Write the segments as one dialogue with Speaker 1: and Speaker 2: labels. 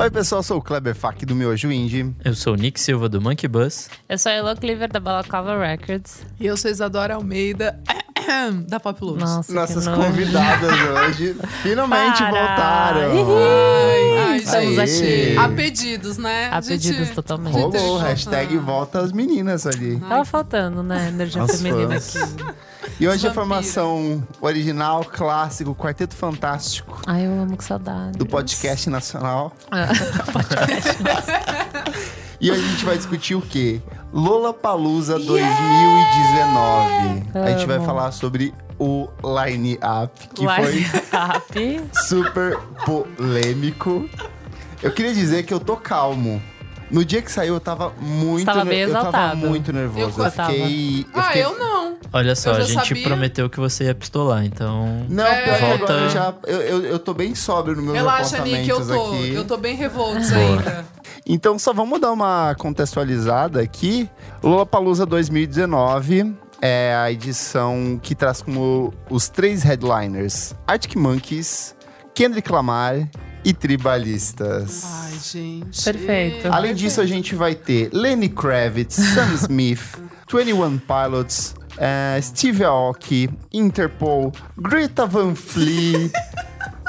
Speaker 1: Oi, pessoal, sou o Kleber Fak do Miojo Indie.
Speaker 2: Eu sou o Nick Silva do Monkey Bus.
Speaker 3: Eu sou a Elo Cleaver da Balaclava Records.
Speaker 4: E eu sou Isadora Almeida, da Pop Lux.
Speaker 3: Nossa,
Speaker 1: Nossas
Speaker 3: que nojo.
Speaker 1: convidadas hoje finalmente
Speaker 3: é um- Para.
Speaker 1: voltaram.
Speaker 4: Ai,
Speaker 1: estamos
Speaker 4: gente.
Speaker 1: aqui.
Speaker 4: A pedidos, né?
Speaker 3: A
Speaker 4: Gente,
Speaker 3: pedidos totalmente.
Speaker 4: gente,
Speaker 1: Rolou,
Speaker 4: deixou-
Speaker 1: hashtag volta as meninas ali.
Speaker 3: Tava faltando, né? Energia
Speaker 1: As
Speaker 3: feminina
Speaker 1: fãs.
Speaker 3: aqui.
Speaker 1: E hoje a
Speaker 4: Vampira.
Speaker 1: formação original, clássico, quarteto fantástico
Speaker 3: Ai, eu amo que saudade.
Speaker 1: do podcast nacional.
Speaker 3: Ah,
Speaker 1: E hoje a gente vai discutir o quê? Lola Palusa 2019. A gente vai
Speaker 3: Amo.
Speaker 1: falar sobre o Line Up, que foi
Speaker 3: WhatsApp.
Speaker 1: super polêmico. Eu queria dizer que eu tô calmo. No dia que saiu, eu tava muito,
Speaker 3: Tava
Speaker 1: ner-
Speaker 3: bem
Speaker 1: eu tava
Speaker 3: exaltado.
Speaker 1: muito nervoso. Eu,
Speaker 3: Eu tava.
Speaker 1: fiquei, eu
Speaker 4: Ah,
Speaker 1: fiquei-
Speaker 4: eu não.
Speaker 2: Olha só,
Speaker 4: Eu já
Speaker 2: a gente
Speaker 4: sabia.
Speaker 2: prometeu que você ia pistolar, então.
Speaker 1: Não, pior que
Speaker 2: Volta.
Speaker 1: agora eu já. Eu, eu, eu tô bem sóbrio nos meus
Speaker 4: Relaxa, Nick, eu
Speaker 1: apontamentos
Speaker 4: tô.
Speaker 1: aqui.
Speaker 4: Eu tô bem revoltos ainda.
Speaker 1: Então, só vamos dar uma contextualizada aqui. Lollapalooza 2019 é a edição que traz como os três headliners: Arctic Monkeys, Kendrick Lamar e Tribalistas.
Speaker 4: Ai, gente.
Speaker 3: Perfeito.
Speaker 1: Além disso, a gente vai ter Lenny Kravitz, Sam Smith, 21 Pilots, eh, Steve Aoki, Interpol, Greta Van Fleet,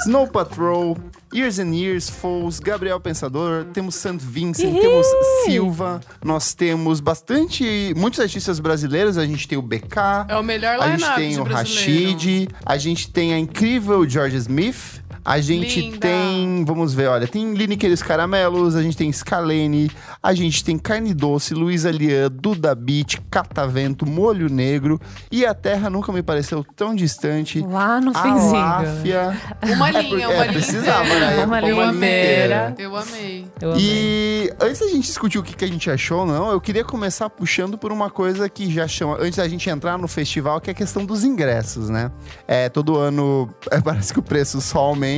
Speaker 1: Snow Patrol, Years and Years, Falls, Gabriel Pensador, temos St. Vincent, temos Silva, nós temos bastante, muitos artistas brasileiros, a gente tem o BK,
Speaker 4: É o melhor
Speaker 1: a gente
Speaker 4: line-up
Speaker 1: tem um
Speaker 4: de
Speaker 1: o
Speaker 4: brasileiro.
Speaker 1: Rashid, a gente tem a incrível George Smith. A gente
Speaker 4: Linda.
Speaker 1: tem, vamos ver, olha, tem Lineker e os Caramelos, a gente tem Scalene, a gente tem Carne Doce, Luísa Lian, Duda Beat, Catavento, Molho Negro e a Terra Nunca Me Pareceu Tão Distante.
Speaker 3: Lá no
Speaker 5: né?
Speaker 3: finzinho.
Speaker 1: Aláfia.
Speaker 4: Uma linha, uma
Speaker 1: é,
Speaker 4: linha
Speaker 1: precisava,
Speaker 4: inteira.
Speaker 1: né?
Speaker 3: Uma
Speaker 1: Uma
Speaker 3: língua
Speaker 1: linha inteira.
Speaker 3: inteira.
Speaker 4: Eu amei.
Speaker 3: Eu amei.
Speaker 1: E antes da gente discutir o que, que a gente achou, não, eu queria começar puxando por uma coisa que já chama. Antes da gente entrar no festival, que é a questão dos ingressos, né? É, todo ano é, parece que o preço só aumenta.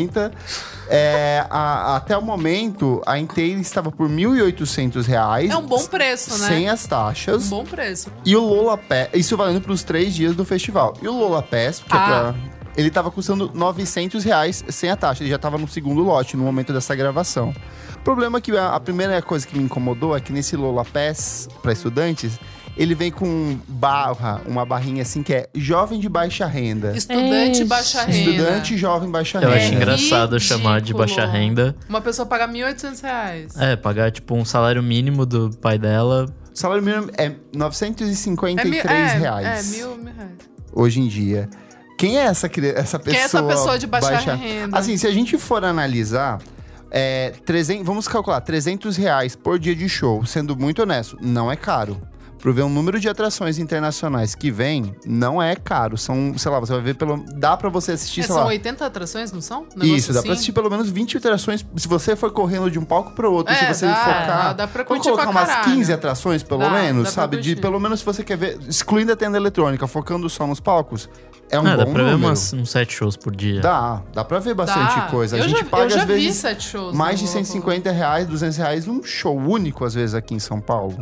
Speaker 1: É, a- até o momento, a inteira estava por R$ 1.800. reais,
Speaker 4: É um bom preço, né?
Speaker 1: Sem as
Speaker 4: Um
Speaker 1: taxas.
Speaker 4: bom preço.
Speaker 1: E o Lola Pass. Isso valendo para os três dias do festival. E o Lola Pass, que é
Speaker 4: Ah.
Speaker 1: pra. Ele tava custando R$ 900 reais sem a taxa. Ele já tava no segundo lote no momento dessa gravação. O problema é que a, a primeira coisa que me incomodou é que nesse Lola Pass para estudantes, ele vem com barra, uma barrinha assim que é jovem de baixa renda.
Speaker 4: Estudante
Speaker 3: Eixe.
Speaker 4: baixa é
Speaker 1: É.
Speaker 4: renda.
Speaker 1: Estudante jovem baixa
Speaker 2: Eu
Speaker 1: renda.
Speaker 2: acho engraçado
Speaker 4: é Ridículo.
Speaker 2: chamar de baixa renda.
Speaker 4: Uma pessoa paga 1.800 reais.
Speaker 2: É, pagar tipo um salário mínimo do pai dela.
Speaker 1: O salário mínimo é R$ 953
Speaker 4: é,
Speaker 1: reais
Speaker 4: É, mil, mil reais.
Speaker 1: hoje em dia. Quem é essa, cri- essa pessoa?
Speaker 4: Quem é essa pessoa de baixa, renda?
Speaker 1: Assim, se a gente for analisar, é, 300, vamos calcular, 300 reais por dia de show, sendo muito honesto, não é caro. Por ver o número de atrações internacionais que vem, não é caro. São, sei lá, você vai ver pelo. Dá pra você assistir,
Speaker 4: É,
Speaker 1: sei
Speaker 4: são
Speaker 1: lá.
Speaker 4: 80 atrações, não são? Um negócio
Speaker 1: Isso, dá pra
Speaker 4: assim?
Speaker 1: assistir pelo menos 20 atrações. Se você for correndo de um palco pro outro, se
Speaker 4: É,
Speaker 1: você
Speaker 4: dá,
Speaker 1: focar.
Speaker 4: dá- dá pra
Speaker 1: vamos
Speaker 4: curtir
Speaker 1: colocar
Speaker 4: pra
Speaker 1: umas
Speaker 4: caralho.
Speaker 1: 15 atrações, pelo
Speaker 4: Dá,
Speaker 1: menos,
Speaker 4: dá pra
Speaker 1: sabe? De,
Speaker 4: curtir.
Speaker 1: pelo menos se você quer ver, excluindo a tenda eletrônica, focando só nos palcos, é um
Speaker 2: ah,
Speaker 1: bom
Speaker 2: dá pra ver
Speaker 1: número.
Speaker 2: umas- uns sete shows por dia.
Speaker 1: Dá, dá pra ver
Speaker 4: Dá.
Speaker 1: bastante coisa. A
Speaker 4: eu
Speaker 1: gente
Speaker 4: já,
Speaker 1: paga,
Speaker 4: eu já
Speaker 1: às vezes,
Speaker 4: vi né? sete shows.
Speaker 1: mais
Speaker 4: no
Speaker 1: de
Speaker 4: Lollapalooza.
Speaker 1: 150 reais, 200 reais num show único, às vezes, aqui em São Paulo.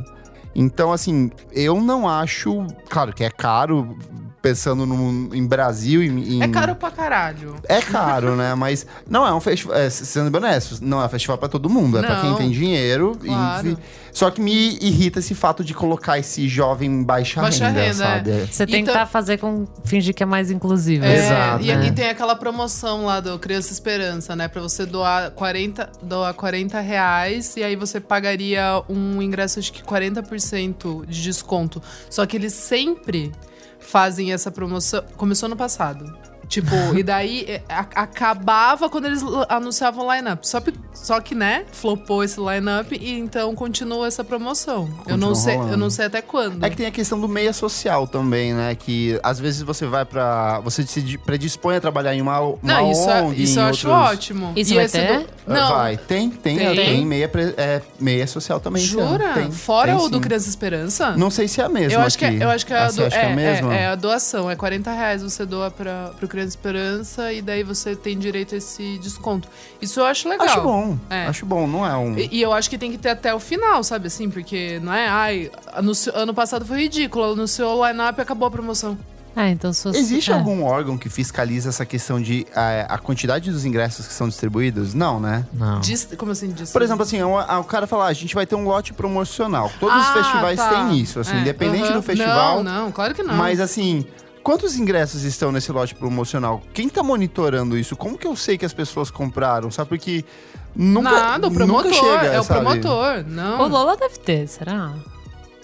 Speaker 1: Então, assim, eu não acho... Claro que é caro, pensando no, em Brasil, em... em-
Speaker 4: É caro pra caralho.
Speaker 1: É caro, né? Mas não é um festival. É, sendo bem honesto, não é um festival pra todo mundo, é pra
Speaker 4: Não.
Speaker 1: quem tem dinheiro. e-
Speaker 4: Claro.
Speaker 1: só que me irrita esse fato de colocar esse jovem em baixa,
Speaker 4: Baixa
Speaker 1: renda,
Speaker 4: renda,
Speaker 1: sabe? É.
Speaker 3: Você tem que
Speaker 4: Então-
Speaker 3: tá fazer com. fingir que é mais inclusivo.
Speaker 4: É,
Speaker 1: Exato,
Speaker 4: E,
Speaker 1: né?
Speaker 4: e tem aquela promoção lá do Criança Esperança, né? Pra você doar 40, doar 40 reais e aí você pagaria um ingresso, acho que 40% de desconto. Só que eles sempre fazem essa promoção. Começou no passado. Tipo, e daí é, a- acabava quando eles l- anunciavam o line-up. Só, pe- só que, né, flopou esse line-up e então continua essa promoção. eu,
Speaker 1: Continua
Speaker 4: não sei,
Speaker 1: rolando.
Speaker 4: eu não sei até quando.
Speaker 1: É que tem a questão do meia social também, né? Que às vezes você vai pra. Você se di- predispõe a trabalhar em uma, uma
Speaker 4: não, isso, é-
Speaker 1: ONG,
Speaker 4: isso
Speaker 1: em
Speaker 4: eu acho
Speaker 1: outros-
Speaker 4: ótimo.
Speaker 3: Isso
Speaker 4: e
Speaker 3: vai
Speaker 4: esse
Speaker 3: ter?
Speaker 1: Ah,
Speaker 4: do- Não,
Speaker 1: Vai, tem, tem, tem,
Speaker 4: Tem.
Speaker 1: meia, pre- é, meia social também. esse ano.
Speaker 4: Jura?
Speaker 1: Tem,
Speaker 4: Fora
Speaker 1: tem
Speaker 4: o do
Speaker 1: sim.
Speaker 4: Criança Esperança?
Speaker 1: Não sei se é a mesma.
Speaker 4: eu acho que é,
Speaker 1: aqui.
Speaker 4: eu acho que é,
Speaker 1: Ah,
Speaker 4: a
Speaker 1: você
Speaker 4: do-
Speaker 1: acha que é a mesma?
Speaker 4: é a doação, é 40 reais você doa pra, pro Criança Esperança e daí você tem direito a esse desconto. Isso eu acho legal.
Speaker 1: Acho bom.
Speaker 4: É.
Speaker 1: Acho bom, não é um.
Speaker 4: E, e eu acho que tem que ter até o final, sabe assim? Porque não é, ai, no seu- ano passado foi ridículo, no seu line-up acabou a promoção.
Speaker 3: Ah, então se você.
Speaker 1: Existe
Speaker 3: é.
Speaker 1: algum órgão que fiscaliza essa questão de eh, a quantidade dos ingressos que são distribuídos? Não, né?
Speaker 2: Não.
Speaker 4: Dis- como assim diz?
Speaker 1: Por exemplo, assim, o, a- o cara fala, "Ah, a gente vai ter um lote promocional. Todos os
Speaker 4: Ah,
Speaker 1: festivais
Speaker 4: tá.
Speaker 1: têm isso, assim,
Speaker 4: É,
Speaker 1: independente
Speaker 4: aham.
Speaker 1: do festival.
Speaker 4: Não, não, claro que não.
Speaker 1: Mas assim, quantos ingressos estão nesse lote promocional? Quem tá monitorando isso? Como que eu sei que as pessoas compraram? Sabe porque nunca
Speaker 4: Nada, o promotor.
Speaker 1: nunca chega,
Speaker 4: é o
Speaker 1: sabe?
Speaker 4: promotor.
Speaker 3: O
Speaker 4: Não.
Speaker 3: Ah. Lola deve ter, será?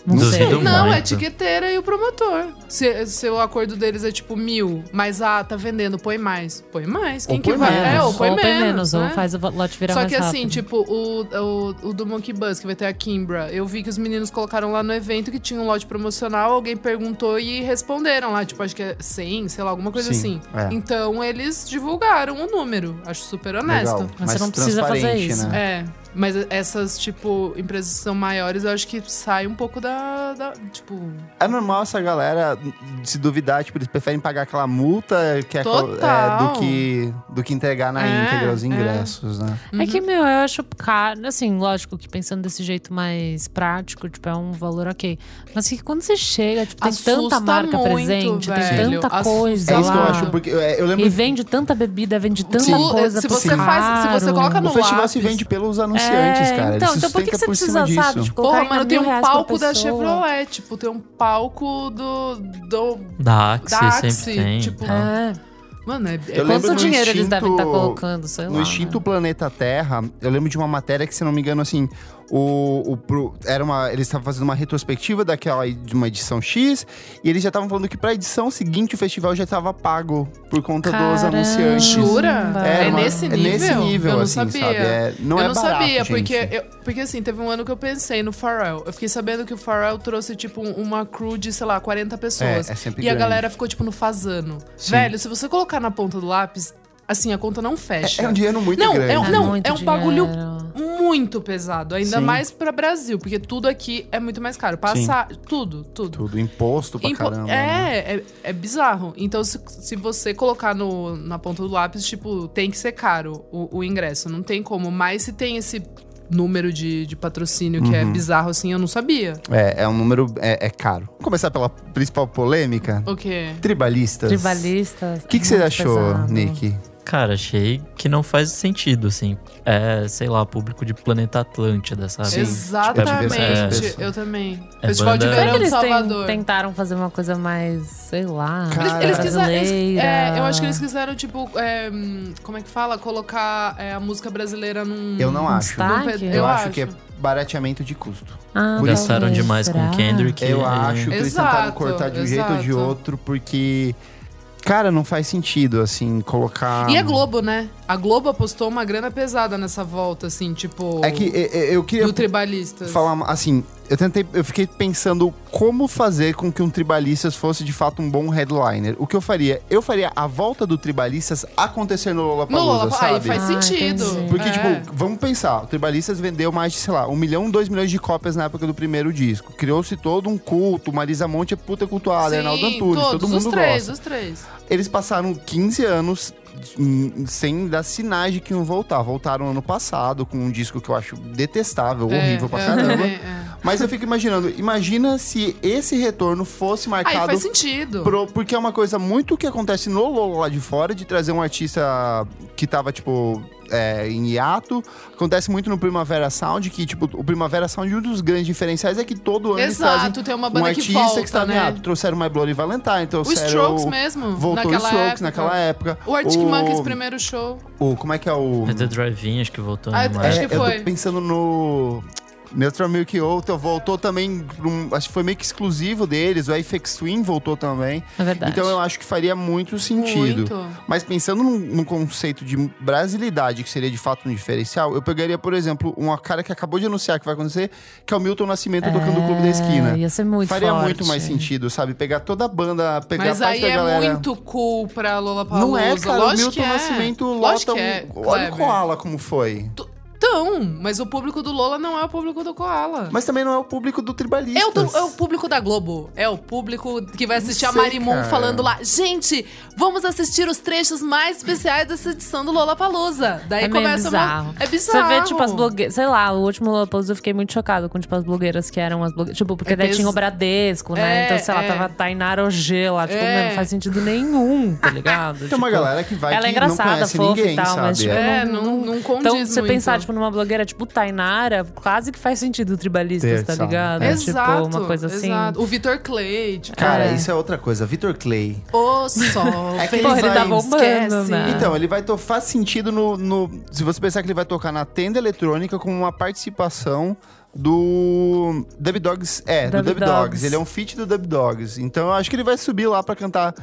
Speaker 3: Não
Speaker 2: Duvido
Speaker 3: sei.
Speaker 2: muito.
Speaker 4: Não, é
Speaker 2: Muito.
Speaker 4: etiqueteira e o promotor. Se, se o acordo deles é tipo mil, mas ah, tá vendendo, põe mais. Põe mais. Quem
Speaker 1: Ou
Speaker 4: que
Speaker 1: põe
Speaker 4: vai?
Speaker 1: menos.
Speaker 4: É, ou põe
Speaker 3: ou
Speaker 4: menos.
Speaker 3: ou
Speaker 4: né?
Speaker 3: faz o lote virar
Speaker 4: Só
Speaker 3: mais
Speaker 4: que assim,
Speaker 3: rápido.
Speaker 4: tipo, o, o, o do Monkey Bus, que vai ter a Kimbra, eu vi que os meninos colocaram lá no evento que tinha um lote promocional, alguém perguntou e responderam lá, tipo, acho que é 100, sei lá, alguma coisa
Speaker 1: Sim,
Speaker 4: assim.
Speaker 1: é.
Speaker 4: Então eles divulgaram o número, acho super honesto.
Speaker 1: Legal,
Speaker 3: Mas
Speaker 1: mais
Speaker 3: você não precisa fazer
Speaker 1: transparente,
Speaker 3: isso.
Speaker 1: Né?
Speaker 4: É, mas essas, tipo, empresas que são maiores, eu acho que sai um pouco da. da- tipo.
Speaker 1: É normal essa galera se duvidar, tipo, eles preferem pagar aquela multa que é, co- é,
Speaker 4: Total.
Speaker 1: do, que, do que entregar na
Speaker 4: É,
Speaker 1: íntegra os
Speaker 4: é.
Speaker 1: ingressos, né?
Speaker 3: É
Speaker 4: Uhum.
Speaker 3: que, meu, eu acho caro. Assim, lógico que pensando desse jeito mais prático, tipo, é um valor ok. Mas que quando você chega, tipo, tem
Speaker 4: Assusta
Speaker 3: tanta marca
Speaker 4: muito,
Speaker 3: presente, tem
Speaker 4: velho.
Speaker 3: tanta
Speaker 4: Assusta.
Speaker 3: coisa
Speaker 1: É isso que eu
Speaker 3: lá.
Speaker 1: acho, porque é, eu lembro
Speaker 3: E vende tanta bebida, vende tanta
Speaker 4: Sim.
Speaker 3: coisa.
Speaker 4: Se
Speaker 3: por
Speaker 4: você faz- se você
Speaker 3: caro.
Speaker 4: coloca no
Speaker 1: o festival se
Speaker 4: lápis.
Speaker 1: vende pelos anunciantes,
Speaker 3: É,
Speaker 1: cara.
Speaker 3: Então,
Speaker 1: Ele
Speaker 3: então por que,
Speaker 1: sustenta
Speaker 3: que você
Speaker 1: por cima
Speaker 3: precisa,
Speaker 1: disso.
Speaker 3: sabe? Tipo,
Speaker 4: Porra,
Speaker 3: colocar
Speaker 4: mano,
Speaker 3: mil
Speaker 4: tem um
Speaker 3: reais pra
Speaker 4: palco da
Speaker 3: pessoa.
Speaker 4: Chevrolet, tipo, tem um palco do. do
Speaker 2: Da Axie
Speaker 4: Da
Speaker 2: sempre
Speaker 4: Axie,
Speaker 2: tem.
Speaker 4: tipo,
Speaker 2: tá?
Speaker 3: É.
Speaker 4: mano, é. é
Speaker 1: Eu lembro
Speaker 3: Quanto
Speaker 1: no
Speaker 3: dinheiro eles devem estar
Speaker 1: instinto-
Speaker 3: colocando, sei lá.
Speaker 1: No extinto
Speaker 3: né?
Speaker 1: planeta Terra, eu lembro de uma matéria que, se não me engano, assim, o, o pro- era uma, eles estavam fazendo uma retrospectiva daquela de uma edição X e eles já estavam falando que pra edição seguinte o festival já estava pago por conta dos
Speaker 3: Caramba.
Speaker 1: anunciantes.
Speaker 4: Jura?
Speaker 3: É
Speaker 1: uma-
Speaker 4: nesse nível?
Speaker 1: É nesse nível,
Speaker 4: Eu não
Speaker 1: assim,
Speaker 4: sabia.
Speaker 1: sabe? É, não
Speaker 4: eu
Speaker 1: é
Speaker 4: não
Speaker 1: barato,
Speaker 4: sabia,
Speaker 1: gente.
Speaker 4: porque, eu- porque assim, teve um ano que eu pensei no Pharrell. Eu fiquei sabendo que o Pharrell trouxe, tipo, um- uma crew de, sei lá, 40 pessoas.
Speaker 1: É, é sempre
Speaker 4: assim, e a
Speaker 1: grande.
Speaker 4: galera ficou, tipo, no fazano.
Speaker 1: Sim.
Speaker 4: Velho, se você colocar na ponta do lápis, assim, a conta não fecha.
Speaker 1: É um dinheiro muito
Speaker 4: não,
Speaker 1: grande.
Speaker 4: é um,
Speaker 3: É
Speaker 4: não,
Speaker 3: muito
Speaker 4: é um bagulho
Speaker 3: dinheiro.
Speaker 4: muito pesado. Ainda
Speaker 1: Sim.
Speaker 4: mais pra Brasil, porque tudo aqui é muito mais caro. Passar, tudo, tudo.
Speaker 1: Tudo imposto pra
Speaker 4: Impo-
Speaker 1: caramba. né?
Speaker 4: é, é, é bizarro. Então, se, se você colocar no, na ponta do lápis, tipo, tem que ser caro o, o ingresso, não tem como. Mas se tem esse número de, de patrocínio que é
Speaker 1: Uhum.
Speaker 4: bizarro, assim, eu não sabia.
Speaker 1: É, é um número. É, é caro. Vamos começar pela principal polêmica:
Speaker 4: O quê?
Speaker 1: tribalistas.
Speaker 3: Tribalistas. tá
Speaker 1: O que, que você
Speaker 3: muito
Speaker 1: achou,
Speaker 3: pesado.
Speaker 1: Nick?
Speaker 2: Cara, achei que não faz sentido, assim. É, sei lá, público de Planeta Atlântida, sabe?
Speaker 1: Sim, Tipo,
Speaker 4: Exatamente.
Speaker 2: tipo, é diversas
Speaker 1: pessoas.
Speaker 4: eu também.
Speaker 2: É
Speaker 4: Festival de
Speaker 2: banda-
Speaker 3: Será
Speaker 4: Verão
Speaker 3: que
Speaker 4: de
Speaker 3: eles ten-
Speaker 4: Salvador.
Speaker 3: tentaram fazer uma coisa mais, sei lá,
Speaker 1: Eles-
Speaker 4: Eles quiseram. eles-
Speaker 3: brasileira?
Speaker 4: é, eu acho que eles quiseram, tipo, é, hum, como é que fala? Colocar é, a música brasileira num.
Speaker 1: Eu não
Speaker 3: um
Speaker 1: acho.
Speaker 3: destaque?
Speaker 4: Eu
Speaker 1: Eu, acho,
Speaker 4: acho.
Speaker 1: que é barateamento de custo.
Speaker 3: Ah,
Speaker 1: Por isso-
Speaker 2: Gastaram
Speaker 3: talvez,
Speaker 2: demais com
Speaker 3: será?
Speaker 2: o Kendrick.
Speaker 1: Eu
Speaker 2: e-
Speaker 1: acho que eles tentaram
Speaker 4: Exato,
Speaker 1: cortar de um jeito ou de
Speaker 4: exato.
Speaker 1: outro, porque. Cara, não faz sentido, assim, colocar.
Speaker 4: E a Globo, né? A Globo apostou uma grana pesada nessa volta, assim, tipo.
Speaker 1: É que é, é, eu queria
Speaker 4: do tribalistas.
Speaker 1: falar assim. Eu tentei, eu fiquei pensando como fazer com que um Tribalistas fosse de fato um bom headliner. O que eu faria? Eu faria a volta do Tribalistas acontecer no
Speaker 4: No
Speaker 1: Lollapalooza,
Speaker 4: Lola,
Speaker 1: sabe?
Speaker 4: aí faz
Speaker 3: Ah,
Speaker 4: sentido.
Speaker 3: entendi.
Speaker 1: Porque,
Speaker 4: É.
Speaker 1: tipo, vamos pensar, o Tribalistas vendeu mais de, sei lá, um milhão, dois milhões de cópias na época do primeiro disco. Criou-se todo um culto, Marisa Monte é puta cultuada, Reinaldo
Speaker 4: Sim,
Speaker 1: Antunes, todo
Speaker 4: todos,
Speaker 1: mundo
Speaker 4: os três,
Speaker 1: gosta.
Speaker 4: os três.
Speaker 1: Eles passaram 15 anos hum, sem dar sinais de que iam voltar. Voltaram ano passado com um disco que eu acho detestável, horrível pra
Speaker 4: é,
Speaker 1: caramba.
Speaker 4: é, é.
Speaker 1: Mas eu fico imaginando, imagina se esse retorno fosse
Speaker 4: Aí
Speaker 1: marcado
Speaker 4: faz sentido.
Speaker 1: Pro- porque é uma coisa muito que acontece no Lolo lá de fora, de trazer um artista que tava, tipo, é, em hiato. Acontece muito no Primavera Sound, que, tipo, o Primavera Sound, um dos grandes diferenciais é que todo ano eles trazem
Speaker 4: Exato, tem uma
Speaker 1: um
Speaker 4: banda
Speaker 1: artista
Speaker 4: que volta,
Speaker 1: que estava em
Speaker 4: né?
Speaker 1: hiato. Trouxeram My Bloody Valentine,
Speaker 4: O
Speaker 1: trouxeram...
Speaker 4: Strokes mesmo.
Speaker 1: Voltou o
Speaker 4: naquela
Speaker 1: Strokes
Speaker 4: época.
Speaker 1: naquela época.
Speaker 4: O Arctic
Speaker 1: O-
Speaker 4: Monkeys primeiro show.
Speaker 1: O, como é que é o...
Speaker 2: É The Drive-In, acho que voltou
Speaker 4: Ah,
Speaker 2: em
Speaker 4: acho
Speaker 2: março.
Speaker 4: que
Speaker 1: É, eu
Speaker 4: foi.
Speaker 1: tô pensando no... Neutral Milk Hotel voltou também, pra um- acho que foi meio que exclusivo deles, o Aphex Twin voltou também.
Speaker 3: É verdade.
Speaker 1: Então eu acho que faria muito sentido.
Speaker 4: Muito.
Speaker 1: Mas pensando num, num conceito de brasilidade, que seria de fato um diferencial, eu pegaria, por exemplo, uma cara que acabou de anunciar que vai acontecer, que é o Milton Nascimento tocando o Clube da Esquina.
Speaker 3: É, Ia ser muito
Speaker 1: Faria
Speaker 3: forte.
Speaker 1: muito mais sentido, sabe? Pegar toda a banda, pegar
Speaker 4: Mas
Speaker 1: a parte
Speaker 4: aí
Speaker 1: da
Speaker 4: é
Speaker 1: galera.
Speaker 4: muito cool pra Lola
Speaker 1: Não é, cara.
Speaker 4: Lógico
Speaker 1: o Milton
Speaker 4: que é.
Speaker 1: Nascimento lota
Speaker 4: Lógico
Speaker 1: um.
Speaker 4: que é,
Speaker 1: Olha o
Speaker 4: Kleber.
Speaker 1: Koala como foi.
Speaker 4: Então, mas o público do Lola não é o público do Koala.
Speaker 1: Mas também não é o público do tribalistas.
Speaker 4: É o, do- é o público da Globo. É o público que vai assistir a
Speaker 1: sei,
Speaker 4: Marimon
Speaker 1: cara.
Speaker 4: falando lá. Gente, vamos assistir os trechos mais especiais dessa edição do Lola Palusa. Daí
Speaker 5: É meio
Speaker 4: começa
Speaker 5: bizarro.
Speaker 4: uma. É
Speaker 5: Você
Speaker 4: bizarro.
Speaker 5: vê, tipo, as blogueiras. Sei lá, o último Lollapalooza eu fiquei muito chocada com, tipo, as blogueiras que eram as blogueiras. Tipo, porque
Speaker 4: É
Speaker 5: daí
Speaker 4: pes-
Speaker 5: tinha o Bradesco, né?
Speaker 4: É,
Speaker 5: então, sei lá,
Speaker 4: é.
Speaker 5: tava a Tainara OG lá. Tipo,
Speaker 4: É.
Speaker 5: meu, não faz sentido nenhum, tá ligado?
Speaker 1: Tem uma
Speaker 5: Tipo,
Speaker 1: galera que vai
Speaker 5: ela
Speaker 1: que
Speaker 5: é engraçada,
Speaker 1: não conhece
Speaker 5: fofa e
Speaker 1: ninguém,
Speaker 5: tal,
Speaker 1: sabe?
Speaker 5: mas, tipo,
Speaker 4: É,
Speaker 5: não-
Speaker 4: não, não condiz
Speaker 5: Então, se você
Speaker 4: muito.
Speaker 5: pensar, tipo, numa blogueira tipo Tainara, quase que faz sentido tribalistas,
Speaker 1: Ter,
Speaker 5: tá
Speaker 1: sabe?
Speaker 5: ligado?
Speaker 1: É.
Speaker 4: Exato,
Speaker 5: tipo, uma coisa assim.
Speaker 4: exato. O Vitor Clay, tipo,
Speaker 1: Cara,
Speaker 5: É.
Speaker 1: isso é outra coisa. Vitor Clay.
Speaker 4: o sol.
Speaker 1: É que
Speaker 4: fez
Speaker 1: ele tá
Speaker 4: mais,
Speaker 5: bombando,
Speaker 4: esquece.
Speaker 5: né? Ah.
Speaker 1: Então, ele vai to- faz sentido no, no- Se você pensar que ele vai tocar na tenda eletrônica como uma participação do. Dub Dogs. É, do
Speaker 5: Dub
Speaker 1: Dub Dogs.
Speaker 5: Dogs.
Speaker 1: Ele é um feat do Dub Dogs. Então eu acho que ele vai subir lá pra cantar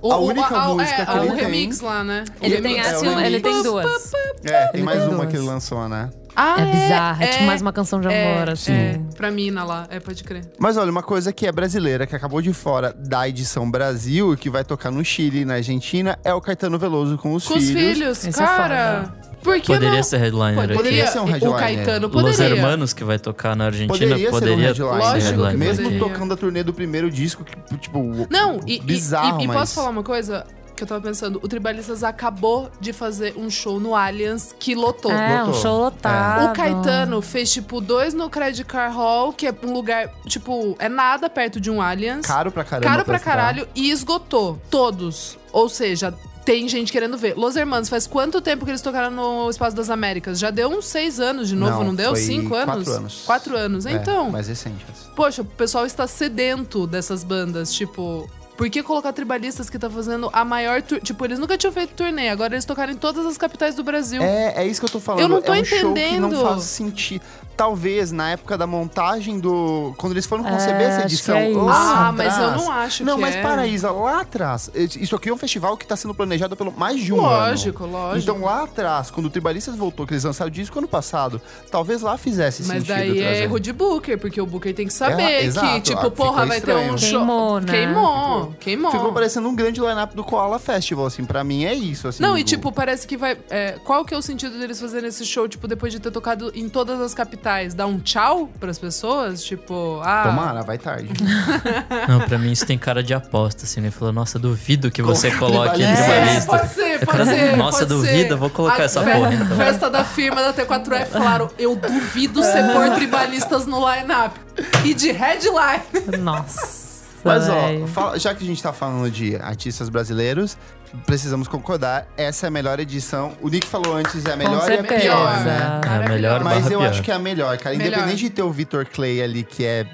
Speaker 4: O-
Speaker 1: a
Speaker 4: o-
Speaker 1: única
Speaker 4: a-
Speaker 1: música
Speaker 4: é,
Speaker 1: que ele
Speaker 4: o
Speaker 1: tem.
Speaker 4: remix lá, né? O
Speaker 5: Ele
Speaker 4: remix.
Speaker 5: tem,
Speaker 1: É,
Speaker 5: assim,
Speaker 1: o
Speaker 5: um- ele tem
Speaker 1: remix.
Speaker 5: duas.
Speaker 1: É, tem
Speaker 5: Ele
Speaker 1: mais
Speaker 5: tem
Speaker 1: uma
Speaker 5: duas.
Speaker 1: que ele lançou, né?
Speaker 4: Ah,
Speaker 5: É bizarro, é, tipo
Speaker 4: é,
Speaker 5: mais uma canção de amor,
Speaker 4: é,
Speaker 5: assim.
Speaker 4: É, pra mina lá, é, pode crer.
Speaker 1: Mas olha, uma coisa que é brasileira, que acabou de fora da edição Brasil e que vai tocar no Chile e na Argentina, é o Caetano Veloso com os
Speaker 4: Com os
Speaker 1: filhos.
Speaker 4: filhos,
Speaker 5: Esse é
Speaker 4: cara. por que
Speaker 2: Poderia
Speaker 4: não?
Speaker 2: ser headliner
Speaker 1: né? Poderia
Speaker 2: aqui.
Speaker 1: ser um
Speaker 4: O
Speaker 1: headliner.
Speaker 4: Caetano
Speaker 2: Los
Speaker 4: poderia.
Speaker 2: Hermanos, que vai tocar na Argentina,
Speaker 1: Poderia,
Speaker 2: poderia,
Speaker 1: ser um
Speaker 4: Lógico
Speaker 1: headliner.
Speaker 4: que
Speaker 2: ser headliner
Speaker 1: Mesmo
Speaker 2: aqui.
Speaker 4: poderia.
Speaker 1: tocando a turnê do primeiro disco, que, tipo,
Speaker 4: Não, e, e-
Speaker 1: bizarro,
Speaker 4: e- e
Speaker 1: mas...
Speaker 4: posso falar uma coisa? Que eu tava pensando, o Tribalistas acabou de fazer um show no Allianz que lotou.
Speaker 5: É, um
Speaker 1: Lotou.
Speaker 5: show lotado.
Speaker 4: O Caetano fez, tipo, dois no Credit Car Hall, que é um lugar, tipo, é nada perto de um Allianz.
Speaker 1: Caro pra caramba.
Speaker 4: Caro pra
Speaker 1: estudar.
Speaker 4: caralho e esgotou todos. Ou seja, tem gente querendo ver. Los Hermanos, faz quanto tempo que eles tocaram no Espaço das Américas? Já deu uns seis anos de novo, não, deu?
Speaker 1: foi
Speaker 4: Cinco
Speaker 1: quatro
Speaker 4: anos?
Speaker 1: anos.
Speaker 4: Quatro anos.
Speaker 1: É,
Speaker 4: Então,
Speaker 1: mais recente. essa.
Speaker 4: poxa, o pessoal está sedento dessas bandas, tipo... Por que colocar tribalistas que tá fazendo a maior... tur- Tipo, eles nunca tinham feito turnê, agora eles tocaram em todas as capitais do Brasil.
Speaker 1: É, é isso que eu tô falando.
Speaker 4: Eu não tô
Speaker 1: é um show que não
Speaker 4: entendendo.
Speaker 1: faz sentido. Talvez na época da montagem do. Quando eles foram conceber
Speaker 5: É,
Speaker 1: essa
Speaker 5: acho
Speaker 1: edição.
Speaker 5: que é isso.
Speaker 1: lá
Speaker 4: Ah, mas eu
Speaker 1: atrás,
Speaker 4: não acho
Speaker 1: Não,
Speaker 4: que
Speaker 1: mas
Speaker 4: é.
Speaker 1: Paraísa, lá atrás, isso aqui é um festival que tá sendo planejado pelo mais de um
Speaker 4: lógico,
Speaker 1: ano.
Speaker 4: lógico.
Speaker 1: Então lá atrás, quando o Tribalistas voltou, que eles lançaram o disco ano passado, talvez lá fizesse
Speaker 4: Mas
Speaker 1: sentido
Speaker 4: daí é
Speaker 1: trazer.
Speaker 4: erro de Booker, porque o Booker tem que saber
Speaker 1: É,
Speaker 4: que,
Speaker 1: exato, ah,
Speaker 4: tipo,
Speaker 1: ficou
Speaker 4: porra, vai ter um
Speaker 1: estranho.
Speaker 4: show.
Speaker 5: Queimou, né?
Speaker 4: Queimou, queimou.
Speaker 1: Ficou parecendo um grande lineup do Koala Festival, assim, pra mim é isso, assim.
Speaker 4: Não, e
Speaker 1: do-
Speaker 4: tipo, parece que vai. é, qual que é o sentido deles fazerem esse show, tipo, depois de ter tocado em todas as capitais? Dar um tchau pras pessoas? Tipo, ah.
Speaker 1: Tomara, vai tarde.
Speaker 2: Não, pra mim isso tem cara de aposta, assim, né? Falou, nossa, duvido que você coloque
Speaker 1: tribalista.
Speaker 4: É,
Speaker 2: tribalista.
Speaker 4: pode ser,
Speaker 2: Eu
Speaker 4: pode
Speaker 2: quero-
Speaker 4: ser.
Speaker 2: Nossa,
Speaker 4: pode
Speaker 2: duvida,
Speaker 4: ser.
Speaker 2: vou colocar
Speaker 4: A
Speaker 2: essa
Speaker 4: fe-
Speaker 2: porra, então.
Speaker 4: Festa da firma da T4E falaram: eu duvido você pôr tribalistas no line-up. E de headline.
Speaker 5: Nossa.
Speaker 1: Mas
Speaker 5: velho.
Speaker 1: ó, fala- já que a gente tá falando de artistas brasileiros, precisamos concordar, essa é a melhor edição. O Nick falou antes, é a melhor e a
Speaker 5: certeza.
Speaker 1: pior, né?
Speaker 2: É a melhor
Speaker 1: Mas
Speaker 2: barra
Speaker 1: eu
Speaker 2: pior.
Speaker 1: acho que é a melhor, cara.
Speaker 4: Melhor.
Speaker 1: Independente de ter o Victor Clay ali, que é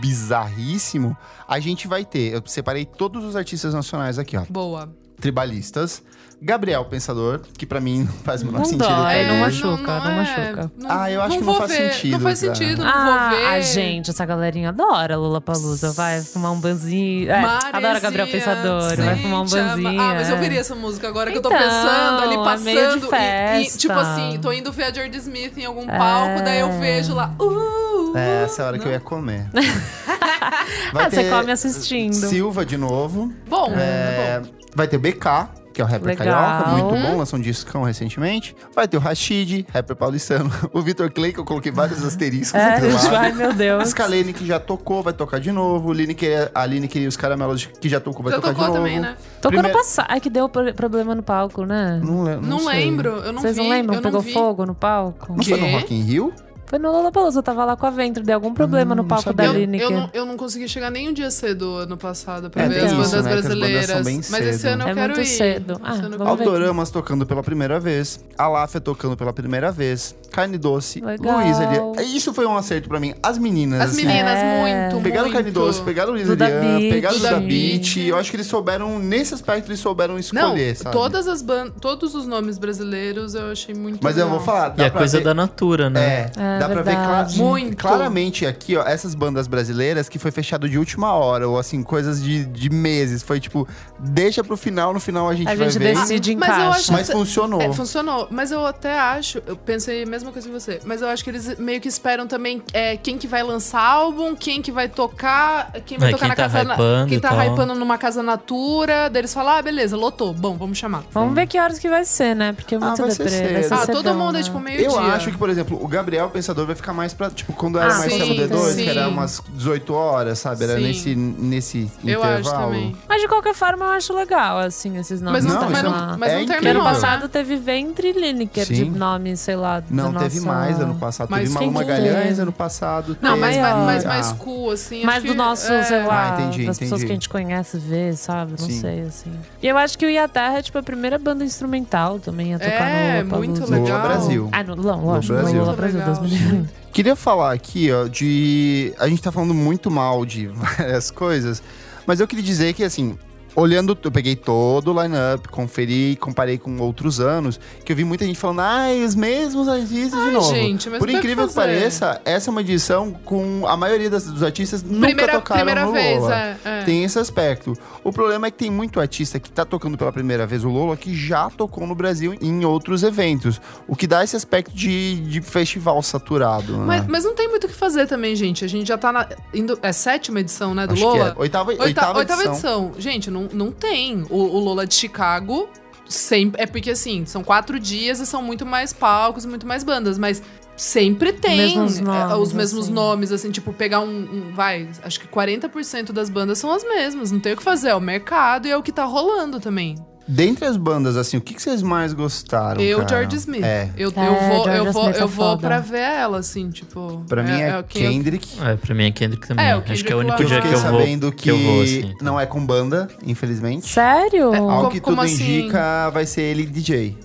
Speaker 1: bizarríssimo, a gente vai ter. Eu separei todos os artistas nacionais aqui, ó.
Speaker 4: Boa.
Speaker 1: Tribalistas. Gabriel Pensador, que pra mim não faz o menor
Speaker 5: Não
Speaker 1: sentido. É
Speaker 5: dói,
Speaker 1: até
Speaker 5: não
Speaker 4: É,
Speaker 1: hoje.
Speaker 5: machuca, não machuca.
Speaker 1: Ah, eu acho que não
Speaker 4: vou
Speaker 1: faz
Speaker 4: ver,
Speaker 1: sentido,
Speaker 4: Não faz
Speaker 1: cara.
Speaker 4: sentido, não vou ver.
Speaker 5: Ah, gente, essa galerinha adora Lula Palusa. Vai fumar um banzinho. É, adora Gabriel Pensador. vai fumar um banzinho.
Speaker 4: banzinho. Ah, mas eu
Speaker 5: é.
Speaker 4: veria essa música agora que eu tô
Speaker 5: Então,
Speaker 4: pensando, ali
Speaker 5: é meio de
Speaker 4: passando. e- e,
Speaker 5: festa. É.
Speaker 4: tipo assim, tô indo ver a Jordan Smith em algum palco, daí eu vejo lá. Uh,
Speaker 1: É, essa é a hora que eu ia comer. Vai
Speaker 5: Ah, você
Speaker 1: ter
Speaker 5: come assistindo.
Speaker 1: Silva de novo.
Speaker 4: Bom, é...
Speaker 1: É, vai ter o BK, que é o rapper
Speaker 5: Legal.
Speaker 1: carioca, muito bom, lançou um discão recentemente. Vai ter o Rashid, rapper paulistano. O Vitor Clay, que eu coloquei vários asteriscos
Speaker 5: É,
Speaker 1: do lado.
Speaker 5: ai meu
Speaker 1: A
Speaker 5: Deus.
Speaker 1: Scalene, que já tocou, vai tocar de novo. O Line, que, é, a Line queria os caramelos, que já tocou, vai
Speaker 4: Já
Speaker 1: tocar de
Speaker 4: tocou
Speaker 1: novo.
Speaker 4: também, né?
Speaker 5: Tocou
Speaker 1: Primeiro-
Speaker 5: no passado. Ai, que deu pro- problema no palco, né?
Speaker 1: Não, le-
Speaker 4: Não,
Speaker 1: sei.
Speaker 4: lembro, eu não
Speaker 5: Vocês
Speaker 4: vi.
Speaker 5: não lembram?
Speaker 4: eu
Speaker 5: Pegou
Speaker 4: vi.
Speaker 5: fogo no palco?
Speaker 1: Não foi no
Speaker 4: Quê?
Speaker 1: Rock in Rio?
Speaker 5: Foi no Lula Palusa. Eu tava lá com a Ventre. Deu algum problema no
Speaker 1: não
Speaker 5: palco da
Speaker 1: sabia.
Speaker 4: Eu,
Speaker 5: Lineker.
Speaker 4: eu, não, eu não consegui chegar nem um dia cedo ano passado pra
Speaker 1: É,
Speaker 4: ver
Speaker 1: tem
Speaker 4: as
Speaker 1: isso,
Speaker 4: bandas
Speaker 1: né, que as bandas são
Speaker 4: brasileiras.
Speaker 1: bem
Speaker 4: Mas esse
Speaker 1: cedo.
Speaker 4: ano eu
Speaker 5: É
Speaker 4: quero
Speaker 5: muito
Speaker 4: ir.
Speaker 5: cedo. Ah,
Speaker 4: Esse ano eu
Speaker 5: vamos ver.
Speaker 1: Autoramas tocando pela primeira vez, Aláfia tocando pela primeira vez, Carne Doce,
Speaker 5: Legal.
Speaker 1: Luísa ali. Isso foi um acerto pra mim. As meninas,
Speaker 4: As
Speaker 1: assim,
Speaker 4: meninas,
Speaker 5: É.
Speaker 4: muito,
Speaker 1: Pegaram o
Speaker 4: muito.
Speaker 1: Carne Doce, pegaram o Luísa
Speaker 5: Duda
Speaker 1: Lian,
Speaker 5: Beat.
Speaker 1: pegaram o
Speaker 4: Duda
Speaker 1: da
Speaker 4: Beat.
Speaker 1: Beat. Eu acho que eles souberam, nesse aspecto, eles souberam
Speaker 4: Não,
Speaker 1: escolher, sabe?
Speaker 4: todas as ban- todos os nomes brasileiros eu achei muito
Speaker 1: Mas eu
Speaker 4: legal.
Speaker 1: vou falar, dá
Speaker 2: E a
Speaker 1: pra
Speaker 2: coisa
Speaker 1: ver-
Speaker 2: da Natura, né?
Speaker 1: É, Dá pra ver cla-
Speaker 3: verdade.
Speaker 4: Muito.
Speaker 1: claramente aqui, ó, essas bandas brasileiras que foi fechado de última hora, ou assim, coisas de, de meses. Foi tipo, deixa pro final, no final a gente
Speaker 3: A
Speaker 1: vai
Speaker 3: gente
Speaker 1: ver.
Speaker 3: decide em
Speaker 4: Mas eu
Speaker 3: caixa.
Speaker 4: acho-
Speaker 1: Mas funcionou.
Speaker 4: É, funcionou, mas eu até acho, eu pensei a mesma coisa que você, mas eu acho que eles meio que esperam também é, quem que vai lançar álbum, quem que vai tocar, quem vai
Speaker 2: É,
Speaker 4: tocar
Speaker 2: quem
Speaker 4: na
Speaker 2: tá
Speaker 4: casa na,
Speaker 2: hypando
Speaker 4: quem
Speaker 2: e
Speaker 4: tá
Speaker 2: tal.
Speaker 4: hypando numa casa natura, deles falar, ah, beleza, lotou, bom, vamos chamar.
Speaker 3: Vamos ver que horas que vai ser, né? Porque é
Speaker 1: Ah,
Speaker 3: muito
Speaker 1: vai ser
Speaker 3: deprê. vai
Speaker 1: cedo.
Speaker 3: ser
Speaker 4: Ah,
Speaker 3: cedão,
Speaker 4: todo mundo
Speaker 3: né?
Speaker 4: é tipo meio
Speaker 1: Eu
Speaker 4: dia.
Speaker 1: acho que, por exemplo, o Gabriel Pensador vai ficar mais pra. Tipo, quando era
Speaker 3: Ah,
Speaker 1: Marcelo
Speaker 3: sim,
Speaker 1: D2,
Speaker 3: sim.
Speaker 1: que era umas 18 horas, sabe? Era
Speaker 4: Sim.
Speaker 1: nesse, nesse
Speaker 4: eu
Speaker 1: intervalo.
Speaker 4: acho também.
Speaker 3: Mas de qualquer forma, eu acho legal, assim, esses nomes.
Speaker 4: Mas não, tá,
Speaker 1: Não,
Speaker 4: mas
Speaker 1: isso
Speaker 4: não,
Speaker 1: é-
Speaker 4: mas
Speaker 1: é
Speaker 4: não
Speaker 1: incrível.
Speaker 3: Que ano
Speaker 4: terminou. né?
Speaker 3: passado teve Ventre Lineker de
Speaker 1: Sim.
Speaker 3: nome, sei lá.
Speaker 1: Não,
Speaker 3: da
Speaker 1: teve
Speaker 3: nossa-
Speaker 1: mais ano passado.
Speaker 4: Mas
Speaker 1: teve Malu
Speaker 3: quem que
Speaker 1: Magalhães
Speaker 3: teve?
Speaker 1: ano passado.
Speaker 4: Não, mas,
Speaker 1: teve-
Speaker 4: mas, mas mais
Speaker 1: Ah,
Speaker 4: cool, assim.
Speaker 3: Mas
Speaker 4: acho
Speaker 3: do
Speaker 4: que-
Speaker 3: nosso,
Speaker 4: é.
Speaker 3: sei lá,
Speaker 1: Ah, entendi,
Speaker 3: das pessoas
Speaker 1: entendi.
Speaker 3: que a gente conhece vê, sabe? Não
Speaker 1: Sim.
Speaker 3: sei, assim. E eu acho que o Iaterra é tipo a primeira banda instrumental também a tocar
Speaker 4: É,
Speaker 3: no Lollapalooza.
Speaker 4: muito
Speaker 1: Lula
Speaker 4: legal.
Speaker 1: Brasil.
Speaker 3: Ah, no, não, lógico,
Speaker 1: Brasil.
Speaker 3: no Lola
Speaker 4: Muito
Speaker 3: Brasil,
Speaker 4: legal,
Speaker 3: Deus me livre.
Speaker 1: Queria falar aqui, ó, de. A gente tá falando muito mal de várias coisas, mas eu queria dizer que, assim, olhando. Eu peguei todo o line-up, conferi, comparei com outros anos, que eu vi muita gente falando, ai, os mesmos artistas de
Speaker 3: é
Speaker 4: Ai,
Speaker 1: novo.
Speaker 4: gente, mas
Speaker 1: Por
Speaker 4: não tem o que
Speaker 1: incrível que,
Speaker 4: fazer.
Speaker 1: pareça, essa é uma edição com a maioria das- dos artistas nunca
Speaker 4: Primeira,
Speaker 1: tocaram
Speaker 4: primeira
Speaker 1: no
Speaker 4: vez,
Speaker 1: Lola.
Speaker 4: é. é.
Speaker 1: Tem esse aspecto. O problema é que tem muito artista que tá tocando pela primeira vez o Lola que já tocou no Brasil em outros eventos. O que dá esse aspecto de, de festival saturado. né?
Speaker 4: Mas, mas não tem muito o que fazer também, gente. A gente já tá na. indo- é sétima edição, né? Do
Speaker 1: Acho
Speaker 4: Lola?
Speaker 1: que é. Oitava,
Speaker 4: Oita-
Speaker 1: oitava, edição.
Speaker 4: Gente, não, não tem. O, o Lola de Chicago sempre. É porque assim, são quatro dias e são muito mais palcos e muito mais bandas, mas. Sempre tem
Speaker 3: Mesmos
Speaker 4: é,
Speaker 3: nomes,
Speaker 4: os mesmos
Speaker 3: assim.
Speaker 4: nomes, assim, tipo, pegar um, um- Vai, acho que 40% das bandas são as mesmas, não tem o que fazer, é o mercado e é o que tá rolando também.
Speaker 1: Dentre as bandas, assim, o que que vocês mais gostaram?
Speaker 4: eu,
Speaker 1: um cara?
Speaker 4: George Smith.
Speaker 1: É.
Speaker 4: Eu,
Speaker 3: É,
Speaker 4: eu vou,
Speaker 3: George
Speaker 4: eu vou,
Speaker 3: Smith é
Speaker 4: eu vou
Speaker 3: foda.
Speaker 4: pra ver ela, assim, tipo.
Speaker 1: Pra mim é,
Speaker 4: o que eu-
Speaker 1: Kendrick.
Speaker 2: É, pra mim é Kendrick também.
Speaker 4: É, o
Speaker 2: Acho que é o
Speaker 4: Kendrick
Speaker 2: único
Speaker 1: Que eu
Speaker 2: dia
Speaker 4: Lamar.
Speaker 2: que
Speaker 1: fiquei
Speaker 2: eu vou.
Speaker 1: sabendo que,
Speaker 2: que eu vou, assim.
Speaker 1: não é com banda, infelizmente.
Speaker 3: Sério?
Speaker 1: Ao
Speaker 4: Como-
Speaker 1: que
Speaker 4: como
Speaker 1: tudo
Speaker 4: assim?
Speaker 1: indica, vai ser ele DJ.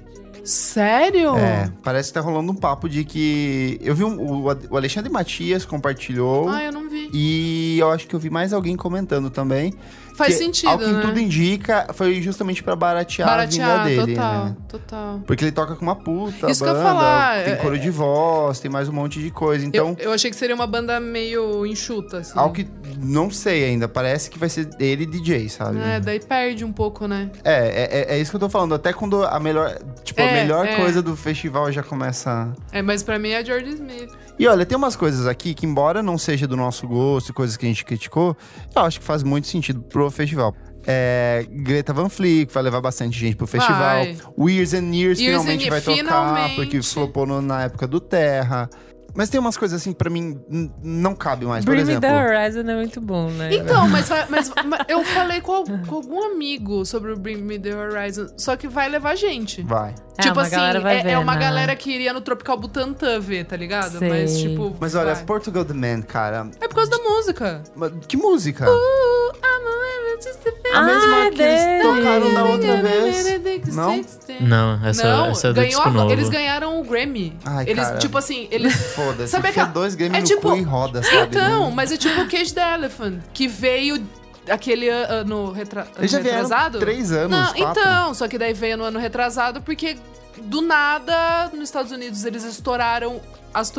Speaker 4: Sério?
Speaker 1: É, parece que tá rolando um papo de que. Eu vi um, o, o Alexandre Matias compartilhou.
Speaker 4: Ah, eu não vi.
Speaker 1: E eu acho que eu vi mais alguém comentando também.
Speaker 4: Faz
Speaker 1: que,
Speaker 4: sentido,
Speaker 1: Ao que
Speaker 4: né?
Speaker 1: tudo indica, foi justamente pra baratear, a vinda dele,
Speaker 4: total,
Speaker 1: né?
Speaker 4: total.
Speaker 1: Porque ele toca com uma puta
Speaker 4: Isso que eu
Speaker 1: banda,
Speaker 4: ia falar, é-
Speaker 1: tem coro de voz, tem mais um monte de coisa. Então,
Speaker 4: eu, eu achei que seria uma banda meio enxuta, assim.
Speaker 1: Ao que não sei ainda, parece que vai ser ele DJ, sabe?
Speaker 4: É, daí perde um pouco, né?
Speaker 1: É, é, é isso que eu tô falando. Até quando a melhor, tipo, a
Speaker 4: É,
Speaker 1: melhor
Speaker 4: é.
Speaker 1: coisa do festival já começa.
Speaker 4: É, mas pra mim é George Smith.
Speaker 1: E olha, tem umas coisas aqui que, embora não seja do nosso gosto e coisas que a gente criticou, eu acho que faz muito sentido pro festival. É, Greta Van Fleet, que vai levar bastante gente pro festival.
Speaker 4: Vai.
Speaker 1: O Years and Years,
Speaker 4: Years
Speaker 1: finalmente
Speaker 4: and-
Speaker 1: vai tocar,
Speaker 4: finalmente.
Speaker 1: porque flopou no- na época do Terra. Mas tem umas coisas assim, que pra mim, n- não cabe mais. Por
Speaker 3: Bring Me
Speaker 1: exemplo,
Speaker 3: The Horizon é muito bom, né?
Speaker 4: Então, mas, vai- mas, mas eu falei com, al- com algum amigo sobre o Bring Me The Horizon, só que vai levar gente.
Speaker 1: vai.
Speaker 3: É,
Speaker 4: tipo
Speaker 3: uma
Speaker 4: assim,
Speaker 3: galera vai
Speaker 4: é,
Speaker 3: ver,
Speaker 4: é uma
Speaker 3: né?
Speaker 4: galera que iria no Tropical Butantan ver, tá ligado?
Speaker 3: Sei.
Speaker 4: Mas, tipo.
Speaker 1: Mas olha,
Speaker 4: vai.
Speaker 1: Portugal The Man, cara,
Speaker 4: é por causa da música.
Speaker 1: Mas Que música?
Speaker 4: Ooh,
Speaker 3: Uh,
Speaker 4: I'm a man, just a
Speaker 1: a mesma
Speaker 3: Ah,
Speaker 1: que eles
Speaker 3: dele.
Speaker 1: tocaram da outra vez. Não?
Speaker 2: Não, essa,
Speaker 4: não,
Speaker 2: essa é do
Speaker 4: ganhou
Speaker 2: disco
Speaker 4: a-
Speaker 2: novo.
Speaker 4: eles ganharam o Grammy.
Speaker 1: Ai,
Speaker 4: eles,
Speaker 1: cara.
Speaker 4: tipo assim, eles.
Speaker 1: Foda-se. Sabe
Speaker 4: Sabe aquela-
Speaker 1: dois games
Speaker 4: é
Speaker 1: no
Speaker 4: tipo-
Speaker 1: cu e roda, sabe?
Speaker 4: então,
Speaker 1: Não-
Speaker 4: mas é tipo o Cage the Elephant, que veio aquele ano retra...
Speaker 1: Eles já vieram
Speaker 4: retrasado.
Speaker 1: três anos,
Speaker 4: Não,
Speaker 1: quatro.
Speaker 4: então, só que daí veio no ano retrasado, porque do nada, nos Estados Unidos, eles estouraram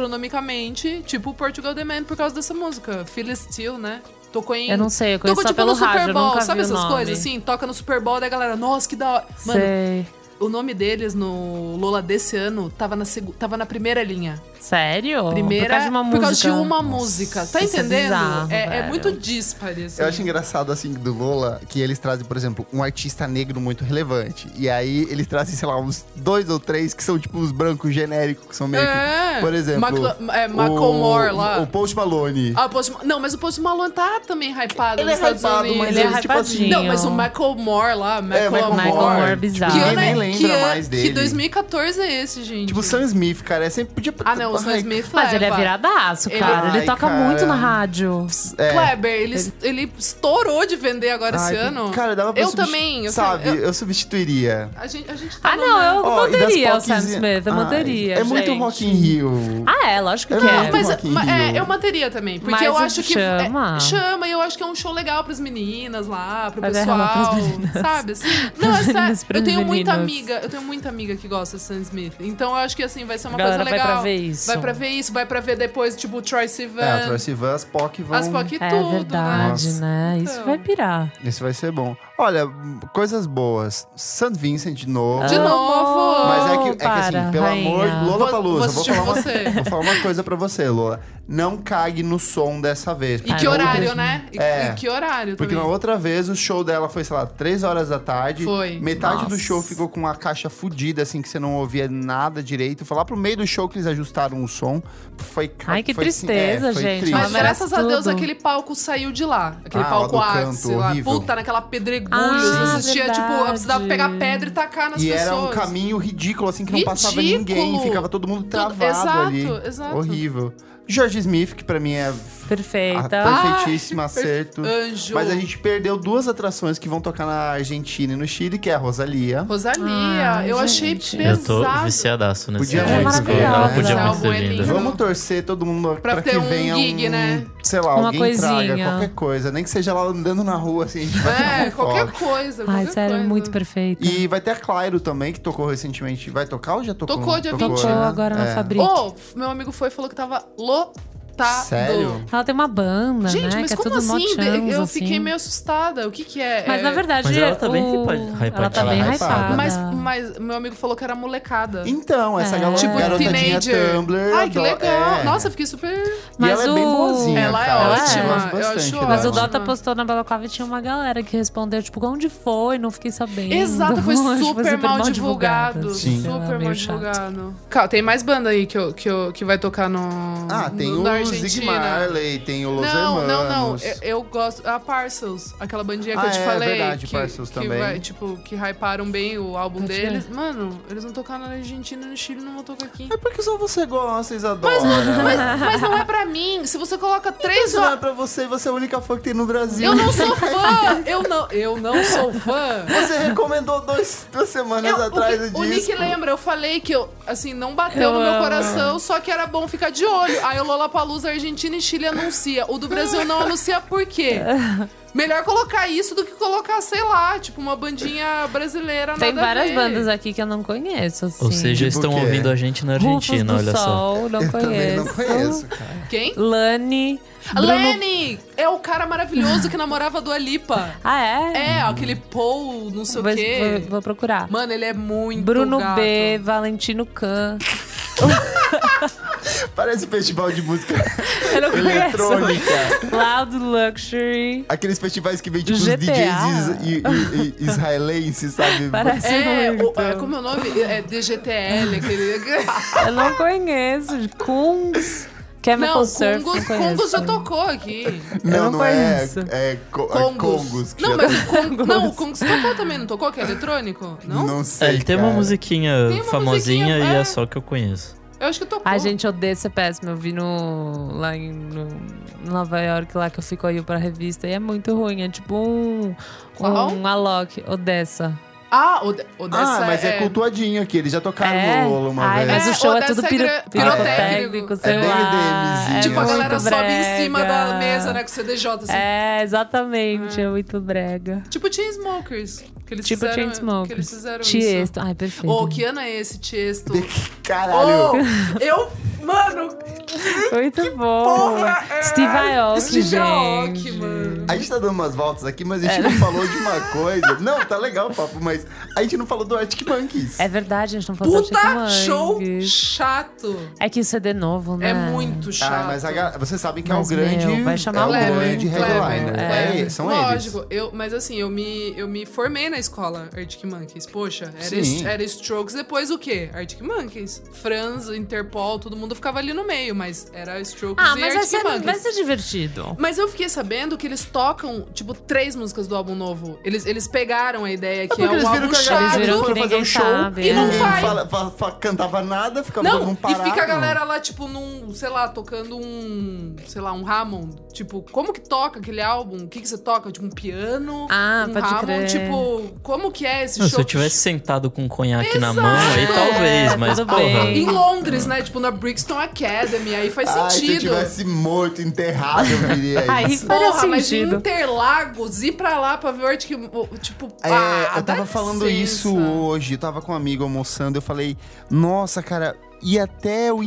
Speaker 4: astronomicamente, tipo o Portugal The Man, por causa dessa música. Phil Steel, né? Tocou em.
Speaker 3: Eu não sei, eu conheço
Speaker 4: Tocou
Speaker 3: só
Speaker 4: tipo
Speaker 3: pelo
Speaker 4: no Super
Speaker 3: rádio, eu
Speaker 4: Bowl,
Speaker 3: nunca
Speaker 4: sabe
Speaker 3: vi o
Speaker 4: essas
Speaker 3: nome.
Speaker 4: coisas? Assim, toca no Super Bowl, daí a galera, nossa, que da hora. Mano,
Speaker 3: Sei.
Speaker 4: O nome deles no Lola desse ano tava na, segu- tava na primeira linha.
Speaker 3: Sério?
Speaker 4: Primeira,
Speaker 3: por causa de uma música.
Speaker 4: por causa de uma música. Tá
Speaker 3: isso é
Speaker 4: entendendo?
Speaker 3: bizarro,
Speaker 4: é, é
Speaker 3: velho.
Speaker 4: muito díspare, assim.
Speaker 1: Eu acho engraçado, assim, do Lola, que eles trazem, por exemplo, um artista negro muito relevante. E aí eles trazem, sei lá, uns dois ou três que são, tipo, os brancos genéricos, que são meio que...
Speaker 4: É.
Speaker 1: Por exemplo...
Speaker 4: Mac- é, Macklemore
Speaker 1: o,
Speaker 4: lá.
Speaker 1: O Post Malone.
Speaker 4: Ah, o Post Ma- Não, mas o Post Malone tá também hypado nos Estados
Speaker 1: hypado,
Speaker 4: Unidos.
Speaker 3: ele é
Speaker 1: eles, tipo assim...
Speaker 3: hypadinho.
Speaker 4: Não, mas o Macklemore lá,
Speaker 1: É,
Speaker 4: Macklemore.
Speaker 1: Michael
Speaker 3: Michael
Speaker 1: Moore.
Speaker 3: Moore,
Speaker 1: Tipo,
Speaker 3: bizarro.
Speaker 4: Que
Speaker 1: ninguém
Speaker 4: ano é-
Speaker 1: nem lembra
Speaker 4: que ano-
Speaker 1: mais dele.
Speaker 4: Que 2014 é esse, gente?
Speaker 1: Tipo, Sam Smith, cara, é sempre... Podia...
Speaker 4: Ah, não, o Sam
Speaker 1: Ai,
Speaker 4: Smith
Speaker 3: Mas ele é
Speaker 4: leva.
Speaker 3: viradaço,
Speaker 4: Ele-
Speaker 3: cara. Ele,
Speaker 1: Ai,
Speaker 3: toca
Speaker 1: cara.
Speaker 3: muito na rádio.
Speaker 1: É.
Speaker 4: Kleber, ele, ele estourou de vender agora
Speaker 1: Ai,
Speaker 4: esse ano.
Speaker 1: Cara, dava pra
Speaker 4: Eu
Speaker 1: substi-
Speaker 4: também. eu-
Speaker 1: Sabe, eu,
Speaker 4: eu-
Speaker 1: substituiria.
Speaker 4: a, gente, a gente tá
Speaker 3: Ah,
Speaker 4: numa-
Speaker 3: não, eu
Speaker 1: Ó, e das
Speaker 3: manteria o Sam
Speaker 1: popzinha-
Speaker 3: Smith, eu
Speaker 1: Ai,
Speaker 3: manteria.
Speaker 1: É muito
Speaker 3: gente.
Speaker 1: Rock in Rio.
Speaker 3: Ah, é, lógico que
Speaker 1: É
Speaker 3: é.
Speaker 1: muito
Speaker 4: Mas
Speaker 1: Rock in
Speaker 4: ma-
Speaker 1: Rio.
Speaker 4: é, eu manteria também, porque
Speaker 3: Mas
Speaker 4: eu
Speaker 3: o
Speaker 4: acho que
Speaker 3: chama.
Speaker 4: é, chama e eu acho que é um show legal pras meninas lá, pro
Speaker 3: Vai dar
Speaker 4: pessoal,
Speaker 3: rola pras meninas.
Speaker 4: sabe? assim? Não, é sério,
Speaker 3: meninas, pras
Speaker 4: eu tenho muita
Speaker 3: meninas.
Speaker 4: amiga, eu tenho muita amiga que gosta de Sam Smith, então eu acho que assim vai ser uma
Speaker 3: a galera
Speaker 4: coisa
Speaker 3: vai pra
Speaker 4: legal.
Speaker 3: ver
Speaker 5: isso.
Speaker 4: Vai pra ver isso, vai pra ver depois, tipo, o Troy Sivan,
Speaker 1: É, a Tracy Van, as POC vão...
Speaker 4: as POC e
Speaker 5: É
Speaker 4: tudo, né?
Speaker 5: verdade,
Speaker 1: Nossa.
Speaker 5: né? Isso
Speaker 4: Então.
Speaker 5: vai pirar.
Speaker 1: Isso vai ser bom. Olha, hum, coisas boas. St. Vincent de novo.
Speaker 4: De
Speaker 5: Ah,
Speaker 4: novo!
Speaker 1: Mas é que, é que
Speaker 5: para,
Speaker 1: assim, pelo amor
Speaker 5: rainha.
Speaker 1: de Lola Palusa, vou,
Speaker 4: Vou- vou
Speaker 1: falar uma-
Speaker 4: assistir com você.
Speaker 1: vou falar uma coisa pra você, Lola. Não cague no som dessa vez.
Speaker 4: E
Speaker 1: porque
Speaker 4: que
Speaker 1: na
Speaker 5: Ai,
Speaker 1: outra-
Speaker 4: horário,
Speaker 5: Deus,
Speaker 4: né? E,
Speaker 1: É.
Speaker 4: e que horário
Speaker 1: Porque na
Speaker 4: também.
Speaker 1: outra vez o show dela foi, sei lá, 3 horas da tarde.
Speaker 4: Foi.
Speaker 1: Metade
Speaker 2: Nossa.
Speaker 1: do show ficou com uma caixa fudida, assim, que você não ouvia nada direito. Foi lá pro meio do show que eles ajustaram o som. Foi ca-
Speaker 5: Ai, que
Speaker 1: foi, assim,
Speaker 5: tristeza,
Speaker 1: é, foi
Speaker 5: gente.
Speaker 1: triste.
Speaker 4: Mas
Speaker 5: Ela merece
Speaker 4: graças a Deus
Speaker 5: tudo.
Speaker 4: aquele palco saiu de lá. Aquele
Speaker 1: Ah,
Speaker 4: palco
Speaker 1: lá do canto,
Speaker 4: ápice lá.
Speaker 1: horrível.
Speaker 4: Puta, naquela pedregulho.
Speaker 5: Ah,
Speaker 4: você assistia,
Speaker 5: verdade.
Speaker 4: tipo, precisava pegar pedra e tacar nas
Speaker 1: E
Speaker 4: pessoas.
Speaker 1: era um caminho ridículo, assim, que não passava
Speaker 4: Ridículo!
Speaker 1: ninguém. Ficava todo mundo travado
Speaker 4: exato,
Speaker 1: ali.
Speaker 4: exato.
Speaker 1: Horrível. George Smith, que pra mim é a
Speaker 5: Perfeita.
Speaker 1: perfeitíssimo acerto.
Speaker 4: Anjo.
Speaker 1: Mas a gente perdeu duas atrações que vão tocar na Argentina e no Chile, que é a Rosalia.
Speaker 4: Rosalia,
Speaker 5: Ai,
Speaker 4: eu
Speaker 5: gente.
Speaker 4: achei
Speaker 2: Eu tô
Speaker 4: pesado.
Speaker 2: viciadaço nessa
Speaker 1: Podia
Speaker 2: gente.
Speaker 1: muito ver,
Speaker 2: Ela
Speaker 1: né?
Speaker 2: podia
Speaker 1: Esse
Speaker 2: muito
Speaker 4: álbum é
Speaker 2: ter vindo.
Speaker 4: lindo.
Speaker 1: Vamos torcer todo mundo
Speaker 4: Pra
Speaker 1: pra,
Speaker 4: ter
Speaker 1: que
Speaker 4: um
Speaker 1: venha
Speaker 4: gig,
Speaker 1: um,
Speaker 4: né?
Speaker 1: sei lá,
Speaker 5: Uma
Speaker 1: alguém traga
Speaker 5: coisinha.
Speaker 1: qualquer coisa, nem que seja lá andando na rua assim, a gente vai
Speaker 4: É,
Speaker 1: tirar uma
Speaker 4: qualquer
Speaker 1: foto.
Speaker 4: coisa.
Speaker 5: Ai,
Speaker 4: qualquer
Speaker 5: sério, é
Speaker 4: coisa.
Speaker 5: muito perfeita.
Speaker 1: E vai ter a Clairo também, que tocou recentemente. Vai tocar ou já tocou?
Speaker 4: Tocou dia
Speaker 5: Tocou
Speaker 1: né?
Speaker 5: agora na
Speaker 1: É.
Speaker 5: Fabric.
Speaker 4: Ô, meu amigo foi e falou que tava lotado.
Speaker 1: Sério?
Speaker 5: Ela tem uma banda,
Speaker 4: Gente,
Speaker 5: né?
Speaker 4: mas
Speaker 5: que é
Speaker 4: como
Speaker 5: tudo
Speaker 4: assim?
Speaker 5: mó chans,
Speaker 4: Eu
Speaker 5: assim.
Speaker 4: fiquei meio assustada. O que que é?
Speaker 5: Mas
Speaker 4: É-
Speaker 5: na verdade,
Speaker 2: Mas ela tá bem
Speaker 5: o...
Speaker 2: hypa-
Speaker 5: Ela tá
Speaker 2: hypadinha.
Speaker 5: bem
Speaker 1: Ela é
Speaker 5: hypada.
Speaker 1: hypada.
Speaker 4: Mas, mas meu amigo falou que era molecada.
Speaker 1: Então, essa
Speaker 5: É.
Speaker 1: galera
Speaker 5: Tipo,
Speaker 1: garotadinha
Speaker 4: teenager.
Speaker 1: Tumblr.
Speaker 4: Ai, que
Speaker 1: adora-
Speaker 4: legal.
Speaker 1: é.
Speaker 4: Nossa, eu fiquei super.
Speaker 1: e ela é bem
Speaker 5: o-
Speaker 1: boazinha,
Speaker 4: Ela é
Speaker 1: cara.
Speaker 5: ótima,
Speaker 1: Eu gosto
Speaker 4: eu
Speaker 1: bastante é
Speaker 4: acho
Speaker 1: dela.
Speaker 5: Mas o
Speaker 4: Ótima.
Speaker 5: Dota postou na Balaclava e tinha uma galera que respondeu, tipo, onde foi? Não fiquei sabendo.
Speaker 4: Exato, foi
Speaker 5: Tipo,
Speaker 4: super, mal, divulgado. é
Speaker 1: Sim.
Speaker 5: Sei lá,
Speaker 4: Super mal
Speaker 5: é meio chato.
Speaker 4: divulgado. Calma, tem mais banda aí que, eu, que, eu, que vai tocar no.
Speaker 1: Ah, tem
Speaker 4: no,
Speaker 1: o
Speaker 4: na
Speaker 1: Zig
Speaker 4: Argentina.
Speaker 1: Marley, tem o Los
Speaker 4: Não,
Speaker 1: Hermanos.
Speaker 4: não, não. Eu, eu gosto. A Parcels, aquela bandinha que
Speaker 1: Ah,
Speaker 4: eu te
Speaker 1: é,
Speaker 4: falei.
Speaker 1: verdade,
Speaker 4: que,
Speaker 1: Parcels
Speaker 4: que
Speaker 1: também.
Speaker 4: vai, tipo, que hyparam bem o álbum
Speaker 5: Pode
Speaker 4: deles. Mano, eles vão tocar na Argentina e no Chile não vão tocar aqui.
Speaker 1: É porque só você gosta, Isadora. Mas não,
Speaker 4: Mas não é pra mim. Se você coloca três
Speaker 1: Isso não é
Speaker 4: horas.
Speaker 1: pra você, você é a única fã que tem no Brasil.
Speaker 4: Eu não sou fã! Eu não, eu não sou fã!
Speaker 1: Você recomendou dois, duas semanas
Speaker 4: Eu-
Speaker 1: atrás
Speaker 4: o,
Speaker 1: o,
Speaker 4: o Nick
Speaker 1: disco.
Speaker 4: lembra, eu falei que eu, assim, não bateu
Speaker 5: Eu
Speaker 4: no meu
Speaker 5: amo.
Speaker 4: coração, só que era bom ficar de olho. Aí o Lollapalooza Argentina e Chile anuncia. O do Brasil não anuncia por quê? Melhor colocar isso do que colocar, sei lá, tipo uma bandinha brasileira
Speaker 5: Tem
Speaker 4: nada a
Speaker 5: várias
Speaker 4: ver.
Speaker 5: bandas aqui que eu não conheço, assim.
Speaker 2: Ou seja,
Speaker 1: Tipo
Speaker 2: estão
Speaker 1: o quê?
Speaker 2: ouvindo a gente na
Speaker 5: Rufus
Speaker 2: Argentina,
Speaker 5: do
Speaker 2: olha só.
Speaker 5: Sol, não
Speaker 1: Eu também
Speaker 5: conheço.
Speaker 1: não conheço, cara.
Speaker 4: Quem?
Speaker 5: Lani. Bruno...
Speaker 4: Lenny! É o cara maravilhoso que namorava do Alipa.
Speaker 5: Ah, é?
Speaker 4: É, aquele Paul, não sei
Speaker 5: vou,
Speaker 4: o quê.
Speaker 5: vou- vou procurar.
Speaker 4: Mano, ele é muito
Speaker 5: Bruno
Speaker 4: gato.
Speaker 5: B, Valentino Kahn.
Speaker 1: Parece festival de música
Speaker 5: Eu não conheço.
Speaker 1: eletrônica.
Speaker 5: Loud Luxury.
Speaker 1: Aqueles festivais que vem tipo os
Speaker 5: GTA.
Speaker 1: DJs is- i- i- i- israelenses, sabe?
Speaker 5: Parece
Speaker 4: É, o-
Speaker 5: muito.
Speaker 4: é, como é o nome? É DGTL, aquele...
Speaker 5: Eu não conheço. Kungs. Chemical
Speaker 4: Não,
Speaker 5: Surf.
Speaker 4: Congos,
Speaker 5: não conheço.
Speaker 4: Congos já tocou aqui.
Speaker 1: Não,
Speaker 5: eu não
Speaker 1: não é.
Speaker 5: conheço.
Speaker 1: É, co- é
Speaker 4: Congos.
Speaker 1: Congos. que
Speaker 4: não,
Speaker 1: já-
Speaker 4: mas o Congos.
Speaker 5: Congos.
Speaker 4: Não, o Congos tocou também, não tocou? Que é eletrônico? Não?
Speaker 1: não
Speaker 2: É,
Speaker 1: sei.
Speaker 2: ele tem uma
Speaker 1: cara.
Speaker 2: musiquinha
Speaker 4: Tem uma
Speaker 2: famosinha
Speaker 4: musiquinha,
Speaker 2: e
Speaker 4: é.
Speaker 2: é só que eu conheço.
Speaker 4: Eu acho que tocou.
Speaker 5: Ai, gente, eu odeio ser péssimo. Eu vi no, lá em no- em Nova York, lá que eu fico aí pra revista. E é muito ruim. É tipo um.
Speaker 4: Qual?
Speaker 5: Um Alok, Odessa.
Speaker 4: Ah, o, de, o dessa
Speaker 1: Ah, mas é,
Speaker 4: é...
Speaker 1: cultuadinho aqui. Eles já tocaram
Speaker 5: É.
Speaker 1: Tá no Lolo uma
Speaker 5: Ai,
Speaker 1: vez.
Speaker 5: mas
Speaker 4: É,
Speaker 5: o show é
Speaker 4: Odessa
Speaker 5: tudo
Speaker 4: é
Speaker 5: piro,
Speaker 4: gra- pirotécnico.
Speaker 5: pirotécnico, sei
Speaker 1: É bem
Speaker 5: lá.
Speaker 1: EDMzinho.
Speaker 5: É
Speaker 4: Tipo, a
Speaker 5: muito
Speaker 4: galera sobe em
Speaker 5: brega.
Speaker 4: cima da mesa, né, com o CDJ, assim.
Speaker 5: É, exatamente. É muito brega.
Speaker 4: Tipo Chainsmokers. Que eles
Speaker 5: Tipo
Speaker 4: fizeram, Que
Speaker 5: Chainsmokers.
Speaker 4: eles fizeram isso.
Speaker 5: Tiesto. Ai, perfeito.
Speaker 4: Ô, que ano é esse, Tiesto?
Speaker 1: Caralho.
Speaker 4: Oh, eu... Mano,
Speaker 5: Muito bom.
Speaker 4: porra é-
Speaker 5: Steve Aoki,
Speaker 4: Steve Aoki,
Speaker 5: gente.
Speaker 4: mano.
Speaker 1: A gente tá dando umas voltas aqui, mas
Speaker 4: É.
Speaker 1: a gente não falou de uma coisa. Não, tá legal o papo, mas a gente não falou do Arctic Monkeys.
Speaker 5: É verdade, a gente não falou do Arctic
Speaker 4: Puta
Speaker 5: Monkeys.
Speaker 4: show chato.
Speaker 5: É que isso é de novo, né?
Speaker 4: É muito chato.
Speaker 1: Ah, mas a, ga- vocês sabem que é o
Speaker 5: Mas,
Speaker 1: grande.
Speaker 5: meu, vai chamar
Speaker 1: é o
Speaker 5: Kleber,
Speaker 1: grande
Speaker 5: Kleber,
Speaker 1: headliner.
Speaker 5: Kleber.
Speaker 1: É, são
Speaker 4: Lógico,
Speaker 1: eles.
Speaker 4: eu, mas assim, eu me, eu me formei na escola Arctic Monkeys. Poxa, era,
Speaker 1: Sim.
Speaker 4: es- era Strokes, depois o quê? Arctic Monkeys. Franz, Interpol, todo mundo ficava ali no meio, mas era Strokes
Speaker 5: Ah,
Speaker 4: e
Speaker 5: mas vai
Speaker 4: Arctic
Speaker 5: ser,
Speaker 4: Monkeys.
Speaker 5: vai ser divertido.
Speaker 4: Mas eu fiquei sabendo que eles tocam, tipo, três músicas do álbum novo. Eles, eles pegaram a ideia que é,
Speaker 1: Ah, porque
Speaker 4: um
Speaker 1: eles viram
Speaker 4: álbum
Speaker 1: que a galera
Speaker 4: chato.
Speaker 5: Eles viram
Speaker 1: foram
Speaker 5: que
Speaker 1: fazer um
Speaker 5: ninguém
Speaker 1: show
Speaker 5: sabe,
Speaker 1: e
Speaker 4: é.
Speaker 1: ninguém
Speaker 4: Não vai.
Speaker 1: fala- fa- fa- cantava nada, ficava
Speaker 4: Não,
Speaker 1: não
Speaker 4: e
Speaker 1: parado.
Speaker 4: fica a galera lá, tipo, num, sei lá, tocando um, sei lá, um Hammond. Tipo, como que toca aquele álbum? O que, que você toca? Tipo, um piano?
Speaker 5: Ah,
Speaker 4: um
Speaker 5: pode crer.
Speaker 4: Tipo, como que é esse
Speaker 2: Não,
Speaker 4: show?
Speaker 2: se eu tivesse sentado com um conhaque na
Speaker 4: Exato.
Speaker 2: mão, aí
Speaker 4: É,
Speaker 2: talvez, mas
Speaker 5: tudo
Speaker 2: porra.
Speaker 5: bem.
Speaker 4: Em Londres, né? Tipo, na Brixton Academy, nome, aí faz
Speaker 1: Ai, se eu
Speaker 4: sentido.
Speaker 1: tivesse morto, enterrado, eu viria
Speaker 5: Ai,
Speaker 1: isso.
Speaker 5: faria
Speaker 4: Porra, mas em
Speaker 5: sentido.
Speaker 4: Interlagos, ir pra lá pra ver onde que. Tipo,
Speaker 1: É,
Speaker 4: ah,
Speaker 1: eu tava
Speaker 4: dá
Speaker 1: falando
Speaker 4: licença.
Speaker 1: isso hoje, eu tava com um amigo almoçando, eu falei, nossa, cara, e até o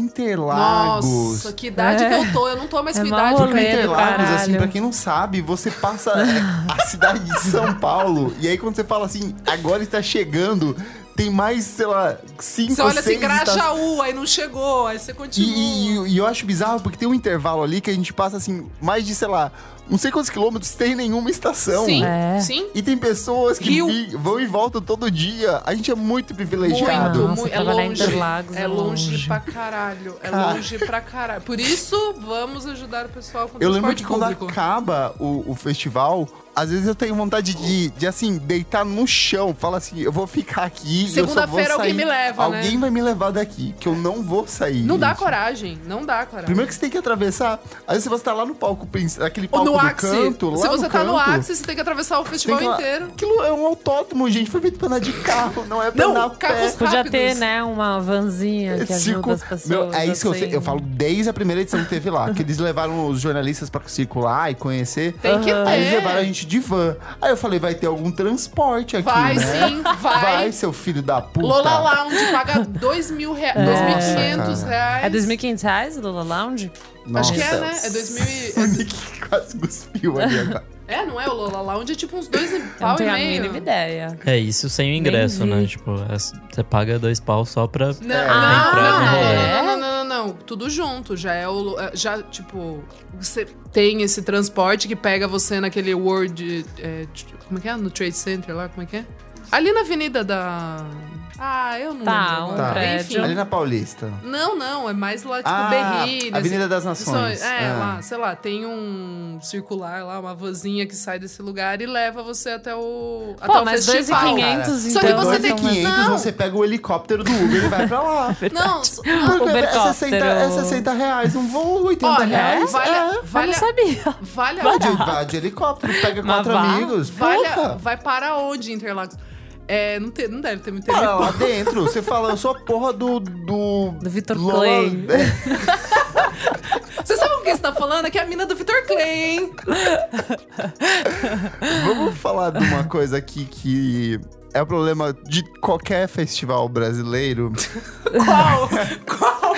Speaker 1: Interlagos.
Speaker 4: Nossa, que idade
Speaker 5: É.
Speaker 4: que eu tô? Eu não tô mais
Speaker 5: É
Speaker 4: com
Speaker 5: mau
Speaker 4: idade.
Speaker 5: rolê.
Speaker 1: Porque
Speaker 5: Rolê do
Speaker 1: Interlagos, assim,
Speaker 5: caralho.
Speaker 1: pra quem não sabe, você passa é, a cidade de São Paulo, e aí quando você fala assim, agora está chegando, tem mais, sei lá, cinco
Speaker 4: Você olha
Speaker 1: seis
Speaker 4: assim,
Speaker 1: estações.
Speaker 4: Grajaú, aí não chegou, aí você
Speaker 1: E,
Speaker 4: continua.
Speaker 1: e- e eu acho bizarro porque tem um intervalo ali que a gente passa assim, mais de, sei lá, não sei quantos quilômetros tem nenhuma estação.
Speaker 4: sim,
Speaker 5: É.
Speaker 4: sim.
Speaker 1: E tem pessoas que
Speaker 4: Rio.
Speaker 1: vi- vão e voltam todo dia. A gente é muito privilegiado.
Speaker 4: Muito,
Speaker 3: Nossa,
Speaker 4: muito, é
Speaker 3: trabalhar em
Speaker 4: longe.
Speaker 3: Interlagos
Speaker 4: É
Speaker 3: é
Speaker 4: longe
Speaker 3: longe.
Speaker 4: pra caralho. É
Speaker 1: Cara.
Speaker 4: longe pra caralho. Por isso, vamos ajudar o pessoal com
Speaker 1: Eu lembro
Speaker 4: transporte
Speaker 1: que quando
Speaker 4: público.
Speaker 1: acaba o, o festival, às vezes eu tenho vontade de, de, assim, deitar no chão. Fala assim, eu vou ficar aqui. e eu só vou
Speaker 4: Segunda-feira alguém
Speaker 1: sair.
Speaker 4: me leva, né?
Speaker 1: Alguém vai me levar daqui, que eu não vou sair.
Speaker 4: Não dá
Speaker 1: gente.
Speaker 4: coragem, não dá coragem.
Speaker 1: Primeiro que você tem que atravessar. Às vezes você tá lá no palco, princ- aquele
Speaker 4: Ou
Speaker 1: palco do
Speaker 4: no Axie.
Speaker 1: canto, lá
Speaker 4: Se
Speaker 1: no
Speaker 4: você tá
Speaker 1: canto.
Speaker 4: no Axie, você tem que atravessar o
Speaker 1: Tem
Speaker 4: festival
Speaker 1: que lá-
Speaker 4: inteiro.
Speaker 1: Aquilo é um autódromo, gente. Foi feito pra andar de carro, não é pra
Speaker 4: Não,
Speaker 1: andar a
Speaker 4: carros
Speaker 1: pé.
Speaker 5: Podia
Speaker 4: rápidos.
Speaker 5: ter, né, uma vanzinha que ajuda
Speaker 1: Circu-
Speaker 5: as pessoas.
Speaker 1: Meu, é isso que eu
Speaker 5: assim.
Speaker 1: sei. Eu falo desde a primeira edição que teve lá. Que eles levaram os jornalistas pra circular e conhecer.
Speaker 4: Tem que
Speaker 1: Aí eles
Speaker 4: ter.
Speaker 1: levaram a gente de van. Aí eu falei, vai ter algum transporte aqui,
Speaker 4: Vai
Speaker 1: né?
Speaker 4: sim, vai.
Speaker 1: Vai, seu filho da puta.
Speaker 4: Lola Lounge paga dois mil reais, dois mil e quinhentos reais.
Speaker 5: É 2.500 reais o Lola Lounge?
Speaker 1: Nossa.
Speaker 4: Acho que é, né? É dois mil e...
Speaker 1: O Nick quase cuspiu ali agora.
Speaker 4: É, não é o Lola Lounge? É tipo uns dois e
Speaker 5: Eu não
Speaker 4: pau e
Speaker 5: tenho a
Speaker 4: meio.
Speaker 5: mínima ideia.
Speaker 2: É isso sem o ingresso,
Speaker 5: vi.
Speaker 2: né? Tipo, é- você paga dois pau só pra.
Speaker 4: Não,
Speaker 1: É,
Speaker 4: não,
Speaker 2: pra
Speaker 4: não, não,
Speaker 2: mulher.
Speaker 4: não, não, não, não, não. Tudo junto. Já é o. Já, tipo, você tem esse transporte que pega você naquele World. é, tr- como é que é? No Trade Center lá, como é que é? Ali na avenida da. Ah, eu não
Speaker 5: Tá,
Speaker 4: lembro.
Speaker 5: um
Speaker 4: agora.
Speaker 1: Tá.
Speaker 5: prédio.
Speaker 1: Ali
Speaker 4: Enfim.
Speaker 1: na Paulista.
Speaker 4: Não, não, é mais lá, tipo,
Speaker 1: Ah,
Speaker 4: Berrini.
Speaker 1: Avenida das
Speaker 4: Só-
Speaker 1: Nações.
Speaker 4: É,
Speaker 1: Ah.
Speaker 4: lá, sei lá, tem um circular lá, uma vanzinha que sai desse lugar e leva você até o. até
Speaker 5: Pô,
Speaker 4: o
Speaker 5: mas
Speaker 4: festival.
Speaker 5: 2.500
Speaker 1: Cara,
Speaker 5: então.
Speaker 4: Só que você
Speaker 1: Dois
Speaker 4: tem
Speaker 1: e
Speaker 4: que-
Speaker 1: 500,
Speaker 4: não.
Speaker 1: você pega o helicóptero do Uber e vai pra lá.
Speaker 4: Não, s-
Speaker 1: Porque é
Speaker 5: Ubercóptero.
Speaker 1: 60, é 60 reais, um voo, 80
Speaker 4: olha,
Speaker 1: reais.
Speaker 4: vale,
Speaker 1: é.
Speaker 4: a- vale,
Speaker 5: Ah, eu não
Speaker 4: a-
Speaker 5: sabia.
Speaker 4: vale, a-
Speaker 1: Vai de, vai de helicóptero, pega
Speaker 5: Mas
Speaker 1: quatro
Speaker 5: vá.
Speaker 1: amigos.
Speaker 4: vale a-
Speaker 1: porra.
Speaker 4: vai para onde, Interlagos? É, não, tem- não deve ter muito tempo.
Speaker 1: Para lá dentro, você fala, eu sou a porra do. Do,
Speaker 5: Do Vitor
Speaker 1: Lola-
Speaker 5: Clay.
Speaker 1: É,
Speaker 4: Você sabe o que você tá falando? É que é a mina do Vitor Clay, hein?
Speaker 1: É, Vamos falar de uma coisa aqui que é o problema de qualquer festival brasileiro.
Speaker 4: Qual? Qual?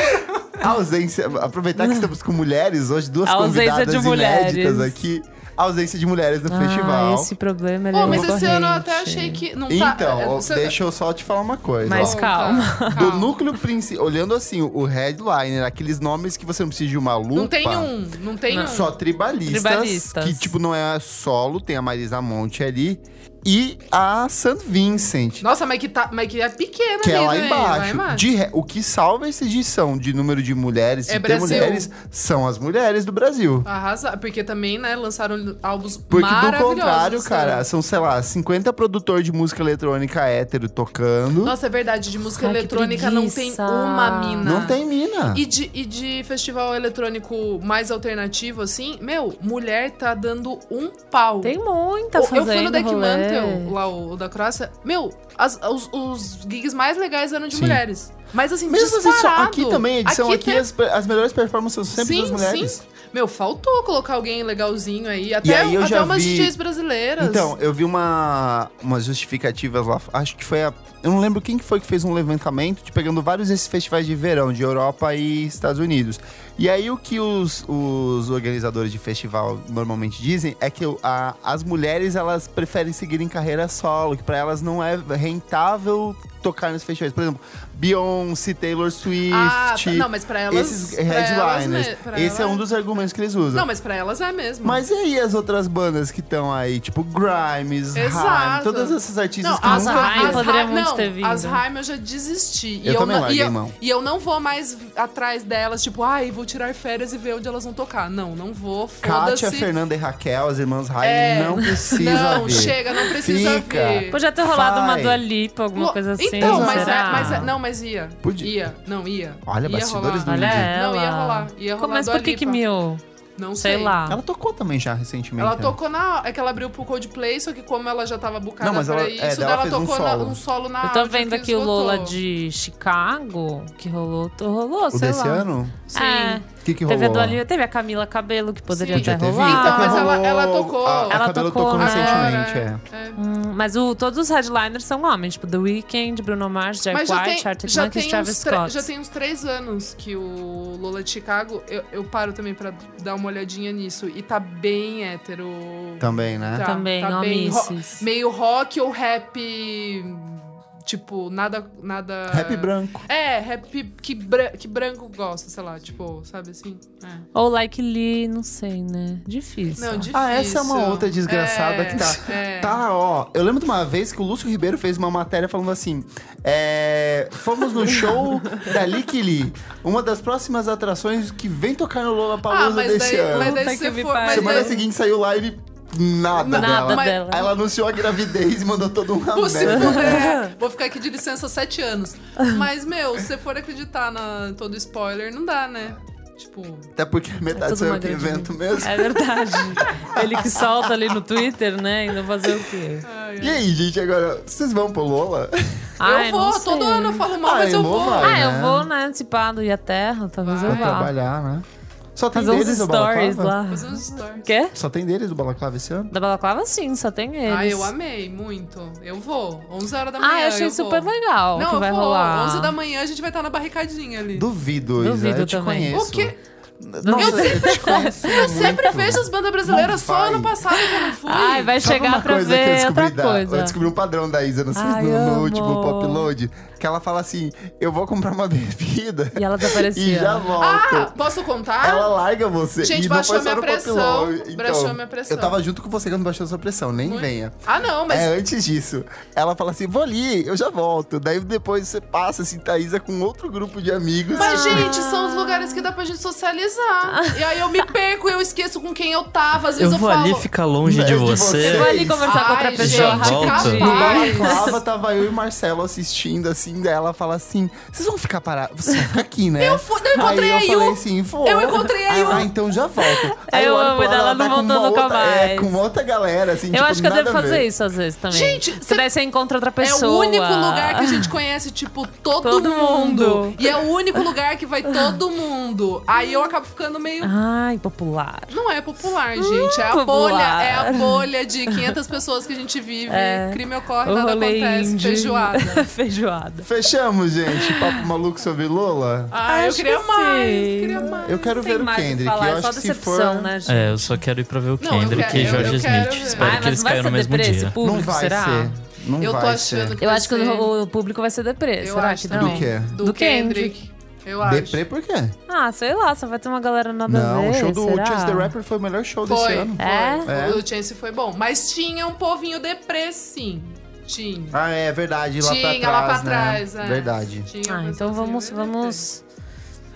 Speaker 1: A ausência. Aproveitar que estamos com mulheres hoje, duas
Speaker 5: A ausência
Speaker 1: convidadas
Speaker 5: de
Speaker 1: inéditas
Speaker 5: mulheres.
Speaker 1: aqui. A ausência de mulheres no
Speaker 5: Ah,
Speaker 1: festival.
Speaker 5: esse problema ele é
Speaker 4: Pô, mas esse ano eu
Speaker 5: recorrente.
Speaker 4: até achei que. Não tá.
Speaker 1: Então,
Speaker 4: é,
Speaker 1: ó,
Speaker 4: você-
Speaker 1: deixa eu só te falar uma coisa. ó.
Speaker 5: Mas
Speaker 4: Bom,
Speaker 5: calma.
Speaker 4: tá,
Speaker 1: Do
Speaker 4: calma.
Speaker 1: núcleo principal. Olhando assim, o headliner, aqueles nomes que você não precisa de uma lupa.
Speaker 4: Não tem um, não tem um.
Speaker 1: Só tribalistas,
Speaker 5: Tribalistas.
Speaker 1: Que, tipo, não é solo, tem a Marisa Monte ali. E a St. Vincent.
Speaker 4: Nossa, mas que, tá, mas que é pequena
Speaker 1: Que é
Speaker 4: ali,
Speaker 1: lá
Speaker 4: né?
Speaker 1: embaixo. De re- o que salva essa edição de número de mulheres, de
Speaker 4: É
Speaker 1: ter
Speaker 4: Brasil.
Speaker 1: mulheres, são as mulheres do Brasil.
Speaker 4: Arrasar, porque também, né, lançaram álbuns
Speaker 1: Porque do
Speaker 4: maravilhosos.
Speaker 1: contrário,
Speaker 4: né?
Speaker 1: cara, assim, são, sei lá, 50 produtores de música eletrônica hétero tocando.
Speaker 4: Nossa, é verdade, de música
Speaker 5: Ai, que
Speaker 4: eletrônica não tem
Speaker 5: preguiça.
Speaker 4: uma mina.
Speaker 1: não tem mina.
Speaker 4: E de, e de festival eletrônico mais alternativo, assim, meu, mulher tá dando um pau.
Speaker 5: Tem muita
Speaker 4: Eu- Eu
Speaker 5: fazenda.
Speaker 4: fui no Deck
Speaker 5: rolê.
Speaker 4: Mantel, lá o, o da Croácia. Meu, as- os, os gigs mais legais eram de
Speaker 2: Sim.
Speaker 4: mulheres. Mas assim,
Speaker 1: Mesmo assim, só
Speaker 4: disparado.
Speaker 1: aqui também, edição aqui,
Speaker 4: tem-
Speaker 1: as, as melhores performances são sempre
Speaker 4: Sim,
Speaker 1: das mulheres.
Speaker 4: sim. Meu, faltou colocar alguém legalzinho aí. Até,
Speaker 1: aí eu
Speaker 4: até
Speaker 1: já
Speaker 4: umas
Speaker 1: vi-
Speaker 4: DJs brasileiras.
Speaker 1: Então, eu vi uma, umas justificativas lá. Acho que foi a. Eu não lembro quem que foi que fez um levantamento, de pegando vários desses festivais de verão, de Europa e Estados Unidos. E aí o que os, os organizadores de festival normalmente dizem é que o- a- as mulheres elas preferem seguir em carreira solo, que pra elas não é rentável tocar nos festivais. Por exemplo, Beyoncé, Taylor Swift.
Speaker 4: Ah, tá. não, mas pra elas.
Speaker 1: esses
Speaker 4: pra elas
Speaker 1: headliners.
Speaker 4: me- pra
Speaker 1: Esse é
Speaker 4: elas-
Speaker 1: um dos argumentos que eles usam.
Speaker 4: Não, mas pra elas é mesmo.
Speaker 1: Mas e aí as outras bandas que estão aí, tipo Grimes,
Speaker 4: Exato.
Speaker 1: Haim, todas essas artistas
Speaker 4: Não,
Speaker 1: que
Speaker 4: as
Speaker 1: nunca...
Speaker 5: Haim
Speaker 4: Haim
Speaker 5: poderia muito
Speaker 4: não,
Speaker 5: ter vindo.
Speaker 4: As Haim eu já desisti. E
Speaker 1: Eu também
Speaker 4: não, e,
Speaker 1: larguei
Speaker 4: eu,
Speaker 1: mão.
Speaker 4: e eu não vou mais atrás delas, tipo, ai, vou tirar férias e ver onde elas vão tocar. Não, não vou. Foda-se.
Speaker 1: Kátia, Fernanda e Raquel, as irmãs Haim,
Speaker 4: É,
Speaker 1: não precisa
Speaker 4: Não,
Speaker 1: ver.
Speaker 4: chega, não precisa
Speaker 1: Fica.
Speaker 4: ver.
Speaker 5: Podia ter rolado uma
Speaker 1: Vai.
Speaker 5: Dua Lipa, alguma coisa assim.
Speaker 4: Então, mas,
Speaker 5: será?
Speaker 4: é, mas é- não, mas ia.
Speaker 1: Podia.
Speaker 4: Ia, não, ia.
Speaker 1: Olha,
Speaker 4: ia
Speaker 1: bastidores
Speaker 4: rolar.
Speaker 1: do
Speaker 5: Olha
Speaker 1: Indie.
Speaker 5: ela.
Speaker 4: Não, ia rolar. Ia rolar
Speaker 5: Mas
Speaker 4: Dua
Speaker 5: por que que
Speaker 4: Lipa.
Speaker 5: mil?
Speaker 4: Não sei.
Speaker 5: Sei lá.
Speaker 1: Ela tocou também já recentemente.
Speaker 4: Ela
Speaker 1: né?
Speaker 4: tocou na. É que ela abriu pro Coldplay, só que como ela já tava bucada
Speaker 1: Não, mas
Speaker 4: pra
Speaker 1: ela- é,
Speaker 4: isso,
Speaker 1: daí
Speaker 4: daí
Speaker 1: ela
Speaker 4: ela
Speaker 1: fez um
Speaker 4: tocou na-
Speaker 1: solo.
Speaker 4: um solo na.
Speaker 5: Eu tô
Speaker 4: áudio
Speaker 5: vendo
Speaker 4: que
Speaker 5: aqui o
Speaker 4: esgotou.
Speaker 5: Lola de Chicago, que rolou, to- rolou,
Speaker 1: O
Speaker 5: sei
Speaker 1: desse
Speaker 5: lá.
Speaker 1: ano?
Speaker 4: Sim.
Speaker 5: É,
Speaker 1: O que, que rolou?
Speaker 5: teve a Dua Lipa, teve a Camila Cabelo, que poderia
Speaker 4: Sim.
Speaker 5: ter
Speaker 1: Podia ter vindo.
Speaker 5: rolado.
Speaker 4: Então, mas ela- ela
Speaker 1: rolou.
Speaker 4: tocou.
Speaker 1: A, a
Speaker 5: Ela
Speaker 1: Cabelo
Speaker 5: tocou,
Speaker 1: tocou
Speaker 5: né?
Speaker 1: recentemente,
Speaker 4: É,
Speaker 1: é.
Speaker 5: Hum, mas o, todos os headliners são homens, tipo The Weeknd, Bruno Mars, Jack
Speaker 4: Mas já tem,
Speaker 5: White, Arctic
Speaker 4: já,
Speaker 5: Monkeys,
Speaker 4: tem
Speaker 5: Travis
Speaker 4: uns tre-
Speaker 5: Scott.
Speaker 4: já tem uns três anos que o Lola de Chicago, eu, eu paro também pra dar uma olhadinha nisso. E tá bem hétero.
Speaker 1: Também, né?
Speaker 4: Tá,
Speaker 5: Também,
Speaker 4: tá bem ro-
Speaker 5: homisses.
Speaker 4: meio rock ou rap. Tipo, nada. nada...
Speaker 1: Rap branco.
Speaker 4: É, rap que, bran- que branco gosta, sei lá, tipo, sabe assim? É.
Speaker 5: Ou Like Lee, não sei, né? Difícil.
Speaker 4: Não, difícil.
Speaker 1: Ah, essa é uma outra desgraçada
Speaker 4: É,
Speaker 1: que tá.
Speaker 4: é.
Speaker 1: Tá, ó. Eu lembro de uma vez que o Lúcio Ribeiro fez uma matéria falando assim: é, fomos no show da Lick Lee, uma das próximas atrações que vem tocar no Lola
Speaker 4: Ah,
Speaker 1: Palusa
Speaker 4: mas
Speaker 1: desse
Speaker 4: daí,
Speaker 1: ano.
Speaker 4: mas
Speaker 5: Puta
Speaker 4: daí
Speaker 5: que
Speaker 4: se
Speaker 5: me
Speaker 4: for.
Speaker 5: pariu.
Speaker 4: Mas
Speaker 1: Semana
Speaker 4: daí,
Speaker 1: seguinte saiu lá ele. Nada,
Speaker 5: Nada
Speaker 1: dela.
Speaker 5: dela.
Speaker 1: Aí ela anunciou a gravidez e mandou todo mundo
Speaker 4: Pô,
Speaker 1: merda.
Speaker 4: se fuder. Vou ficar aqui de licença sete anos. Mas, meu, se você for acreditar na todo spoiler, não dá, né? Tipo.
Speaker 1: Até porque metade
Speaker 5: tudo
Speaker 1: sou eu
Speaker 5: uma
Speaker 1: que
Speaker 5: grande
Speaker 1: invento mesmo.
Speaker 5: É verdade. Ele que solta ali no Twitter, né? E não fazer o quê?
Speaker 4: ai, ai.
Speaker 1: E aí, gente, agora, vocês vão pro Lola?
Speaker 5: Ai,
Speaker 4: eu
Speaker 5: não
Speaker 4: vou,
Speaker 5: sei.
Speaker 4: todo ano eu falo mal,
Speaker 1: Ah,
Speaker 4: mas eu
Speaker 1: Elô
Speaker 4: vou.
Speaker 1: vai.
Speaker 5: Ah, eu
Speaker 1: né?
Speaker 5: vou, né? Antipado e a Terra, talvez eu
Speaker 4: Vai.
Speaker 5: vá.
Speaker 1: Trabalhar, né? Só tem
Speaker 5: Fazer uns
Speaker 1: deles do
Speaker 5: stories
Speaker 1: Balaclava?
Speaker 5: lá.
Speaker 4: Fazer uns stories.
Speaker 5: Quê?
Speaker 1: Só tem deles do Balaclava esse ano?
Speaker 5: Da balaclava, sim, só tem eles.
Speaker 4: Ah, eu amei muito. Eu vou. 11 horas da manhã.
Speaker 5: é Ah, eu achei
Speaker 4: eu vou.
Speaker 5: super legal
Speaker 4: Não,
Speaker 5: que
Speaker 4: eu
Speaker 5: vai
Speaker 4: vou.
Speaker 5: rolar.
Speaker 4: 11 da manhã a gente vai estar na barricadinha ali.
Speaker 1: Duvido, Isa,
Speaker 5: Duvido
Speaker 1: eu te
Speaker 5: também.
Speaker 1: conheço.
Speaker 4: O quê?
Speaker 1: Nossa, eu, te conheço
Speaker 4: Eu sempre
Speaker 1: muito.
Speaker 4: vejo as bandas brasileiras
Speaker 1: Não
Speaker 4: só
Speaker 1: vai.
Speaker 4: ano passado que eu não fui.
Speaker 5: Ai, vai
Speaker 1: Sabe
Speaker 5: chegar
Speaker 1: uma
Speaker 5: pra
Speaker 1: coisa que eu
Speaker 5: ver é
Speaker 1: descobri
Speaker 5: outra
Speaker 1: da- Eu
Speaker 5: coisa.
Speaker 1: descobri um padrão da Isa no,
Speaker 5: Ai,
Speaker 1: no- no
Speaker 5: amo.
Speaker 1: último pop load, que ela fala assim: eu vou comprar uma bebida
Speaker 5: E ela assim,
Speaker 1: e
Speaker 5: desaparecia.
Speaker 1: já volto.
Speaker 4: Ah, posso contar?
Speaker 1: Ela larga você.
Speaker 4: Gente,
Speaker 1: e não
Speaker 4: baixou
Speaker 1: foi só
Speaker 4: minha
Speaker 1: no pop
Speaker 4: pressão,
Speaker 1: load. Então,
Speaker 4: baixou minha pressão.
Speaker 1: Eu tava junto com você quando baixou sua pressão, nem venha.
Speaker 4: Ah, não, mas
Speaker 1: É, antes disso, ela fala assim, vou ali, eu já volto. Daí depois você passa, assim, Thaisa com outro grupo de amigos.
Speaker 4: Mas, gente, são os lugares que dá pra gente socializar. E aí eu me perco e eu esqueço com quem eu tava. Às
Speaker 2: Eu
Speaker 4: vezes eu,
Speaker 2: vou
Speaker 4: falo.
Speaker 2: ali ficar longe
Speaker 1: Não,
Speaker 2: de
Speaker 1: de
Speaker 2: você.
Speaker 1: você.
Speaker 5: Eu vou ali conversar com outra
Speaker 4: Ai,
Speaker 5: pessoa
Speaker 2: gente,
Speaker 5: rapidinho.
Speaker 1: No
Speaker 4: capaz.
Speaker 1: Balaclava tava eu e Marcelo assistindo, assim, daí ela fala assim: vocês vão ficar parados, vocês vão ficar aqui, né?
Speaker 4: Eu fui- eu encontrei
Speaker 1: aí eu
Speaker 4: a
Speaker 1: falei
Speaker 4: Yu.
Speaker 1: assim, vou.
Speaker 4: Eu encontrei a
Speaker 1: Aí eu,
Speaker 4: Yu.
Speaker 1: Ah, então já volto. Aí
Speaker 5: Eu
Speaker 1: olho
Speaker 5: amo,
Speaker 1: pra
Speaker 5: daí
Speaker 1: tá
Speaker 5: ela não
Speaker 1: com uma
Speaker 5: voltou nunca
Speaker 1: outra- É,
Speaker 5: mais.
Speaker 1: com outra galera, assim,
Speaker 5: Eu
Speaker 1: tipo,
Speaker 5: acho que eu
Speaker 1: nada
Speaker 5: devo
Speaker 1: a ver.
Speaker 5: fazer isso às vezes também.
Speaker 4: Gente,
Speaker 5: Porque
Speaker 4: cê-
Speaker 5: daí você encontra outra
Speaker 4: É
Speaker 5: pessoa.
Speaker 4: o único lugar que a gente conhece, tipo, todo,
Speaker 5: Todo
Speaker 4: mundo.
Speaker 5: mundo.
Speaker 4: E é o único lugar que vai todo mundo. Aí eu acabo ficando meio.
Speaker 5: Ai, popular.
Speaker 4: Não é popular, gente. É a
Speaker 5: popular. É.
Speaker 4: bolha, é a bolha de 500 pessoas que a gente vive. Crime ocorre,
Speaker 5: O
Speaker 4: nada
Speaker 5: rolê
Speaker 4: acontece.
Speaker 5: indie.
Speaker 4: Feijoada.
Speaker 5: Feijoada.
Speaker 1: Fechamos, gente, papo maluco sobre Lola.
Speaker 4: Ah, eu
Speaker 5: Acho
Speaker 4: queria
Speaker 5: que
Speaker 4: mais.
Speaker 5: sim.
Speaker 4: Queria mais.
Speaker 1: Eu quero
Speaker 5: Tem
Speaker 1: ver o
Speaker 5: mais o que
Speaker 1: Kendrick,
Speaker 5: falar,
Speaker 1: eu
Speaker 5: é
Speaker 1: acho
Speaker 5: só
Speaker 1: que se for...
Speaker 5: decepção, né, gente?
Speaker 2: É, eu só quero ir pra ver o
Speaker 4: Não, eu
Speaker 2: Kendrick
Speaker 4: quero-
Speaker 2: e
Speaker 4: eu-
Speaker 2: George
Speaker 4: eu quero
Speaker 2: Smith.
Speaker 4: ver.
Speaker 2: Espero
Speaker 5: Ai,
Speaker 2: que
Speaker 5: Ah, mas
Speaker 2: eles
Speaker 5: não vai
Speaker 2: caiam
Speaker 5: ser
Speaker 2: no mesmo
Speaker 5: deprê esse
Speaker 2: dia.
Speaker 5: público,
Speaker 1: não vai
Speaker 5: será?
Speaker 1: ser. Não
Speaker 4: Eu tô
Speaker 1: vai
Speaker 4: achando
Speaker 1: ser.
Speaker 4: que
Speaker 5: Eu
Speaker 4: vai
Speaker 5: acho que
Speaker 4: ser.
Speaker 5: o, o público vai ser deprê.
Speaker 4: Eu
Speaker 5: será
Speaker 4: acho
Speaker 5: que não?
Speaker 1: Do quê?
Speaker 4: Do,
Speaker 5: Do
Speaker 4: Kendrick.
Speaker 5: Kendrick.
Speaker 4: Eu acho.
Speaker 1: Deprê por quê?
Speaker 5: Ah, sei lá, só vai ter uma galera nada a
Speaker 1: Não,
Speaker 5: ver.
Speaker 1: o show do
Speaker 5: será?
Speaker 1: Chance the Rapper foi o melhor show desse
Speaker 4: Foi.
Speaker 1: ano.
Speaker 5: É?
Speaker 1: É.
Speaker 4: foi. O Chance foi bom. Mas tinha um povinho deprê, sim. Tinha.
Speaker 1: Ah, é verdade, lá pra trás,
Speaker 4: tinha lá pra
Speaker 1: né?
Speaker 4: trás. é.
Speaker 1: Verdade.
Speaker 4: Tinha
Speaker 5: Ah,
Speaker 4: um
Speaker 5: então vamos,
Speaker 4: pessoalzinho
Speaker 5: vamos.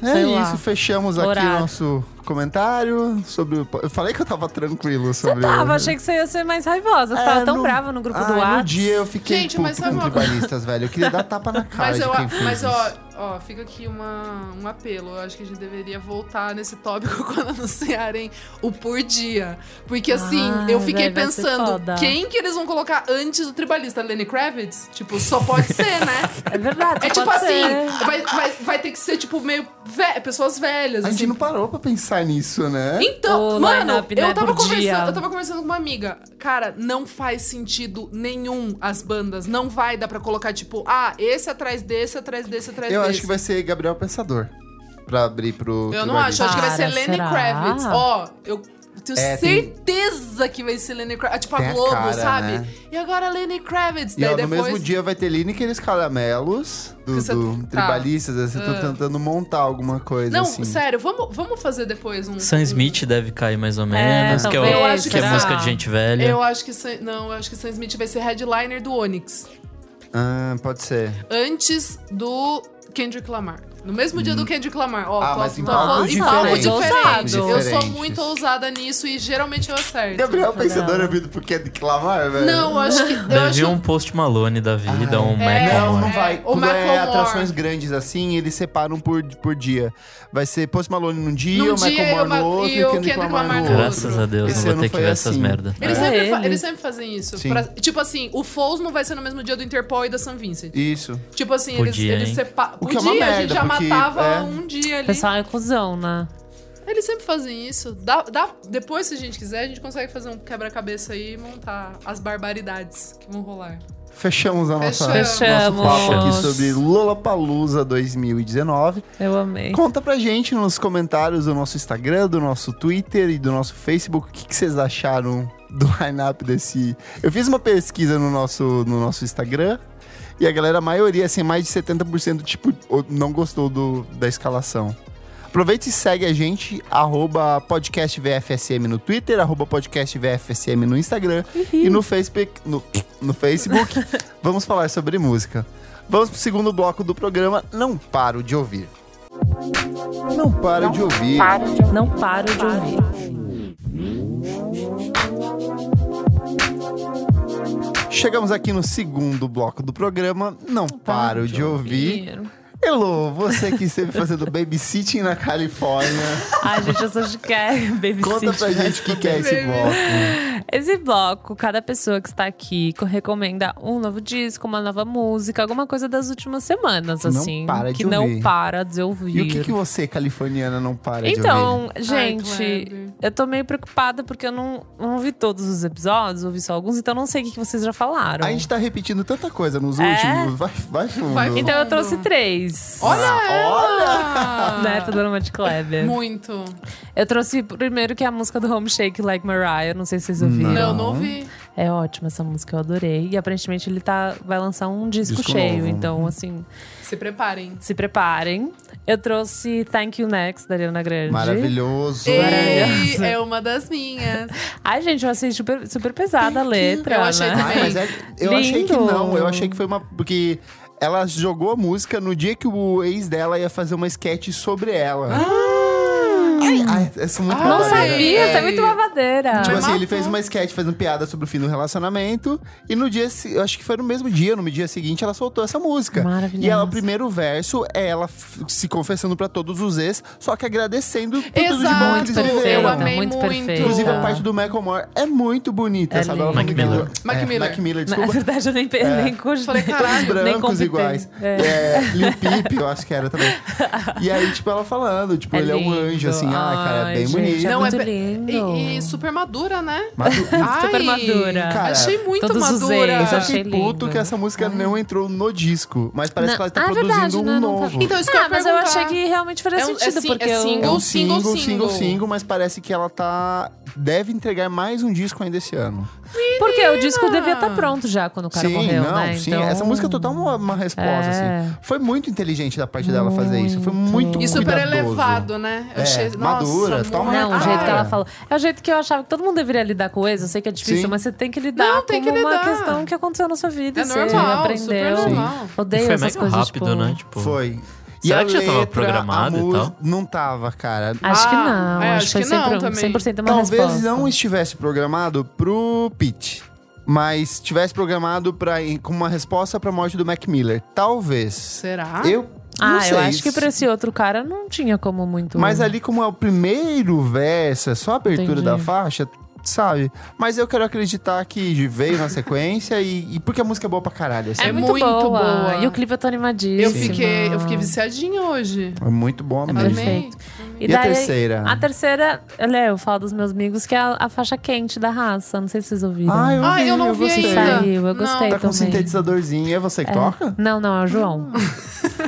Speaker 1: É
Speaker 5: Sei
Speaker 1: isso,
Speaker 5: lá.
Speaker 1: fechamos aqui
Speaker 5: Horário.
Speaker 1: o nosso comentário sobre o... Eu falei que eu tava tranquilo sobre...
Speaker 5: Tava, achei que você ia ser mais raivosa. Você tava
Speaker 1: É,
Speaker 5: tão
Speaker 1: no-
Speaker 5: brava no grupo
Speaker 1: Ah,
Speaker 5: do
Speaker 1: no
Speaker 5: WhatsApp.
Speaker 1: dia eu fiquei
Speaker 4: Gente,
Speaker 1: puto
Speaker 4: mas sabe
Speaker 1: com
Speaker 4: uma-
Speaker 1: tribalistas, velho. Eu queria dar tapa na cara
Speaker 4: Mas,
Speaker 1: de
Speaker 4: eu,
Speaker 1: quem fez
Speaker 4: mas
Speaker 1: isso.
Speaker 4: ó, ó, fica aqui uma, um apelo. Eu acho que a gente deveria voltar nesse tópico quando anunciarem o por dia. Porque assim,
Speaker 5: Ah,
Speaker 4: eu fiquei
Speaker 5: vai- vai ser
Speaker 4: pensando,
Speaker 5: foda.
Speaker 4: quem que eles vão colocar antes do tribalista? Lenny Kravitz? Tipo, só pode ser, né?
Speaker 5: É verdade.
Speaker 4: É tipo
Speaker 5: pode
Speaker 4: assim,
Speaker 5: ser.
Speaker 4: vai, vai, vai ter que ser, tipo, meio ve- pessoas velhas.
Speaker 1: A gente
Speaker 4: assim.
Speaker 1: não parou pra pensar nisso, né?
Speaker 4: Então,
Speaker 5: O
Speaker 4: mano,
Speaker 5: line-up,
Speaker 4: eu
Speaker 5: né,
Speaker 4: tava
Speaker 5: por
Speaker 4: conversando,
Speaker 5: dia.
Speaker 4: eu tava conversando com uma amiga. Cara, não faz sentido nenhum as bandas. Não vai dar pra colocar, tipo, ah, esse atrás desse, atrás desse, atrás
Speaker 1: Eu
Speaker 4: desse.
Speaker 1: acho que vai ser Gabriel Pensador. Pra abrir pro...
Speaker 4: Eu não acho, eu acho que vai ser
Speaker 5: Para,
Speaker 4: Lenny
Speaker 5: será?
Speaker 4: Kravitz. Ó, eu tenho
Speaker 1: É, tem-
Speaker 4: certeza que vai ser Lenny Kravitz. Ah, Tipo, a
Speaker 1: Tem a
Speaker 4: Globo,
Speaker 1: cara,
Speaker 4: sabe?
Speaker 1: né?
Speaker 4: E agora Lenny Kravitz.
Speaker 1: E
Speaker 4: Daí
Speaker 1: ó, no
Speaker 4: depois.
Speaker 1: mesmo dia vai ter Lineker e os Caramelos, do,
Speaker 4: Que cê-
Speaker 1: do
Speaker 4: tá.
Speaker 1: Tribalistas, assim, tô
Speaker 4: Ah.
Speaker 1: tentando montar alguma coisa,
Speaker 4: Não,
Speaker 1: assim.
Speaker 4: sério, vamos, vamos fazer depois um.
Speaker 2: Sam
Speaker 4: um-
Speaker 2: Smith deve cair mais ou menos, que, é, o-
Speaker 5: talvez,
Speaker 4: Eu acho
Speaker 2: que é
Speaker 4: que
Speaker 2: música
Speaker 4: será.
Speaker 2: de gente velha.
Speaker 4: Eu acho que. Sam- Não, eu acho que Sam Smith vai ser headliner do Onyx.
Speaker 1: Ah, pode ser.
Speaker 4: Antes do Kendrick Lamar. No mesmo dia do Kendrick Lamar. Ó,
Speaker 1: Ah,
Speaker 4: tô-
Speaker 1: mas
Speaker 4: tô
Speaker 1: em
Speaker 4: falando
Speaker 1: palcos
Speaker 4: em palcos
Speaker 1: diferentes.
Speaker 4: diferentes. Eu sou
Speaker 1: Diferentes.
Speaker 4: muito ousada nisso e geralmente eu acerto.
Speaker 1: Gabriel Pensador é vindo porque é de clamar, velho.
Speaker 4: Não, eu acho que. Eu
Speaker 2: Deve
Speaker 4: acho
Speaker 2: um Post Malone da vida, um
Speaker 4: é,
Speaker 1: Não, não
Speaker 2: Mac
Speaker 4: é.
Speaker 1: vai.
Speaker 4: O
Speaker 1: Quando é
Speaker 4: Macklemore.
Speaker 1: atrações grandes assim, eles separam por, por dia. Vai ser Post Malone num dia,
Speaker 4: Num
Speaker 1: o Michael Moore
Speaker 4: dia, e o
Speaker 1: no
Speaker 4: Ma-
Speaker 1: outro
Speaker 4: e
Speaker 1: e
Speaker 4: o
Speaker 1: o Kendrick
Speaker 4: Kendrick
Speaker 1: Lamar
Speaker 4: Lamar
Speaker 1: no
Speaker 4: no
Speaker 1: outro.
Speaker 2: Graças a Deus,
Speaker 1: Esse
Speaker 2: não
Speaker 1: ano
Speaker 2: vou ter que
Speaker 1: foi
Speaker 2: ver essas
Speaker 1: assim.
Speaker 2: merda.
Speaker 4: Eles,
Speaker 5: É.
Speaker 4: sempre fa-
Speaker 5: Ele.
Speaker 4: eles sempre fazem isso.
Speaker 1: Sim.
Speaker 4: Pra- tipo assim, o Foles não vai ser no mesmo dia do Interpol e da San Vincent.
Speaker 1: Isso.
Speaker 4: Tipo assim,
Speaker 2: Podia,
Speaker 4: eles,
Speaker 2: hein?
Speaker 4: eles separam.
Speaker 1: O que é uma
Speaker 4: a gente
Speaker 1: merda,
Speaker 4: já
Speaker 1: porque,
Speaker 4: matava
Speaker 1: é.
Speaker 4: um dia
Speaker 3: O
Speaker 4: ali.
Speaker 3: pessoal é cuzão, né?
Speaker 4: Eles sempre fazem isso. Dá, dá- depois, se a gente quiser, a gente consegue fazer um quebra-cabeça aí e montar as barbaridades que vão rolar.
Speaker 1: Fechamos a nossa
Speaker 3: Fechamos.
Speaker 1: nosso papo aqui
Speaker 3: Fechamos.
Speaker 1: sobre Lollapalooza 2019.
Speaker 5: Eu amei.
Speaker 1: Conta pra gente nos comentários do nosso Instagram, do nosso Twitter e do nosso Facebook o que, que vocês acharam do line-up desse. Eu fiz uma pesquisa no nosso, no nosso Instagram e a galera, a maioria, assim, mais de 70%, tipo, o- não gostou do, da escalação. Aproveita e segue a gente, arroba podcast VFSM no Twitter, arroba podcast VFSM no Instagram e no Facebook. No, no Facebook, vamos falar sobre música. Vamos pro segundo bloco do programa Não Paro de Ouvir. Não paro de ouvir.
Speaker 5: Não paro de ouvir.
Speaker 1: Chegamos aqui no segundo bloco do programa. Não paro de ouvir. Hello, você que esteve fazendo babysitting na Califórnia.
Speaker 5: Ai, gente, eu sou de quer babysitter.
Speaker 1: Conta pra gente o que, que é esse
Speaker 4: Baby.
Speaker 1: bloco.
Speaker 5: Esse bloco, cada pessoa que está aqui co- recomenda um novo disco, uma nova música, alguma coisa das últimas semanas,
Speaker 1: Não
Speaker 5: assim.
Speaker 1: para de
Speaker 5: que não
Speaker 1: ouvir.
Speaker 5: para de ouvir.
Speaker 1: E o que, que você, californiana, não para de ouvir?
Speaker 5: Então,
Speaker 4: Ai,
Speaker 5: gente,
Speaker 4: Kleber.
Speaker 5: eu tô meio preocupada porque eu não, não vi todos os episódios, ouvi só alguns, então não sei o que que vocês já falaram.
Speaker 1: A gente tá repetindo tanta coisa nos
Speaker 5: É?
Speaker 1: últimos. Vai, vai fundo.
Speaker 4: Vai fundo.
Speaker 5: Então eu trouxe três.
Speaker 1: Ah,
Speaker 4: Olha!
Speaker 5: Né, tô dando uma de Kleber.
Speaker 4: Muito.
Speaker 5: Eu trouxe primeiro que é a música do Home Shake Like Mariah, não sei se vocês ouviram.
Speaker 1: Não.
Speaker 4: Não, não vi.
Speaker 5: É ótima essa música, eu adorei. E aparentemente ele tá, vai lançar um disco,
Speaker 1: Disco
Speaker 5: cheio,
Speaker 1: novo. né?
Speaker 5: então assim,
Speaker 4: Se preparem.
Speaker 5: se preparem. Eu trouxe Thank You Next, da Ariana Grande.
Speaker 1: Maravilhoso.
Speaker 4: Ei, é uma das minhas.
Speaker 5: Ai, gente, eu achei super, super pesada a letra,
Speaker 4: Eu achei
Speaker 5: né?
Speaker 1: Ah, mas é- eu achei que
Speaker 5: Lindo.
Speaker 1: não. Eu achei que foi uma. Porque ela jogou a música no dia que o ex dela ia fazer uma sketch sobre ela. Ai, ai, essa é muito
Speaker 4: Ah,
Speaker 5: Não
Speaker 1: babadeira.
Speaker 5: sabia,
Speaker 4: é.
Speaker 5: essa é muito babadeira.
Speaker 1: Tipo
Speaker 4: Mas
Speaker 1: assim, ele
Speaker 4: matou.
Speaker 1: fez uma sketch fazendo piada sobre o fim do relacionamento. E no dia, se- eu acho que foi no mesmo dia, no dia seguinte, ela soltou essa música.
Speaker 5: Maravilhosa.
Speaker 1: E ela, o primeiro verso é ela f- se confessando pra todos os ex, só que agradecendo por tudo de bom que
Speaker 4: Exato.
Speaker 1: eles
Speaker 5: perfeita,
Speaker 1: viveram.
Speaker 4: Eu amei
Speaker 5: muito
Speaker 4: muito.
Speaker 5: perfeita.
Speaker 1: Inclusive, a
Speaker 5: Eita.
Speaker 1: parte do Michael Moore é muito bonita,
Speaker 5: É
Speaker 1: sabe? Ela
Speaker 5: lindo.
Speaker 1: falando
Speaker 2: Mac
Speaker 1: que-
Speaker 2: Miller.
Speaker 4: Mac
Speaker 1: É,
Speaker 4: Miller.
Speaker 1: Mac Miller,
Speaker 5: Na
Speaker 1: desculpa. É.
Speaker 5: verdade, eu nem, pe- nem curti.
Speaker 4: Falei,
Speaker 1: Todos
Speaker 4: caralho.
Speaker 5: Nem
Speaker 1: brancos
Speaker 5: competente.
Speaker 1: iguais. É. Lil Peep, eu acho que era também. E aí, tipo, ela falando, tipo,
Speaker 5: É
Speaker 1: ele é um
Speaker 5: lindo.
Speaker 1: anjo, assim, ah, cara, é bem
Speaker 5: Ai,
Speaker 1: bonito.
Speaker 5: gente,
Speaker 4: Não, é
Speaker 5: muito
Speaker 4: pe-
Speaker 5: lindo.
Speaker 4: E, e super madura, né?
Speaker 1: Mas o-
Speaker 4: Ai,
Speaker 5: Super madura.
Speaker 1: Cara,
Speaker 4: achei muito
Speaker 5: todos os
Speaker 4: madura.
Speaker 5: ex,
Speaker 1: eu
Speaker 5: Ah, achei
Speaker 1: fiquei puto
Speaker 5: lindo. Ah.
Speaker 1: que essa música não entrou no disco, mas parece
Speaker 5: Não,
Speaker 1: que ela tá
Speaker 5: ah, é
Speaker 1: produzindo
Speaker 5: verdade,
Speaker 1: um
Speaker 5: né, não tá-
Speaker 1: novo.
Speaker 4: Então, isso que eu
Speaker 5: Ah,
Speaker 4: ia
Speaker 5: mas eu
Speaker 4: perguntar.
Speaker 5: achei que realmente faria
Speaker 4: É um- é
Speaker 5: sentido,
Speaker 4: sim- é
Speaker 5: porque eu-
Speaker 1: É
Speaker 4: single.
Speaker 1: um single, single,
Speaker 4: single,
Speaker 1: single,
Speaker 4: single.
Speaker 1: mas parece que ela tá. Deve entregar mais um disco ainda esse ano.
Speaker 5: Porque o disco devia estar pronto já quando o cara
Speaker 1: sim,
Speaker 5: morreu,
Speaker 1: não,
Speaker 5: né?
Speaker 1: sim.
Speaker 5: Então-
Speaker 1: Essa música é total uma, uma resposta,
Speaker 5: É.
Speaker 1: assim. Foi muito inteligente da parte dela fazer isso. Foi muito
Speaker 4: E super
Speaker 1: cuidadoso.
Speaker 4: elevado, né? Eu
Speaker 1: É,
Speaker 4: achei,
Speaker 1: madura,
Speaker 4: nossa,
Speaker 1: tá uma-
Speaker 4: muito-
Speaker 5: Não, o jeito que
Speaker 4: Ai,
Speaker 5: ela falou. É o jeito que eu achava que todo mundo deveria lidar com o ex. Eu sei que é difícil,
Speaker 1: Sim.
Speaker 5: mas você tem que lidar
Speaker 4: Não, tem
Speaker 5: com
Speaker 4: que
Speaker 5: uma
Speaker 4: lidar.
Speaker 5: questão que aconteceu na sua vida.
Speaker 4: É
Speaker 5: e você
Speaker 4: normal,
Speaker 5: aprendeu.
Speaker 4: super normal.
Speaker 5: Odeio
Speaker 2: E foi
Speaker 5: essas
Speaker 2: mega
Speaker 5: coisas,
Speaker 2: rápido,
Speaker 5: tipo...
Speaker 2: né? Tipo,
Speaker 1: Foi.
Speaker 2: Será
Speaker 1: a
Speaker 2: que já tava
Speaker 1: letra,
Speaker 2: programado
Speaker 1: a
Speaker 2: e
Speaker 1: mus-
Speaker 2: tal?
Speaker 1: Não tava, cara.
Speaker 5: Acho que
Speaker 4: Ah,
Speaker 5: não.
Speaker 4: é,
Speaker 5: acho que foi
Speaker 4: acho que não também.
Speaker 5: 100%, 100 é uma
Speaker 1: Talvez
Speaker 5: resposta.
Speaker 1: não estivesse programado pro Pete, mas tivesse programado para com uma resposta pra morte do Mac Miller. Talvez.
Speaker 4: Será?
Speaker 1: Eu não
Speaker 5: Ah,
Speaker 1: sei.
Speaker 5: eu acho que pra esse outro cara não tinha como muito...
Speaker 1: Mas ali como é o primeiro verso, é só a abertura
Speaker 5: Entendi.
Speaker 1: da faixa, sabe? Mas eu quero acreditar que veio na sequência e, e porque a música é boa pra caralho, assim.
Speaker 5: É
Speaker 4: É
Speaker 5: muito,
Speaker 4: muito
Speaker 5: boa.
Speaker 4: boa.
Speaker 5: E o clipe é eu tô animadíssima.
Speaker 4: Eu fiquei, eu fiquei viciadinha hoje.
Speaker 1: É muito boa
Speaker 5: Amei.
Speaker 1: mesmo.
Speaker 4: Amei.
Speaker 1: E a terceira?
Speaker 5: A terceira, olha, eu falo dos meus amigos, que é a, a faixa quente da raça. Não sei se vocês ouviram.
Speaker 1: Ah, eu,
Speaker 4: Ah,
Speaker 1: vi,
Speaker 4: eu não vi
Speaker 1: gostei.
Speaker 4: ainda.
Speaker 5: Saiu, eu
Speaker 4: Não.
Speaker 5: gostei
Speaker 1: Tá com um
Speaker 5: também.
Speaker 1: sintetizadorzinho. É você que toca?
Speaker 5: Não, não, é o João.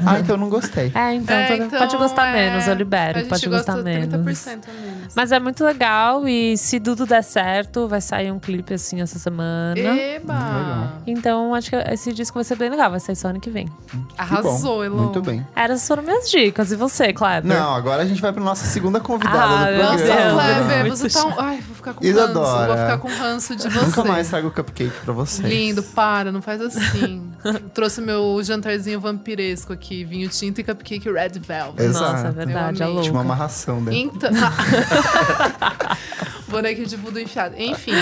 Speaker 1: Ah, então eu não gostei.
Speaker 5: É, então,
Speaker 4: É,
Speaker 5: todo- pode gostar
Speaker 4: é,
Speaker 5: menos, eu libero,
Speaker 4: a gente
Speaker 5: pode
Speaker 4: gosta
Speaker 5: gostar menos.
Speaker 4: 30% a menos.
Speaker 5: Mas é muito legal e se tudo der certo, vai sair um clipe assim essa semana.
Speaker 4: Eba!
Speaker 1: Legal.
Speaker 5: Então, acho que esse disco vai ser bem legal, vai sair só ano que vem.
Speaker 1: Que bom.
Speaker 4: Arrasou, Elon.
Speaker 1: Muito bem.
Speaker 5: Essas foram minhas dicas. E você, Kleber?
Speaker 4: Né?
Speaker 1: Não, agora a gente vai para nossa segunda convidada
Speaker 5: Ah,
Speaker 1: do
Speaker 5: meu
Speaker 1: programa.
Speaker 4: Nossa,
Speaker 5: Deus,
Speaker 4: Kleber,
Speaker 5: Muito
Speaker 4: você tá um... Ai, vou ficar com
Speaker 1: Isadora.
Speaker 4: ranço. Vou ficar com ranço de você.
Speaker 1: Nunca mais trago cupcake pra vocês.
Speaker 4: Lindo, para, não faz assim. Trouxe meu jantarzinho vampiresco aqui, vinho tinto e cupcake red velvet.
Speaker 5: Nossa, é
Speaker 1: Exato.
Speaker 5: verdade, a
Speaker 4: Eu amei.
Speaker 1: Tinha uma
Speaker 5: louca.
Speaker 1: amarração né? dentro.
Speaker 4: Então. Bonequinho de voodoo enfiado. Enfim.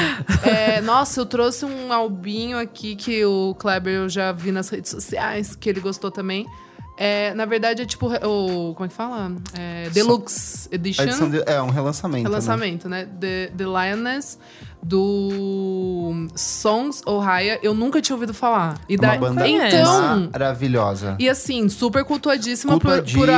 Speaker 4: é, nossa, eu trouxe um albinho aqui que o Kleber eu já vi nas redes sociais, que ele gostou também. É, na verdade, é tipo. O, como é que fala? É, Deluxe
Speaker 1: A
Speaker 4: Edition.
Speaker 1: edição de- é um relançamento.
Speaker 4: Relançamento, né? The, The Lioness do Songs Ohio. Eu nunca tinha ouvido falar. E
Speaker 1: Né?
Speaker 4: da,
Speaker 1: Uma banda
Speaker 4: então,
Speaker 1: maravilhosa.
Speaker 4: e assim, super cultuadíssima, por- Por,
Speaker 1: Cultuadíssima.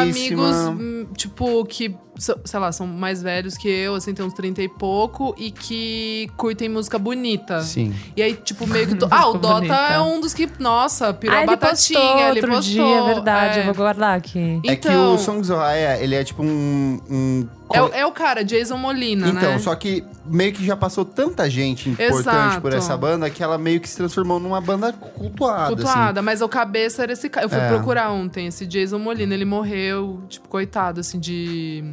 Speaker 4: amigos, hum, tipo, que, so- sei lá, são mais velhos que eu, assim, tem uns 30 e pouco, e que curtem música bonita.
Speaker 1: Sim.
Speaker 4: E aí, tipo, meio que. to- Ah, o
Speaker 3: Música
Speaker 4: Dota
Speaker 3: bonita.
Speaker 4: é um dos que, nossa, pirou
Speaker 5: Ah,
Speaker 4: a
Speaker 5: ele
Speaker 4: batatinha,
Speaker 5: postou
Speaker 4: ele
Speaker 5: outro
Speaker 4: postou.
Speaker 5: dia, é verdade.
Speaker 4: é.
Speaker 5: Eu vou guardar aqui.
Speaker 1: É que
Speaker 4: Então-
Speaker 1: o Songs Ohio, ele é tipo um. um
Speaker 4: É o- É, o cara, Jason Molina,
Speaker 1: então,
Speaker 4: né?
Speaker 1: só que meio que já passou tanta gente importante
Speaker 4: Exato.
Speaker 1: por essa banda que ela meio que se transformou numa banda cultuada. assim.
Speaker 4: Cultuada, mas o cabeça era esse cara. Eu fui
Speaker 1: É.
Speaker 4: procurar ontem esse Jason Molina, ele morreu, tipo, coitado, assim, de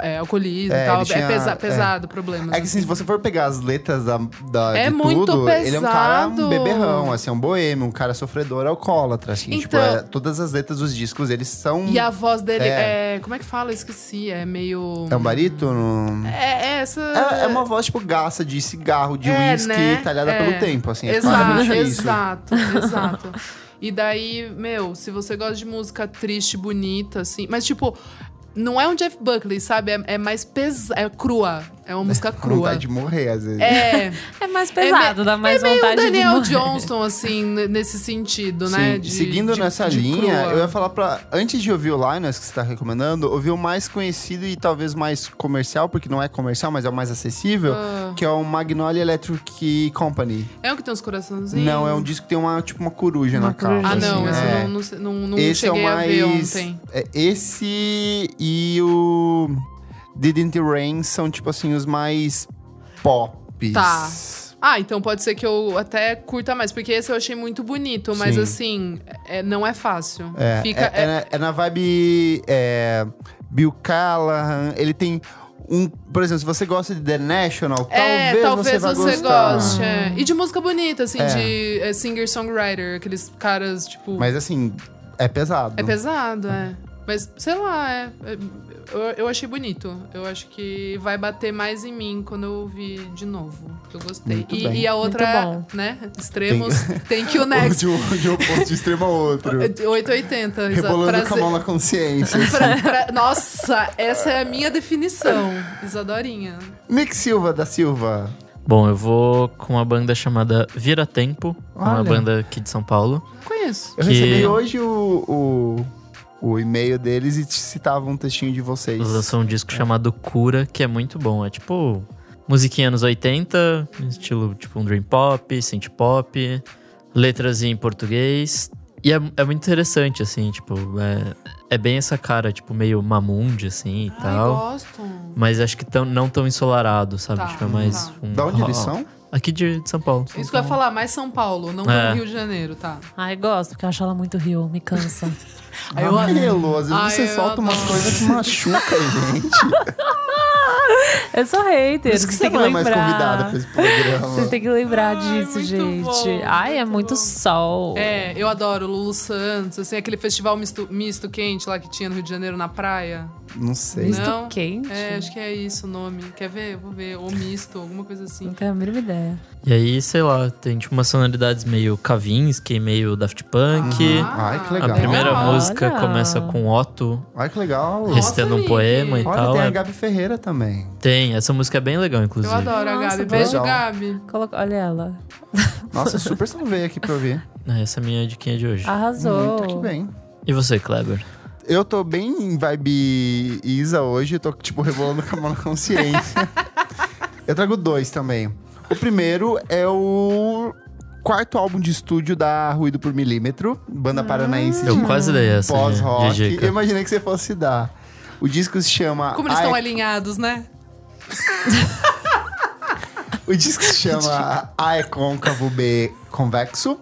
Speaker 4: é, alcoolismo
Speaker 1: É,
Speaker 4: e tal.
Speaker 1: ele tinha-
Speaker 4: é pesa-
Speaker 1: é.
Speaker 4: pesado o problema. né?
Speaker 1: É que assim, se você for pegar as letras da, da
Speaker 4: É
Speaker 1: de
Speaker 4: muito
Speaker 1: tudo, ele é um cara um
Speaker 4: pesado.
Speaker 1: beberrão, assim, um boêmio, um cara sofredor alcoólatra, assim, tipo,
Speaker 4: Então-
Speaker 1: é, todas as letras dos discos, eles são
Speaker 4: E a voz dele
Speaker 1: É.
Speaker 4: é. como é que fala? Eu esqueci. É meio.
Speaker 1: é um barítono.
Speaker 4: É, é essa.
Speaker 1: É, é uma voz tipo gaça de cigarro, de
Speaker 4: É,
Speaker 1: uísque,
Speaker 4: né?
Speaker 1: talhada
Speaker 4: É.
Speaker 1: pelo tempo, assim, é
Speaker 4: Exato,
Speaker 1: claramente isso.
Speaker 4: exato, exato. E daí, meu, se você gosta de música triste, bonita, assim. Mas, tipo, não é um Jeff Buckley, sabe? É, é mais pesada. É crua. É uma música
Speaker 1: Com
Speaker 4: crua.
Speaker 1: vontade de morrer, às vezes.
Speaker 4: É.
Speaker 5: É mais pesado, dá mais
Speaker 4: meio
Speaker 5: vontade de
Speaker 4: É Daniel
Speaker 5: morrer.
Speaker 4: Johnston, assim, n- nesse sentido,
Speaker 1: Sim,
Speaker 4: né? De-
Speaker 1: seguindo
Speaker 4: de-
Speaker 1: nessa
Speaker 4: de
Speaker 1: linha,
Speaker 4: crua.
Speaker 1: eu ia falar pra. Antes de ouvir o Linus que você tá recomendando, ouvir o mais conhecido e talvez mais comercial, porque não é comercial, mas é o mais acessível,
Speaker 4: Ah.
Speaker 1: que é o Magnolia Electric Company.
Speaker 4: É o que tem os coraçãozinhos?
Speaker 1: Não, é um disco que tem uma, tipo, uma coruja
Speaker 3: Uma
Speaker 1: na capa.
Speaker 3: coruja.
Speaker 4: Ah, não,
Speaker 1: assim,
Speaker 4: esse
Speaker 1: é.
Speaker 4: eu não, não, sei- não, não
Speaker 1: Esse é o
Speaker 4: cheguei a ver
Speaker 1: mais.
Speaker 4: ontem.
Speaker 1: é, esse e o Didn't It Rain são, tipo assim, os mais pop.
Speaker 4: Tá. Ah, então pode ser que eu até curta mais, porque esse eu achei muito bonito, mas
Speaker 1: Sim.
Speaker 4: assim, é- não é fácil.
Speaker 1: É,
Speaker 4: Fica.
Speaker 1: é, é
Speaker 4: é-
Speaker 1: na, é na vibe é, Bill Callahan. Ele tem um. Por exemplo, se você gosta de The National,
Speaker 4: é,
Speaker 1: talvez, você, vá gostar.
Speaker 4: goste. é. E de música bonita, assim,
Speaker 1: É.
Speaker 4: de é, singer-songwriter, aqueles caras, tipo.
Speaker 1: Mas assim, é pesado.
Speaker 4: É pesado, é. Mas, sei lá, é. é- Eu, eu achei bonito. Eu acho que vai bater mais em mim quando eu ouvir de novo. que Eu gostei.
Speaker 1: Muito
Speaker 4: e,
Speaker 1: bem.
Speaker 4: e a outra,
Speaker 5: Muito
Speaker 4: né? Extremos. Thank you next.
Speaker 1: de, um, de um ponto de extremo a outro.
Speaker 4: É, 880. exa-
Speaker 1: Rebolando com a
Speaker 4: prazer-
Speaker 1: mão na consciência.
Speaker 4: Pra- pra- nossa, essa é a minha definição, Isadorinha.
Speaker 1: Nick Silva da Silva.
Speaker 2: Bom, eu vou com uma banda chamada Vira Tempo, uma
Speaker 1: Olha.
Speaker 2: banda aqui de São Paulo.
Speaker 4: Não conheço.
Speaker 1: Eu
Speaker 2: Que-
Speaker 1: recebi hoje o, o, o e-mail deles e te citava um textinho de vocês.
Speaker 2: Eles lançou um disco chamado Cura, que é muito bom. É tipo musiquinha anos 80, estilo tipo um dream pop, synth pop, letras em português. E é, é muito interessante, assim, tipo, é, é bem essa cara, tipo, meio mamundi, assim, e
Speaker 4: Ai,
Speaker 2: tal.
Speaker 4: gosto.
Speaker 2: Mas acho que tão, não tão ensolarado, sabe?
Speaker 4: Tá,
Speaker 2: tipo, é mais
Speaker 4: tá.
Speaker 2: um...
Speaker 1: Da onde eles
Speaker 2: ó, ó.
Speaker 1: são?
Speaker 2: Aqui de, de São Paulo.
Speaker 4: Isso que eu ia falar, mais São Paulo, não
Speaker 2: É.
Speaker 4: do Rio de Janeiro, tá?
Speaker 5: Ai, gosto, porque eu acho ela muito rio, me cansa.
Speaker 4: Aí eu-
Speaker 1: Amarelo, um às vezes
Speaker 4: Ai,
Speaker 1: você
Speaker 4: eu
Speaker 1: solta umas
Speaker 4: adoro.
Speaker 1: coisas que machuca a gente.
Speaker 5: eu sou hater,
Speaker 1: Por isso que
Speaker 5: vocês
Speaker 1: você
Speaker 5: têm que
Speaker 1: não é mais convidada
Speaker 5: lembrar.
Speaker 1: pra esse programa.
Speaker 5: Vocês têm que lembrar
Speaker 4: Ai,
Speaker 5: disso,
Speaker 4: muito
Speaker 5: gente.
Speaker 4: bom,
Speaker 5: Ai, é
Speaker 4: muito
Speaker 5: muito
Speaker 4: bom.
Speaker 5: sol.
Speaker 4: É, eu adoro Lulu Santos, assim, aquele festival misto, misto quente lá que tinha no Rio de Janeiro na praia.
Speaker 1: Não sei.
Speaker 5: Misto
Speaker 4: não.
Speaker 5: quente?
Speaker 4: É, acho que é isso o nome. Quer ver? Eu Vou ver. Ou misto, alguma coisa assim.
Speaker 5: Não tenho a mínima ideia.
Speaker 2: E aí, sei lá, tem tipo umas sonoridades meio Kavinsky, meio Daft Punk.
Speaker 1: Ai, que
Speaker 2: a
Speaker 1: legal.
Speaker 2: primeira
Speaker 4: Ah, Olha.
Speaker 2: música começa com Otto
Speaker 1: Olha que legal.
Speaker 4: Nossa,
Speaker 2: recitando um
Speaker 4: Nick.
Speaker 2: poema e
Speaker 1: Olha,
Speaker 2: tal.
Speaker 1: tem a
Speaker 2: é-
Speaker 1: Gabi Ferreira também.
Speaker 2: Tem, essa música é bem legal, inclusive.
Speaker 4: Eu adoro a
Speaker 5: Nossa,
Speaker 4: Gabi.
Speaker 5: que
Speaker 4: Beijo,
Speaker 1: legal.
Speaker 4: Gabi.
Speaker 5: Coloca... Olha ela.
Speaker 1: Nossa, super salvei aqui pra ouvir.
Speaker 2: Essa é a minha diquinha de
Speaker 4: Ah.
Speaker 2: hoje.
Speaker 5: Arrasou.
Speaker 1: Muito que bem.
Speaker 2: E você, Kleber?
Speaker 1: Eu tô bem em vibe Isa hoje, eu tô, tipo, rebolando com a mão na consciência. eu trago dois também. O primeiro é o quarto álbum de estúdio da Ruído por Milímetro, banda paranaense
Speaker 2: Eu
Speaker 1: de
Speaker 2: quase dei essa. de-
Speaker 1: pós-rock.
Speaker 2: de dica.
Speaker 1: Eu imaginei que você fosse dar. O disco se chama.
Speaker 4: Como eles estão
Speaker 1: I-
Speaker 4: alinhados, né?
Speaker 1: O disco se chama A é Côncavo B Convexo.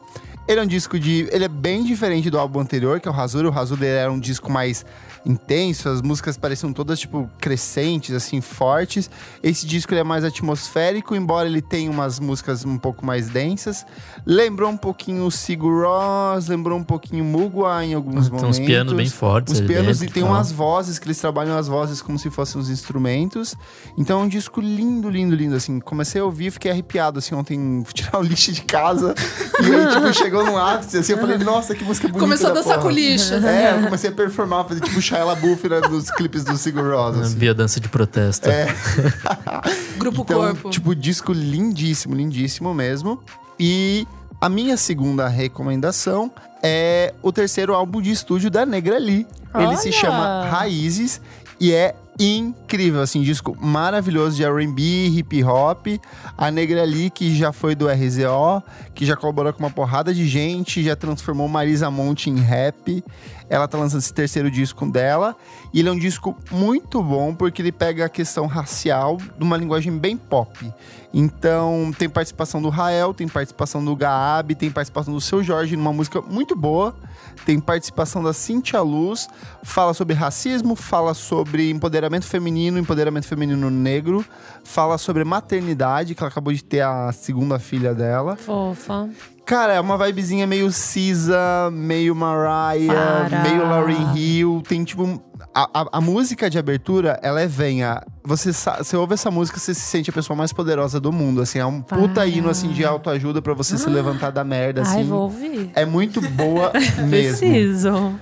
Speaker 1: Ele é um disco de. Ele é bem diferente do álbum anterior, que é o Razura. O Razura era um disco mais intenso, as músicas pareciam todas, tipo, crescentes, assim, fortes. Esse disco ele é mais atmosférico, embora ele tenha umas músicas um pouco mais densas. Lembrou um pouquinho o Sigur Rós, lembrou um pouquinho o Mugwa em alguns
Speaker 2: Tem
Speaker 1: momentos.
Speaker 2: uns pianos bem fortes.
Speaker 1: Os
Speaker 2: ali
Speaker 1: pianos
Speaker 2: dentro
Speaker 1: e tem
Speaker 2: tal.
Speaker 1: umas vozes que eles trabalham as vozes como se fossem os instrumentos. Então é um disco lindo, lindo, lindo. Assim, comecei a ouvir, fiquei arrepiado. Assim, ontem fui tirar o lixo de casa e aí, tipo, chegou no ápice. Assim, eu falei, nossa, que música bonita.
Speaker 4: Começou a
Speaker 1: da
Speaker 4: dançar
Speaker 1: porra.
Speaker 4: com lixo.
Speaker 1: É, eu comecei a performar, fazer tipo Shia Buff né, nos clipes do Sigur Rós.
Speaker 2: Uma
Speaker 1: assim. É.
Speaker 2: biodança de protesto.
Speaker 4: Grupo
Speaker 1: Então,
Speaker 4: Corpo.
Speaker 1: tipo, disco lindíssimo, lindíssimo mesmo. E a minha segunda recomendação é o terceiro álbum de estúdio da Negra Lee. Ele se
Speaker 5: Olha!
Speaker 1: chama Raízes e é incrível, assim, disco maravilhoso de R&B, hip hop. A Negra Lee, que já foi do RZO, que já colaborou com uma porrada de gente, já transformou Marisa Monte em rap. Ela tá lançando esse terceiro disco dela. E ele é um disco muito bom, porque ele pega a questão racial de uma linguagem bem pop. Então, tem participação do Rael, tem participação do Gaab, tem participação do Seu Jorge numa música muito boa. Tem participação da Cintia Luz. Fala sobre racismo, fala sobre empoderamento feminino, empoderamento feminino negro. Fala sobre maternidade, que ela acabou de ter a segunda filha dela.
Speaker 5: Fofa.
Speaker 1: Cara, é uma vibezinha meio Cisa, meio Mariah,
Speaker 5: Para.
Speaker 1: meio Lauryn Hill. Tem tipo. um- A, a- a música de abertura, ela é venha. Você, sa- você ouve essa música, você se sente a pessoa mais poderosa do mundo. Assim, é um puta
Speaker 5: Para. Ah.
Speaker 1: hino assim, de autoajuda pra você se levantar da merda. Assim.
Speaker 5: Ai, vou ouvir.
Speaker 1: É muito boa mesmo.
Speaker 5: Preciso.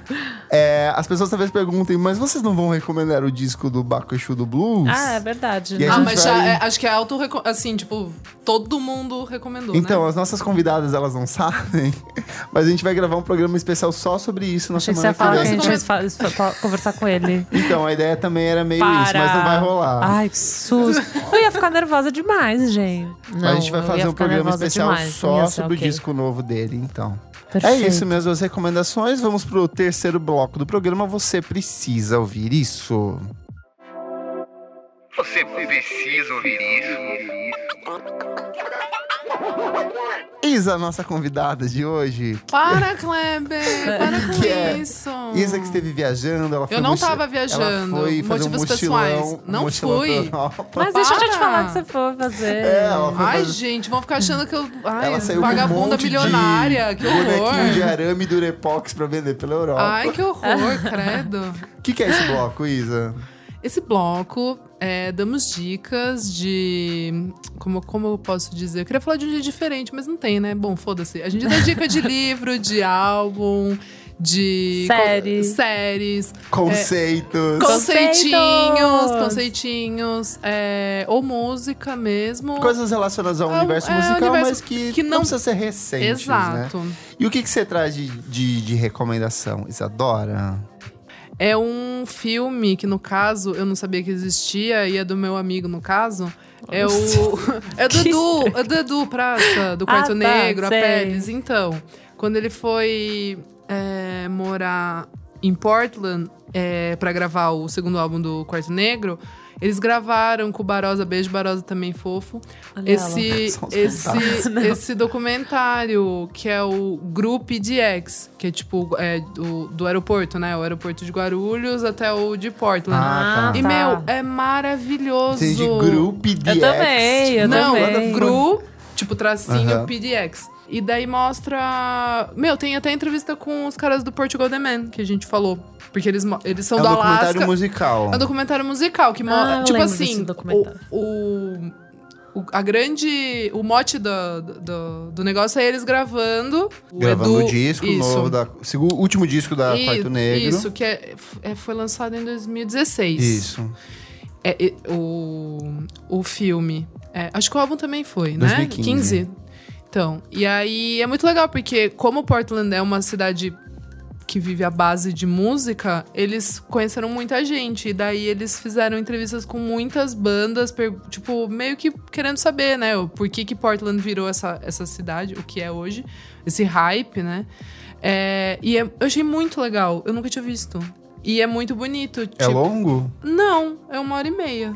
Speaker 1: É, as pessoas talvez perguntem, mas vocês não vão recomendar o disco do Bakushu do Blues?
Speaker 5: Ah, é verdade.
Speaker 1: E a
Speaker 5: né?
Speaker 4: Ah,
Speaker 1: gente
Speaker 4: mas já,
Speaker 1: vai-
Speaker 4: é, acho que é auto Assim, tipo, todo mundo recomendou,
Speaker 1: Então,
Speaker 4: né?
Speaker 1: as nossas convidadas, elas não sabem, mas a gente vai gravar um programa especial só sobre isso na
Speaker 5: Achei que você
Speaker 1: semana
Speaker 5: ia falar que a
Speaker 1: vem.
Speaker 5: gente ia fa- fa- fa- conversar com ele.
Speaker 1: Então, a ideia também era meio
Speaker 5: Para. Ah,
Speaker 1: isso, mas não vai rolar.
Speaker 5: Ai, que susto. Eu ia ficar nervosa demais, gente.
Speaker 1: Mas Ah. a gente vai
Speaker 3: eu
Speaker 1: fazer
Speaker 3: ia
Speaker 1: um
Speaker 3: ficar
Speaker 1: programa
Speaker 3: nervosa
Speaker 1: especial
Speaker 3: demais, não
Speaker 1: só
Speaker 3: ia ser
Speaker 1: sobre
Speaker 3: ok.
Speaker 1: o disco novo dele, então.
Speaker 5: Perfeito.
Speaker 1: É isso, minhas duas recomendações. Vamos pro terceiro bloco do programa. Você precisa ouvir isso.
Speaker 6: Você precisa ouvir isso.
Speaker 1: Isa, nossa convidada de hoje.
Speaker 4: Para, Kleber! Para com
Speaker 1: Que é-
Speaker 4: isso!
Speaker 1: Isa que esteve viajando, ela foi
Speaker 4: Eu não
Speaker 1: mochi-
Speaker 4: tava
Speaker 1: Ela
Speaker 4: viajando.
Speaker 1: foi fazer um
Speaker 4: Motivos
Speaker 1: mochilão,
Speaker 4: pessoais.
Speaker 1: um
Speaker 4: Não
Speaker 1: mochilão
Speaker 4: fui.
Speaker 1: pra Europa.
Speaker 5: Mas deixa eu já te
Speaker 4: Para.
Speaker 5: falar o que você for fazer.
Speaker 1: É, ela foi
Speaker 4: Ai,
Speaker 1: fazer-
Speaker 4: gente, vão ficar achando que eu. Ai,
Speaker 1: Ela saiu com um
Speaker 4: vagabunda
Speaker 1: monte
Speaker 4: milionária,
Speaker 1: de
Speaker 4: que horror.
Speaker 1: bonequinho de arame e durepox pra vender pela Europa.
Speaker 4: Ai, que horror, credo.
Speaker 1: O que, que é esse bloco, Isa?
Speaker 4: Esse bloco, é, damos dicas de. Como, como eu posso dizer? Eu queria falar de um dia diferente, mas não tem, né? Bom, foda-se. A gente dá dica de livro, de álbum, de.
Speaker 5: Série.
Speaker 4: co- séries. É.
Speaker 1: Conceitos.
Speaker 4: Conceitinhos, conceitinhos. é, ou música mesmo.
Speaker 1: Coisas relacionadas ao
Speaker 4: É um-
Speaker 1: universo
Speaker 4: é um
Speaker 1: musical,
Speaker 4: universo
Speaker 1: mas que,
Speaker 4: que
Speaker 1: não...
Speaker 4: não-
Speaker 1: precisa ser recente, né?
Speaker 4: Exato.
Speaker 1: E o que, que você traz de, de, de recomendação, Isadora?
Speaker 4: É um filme que, no caso, eu não sabia que existia e é do meu amigo, no caso. É o. É do
Speaker 5: Que
Speaker 4: Edu, é do Edu Praça, do
Speaker 5: Ah,
Speaker 4: Quarto
Speaker 5: tá,
Speaker 4: Negro,
Speaker 5: sei.
Speaker 4: a Pérez. Então, quando ele foi é, morar em Portland é, para gravar o segundo álbum do Quarto Negro, eles gravaram com o Barosa, beijo Barosa também fofo.
Speaker 5: Olha
Speaker 4: Esse,
Speaker 1: Só os
Speaker 4: esse,
Speaker 5: contatos.
Speaker 4: esse documentário que é o Group DX, que é tipo é, do, do aeroporto, né? O aeroporto de Guarulhos até o de Portland.
Speaker 1: Ah,
Speaker 5: tá.
Speaker 4: E,
Speaker 5: tá.
Speaker 4: meu, é maravilhoso.
Speaker 1: Você de grupo de
Speaker 5: Eu também, eu
Speaker 4: Não, é
Speaker 5: também.
Speaker 4: Gru, tipo tracinho
Speaker 1: Aham.
Speaker 4: PDX. E daí mostra. Meu, tem até entrevista com os caras do Portugal The Man, que a gente falou. Porque eles, mo- eles são
Speaker 1: É um
Speaker 4: do
Speaker 1: documentário
Speaker 4: Alasca.
Speaker 1: musical.
Speaker 4: É um documentário musical que
Speaker 5: Ah,
Speaker 4: mostra.
Speaker 5: eu
Speaker 4: tipo
Speaker 5: lembro
Speaker 4: assim,
Speaker 5: desse documentário.
Speaker 4: o, o- o- a grande. O mote do, do, do negócio é eles gravando.
Speaker 1: Gravando
Speaker 4: Edu-
Speaker 1: o disco novo, da, segu- último disco da
Speaker 4: I-
Speaker 1: Quarto Negro.
Speaker 4: Isso, que é, é- foi lançado em 2016.
Speaker 1: Isso.
Speaker 4: É, e- o, o filme. É, acho que o álbum também foi,
Speaker 1: 2015.
Speaker 4: né? 15. Então, e aí é muito legal, porque como Portland é uma cidade que vive à base de música, eles conheceram muita gente. E daí eles fizeram entrevistas com muitas bandas, per- tipo, meio que querendo saber, né? o Por que, que Portland virou essa, essa cidade, o que é hoje, esse hype, né? É, e é- eu achei muito legal, eu nunca tinha visto. E é muito bonito.
Speaker 1: É
Speaker 4: tipo-
Speaker 1: longo?
Speaker 4: não, é uma hora e meia.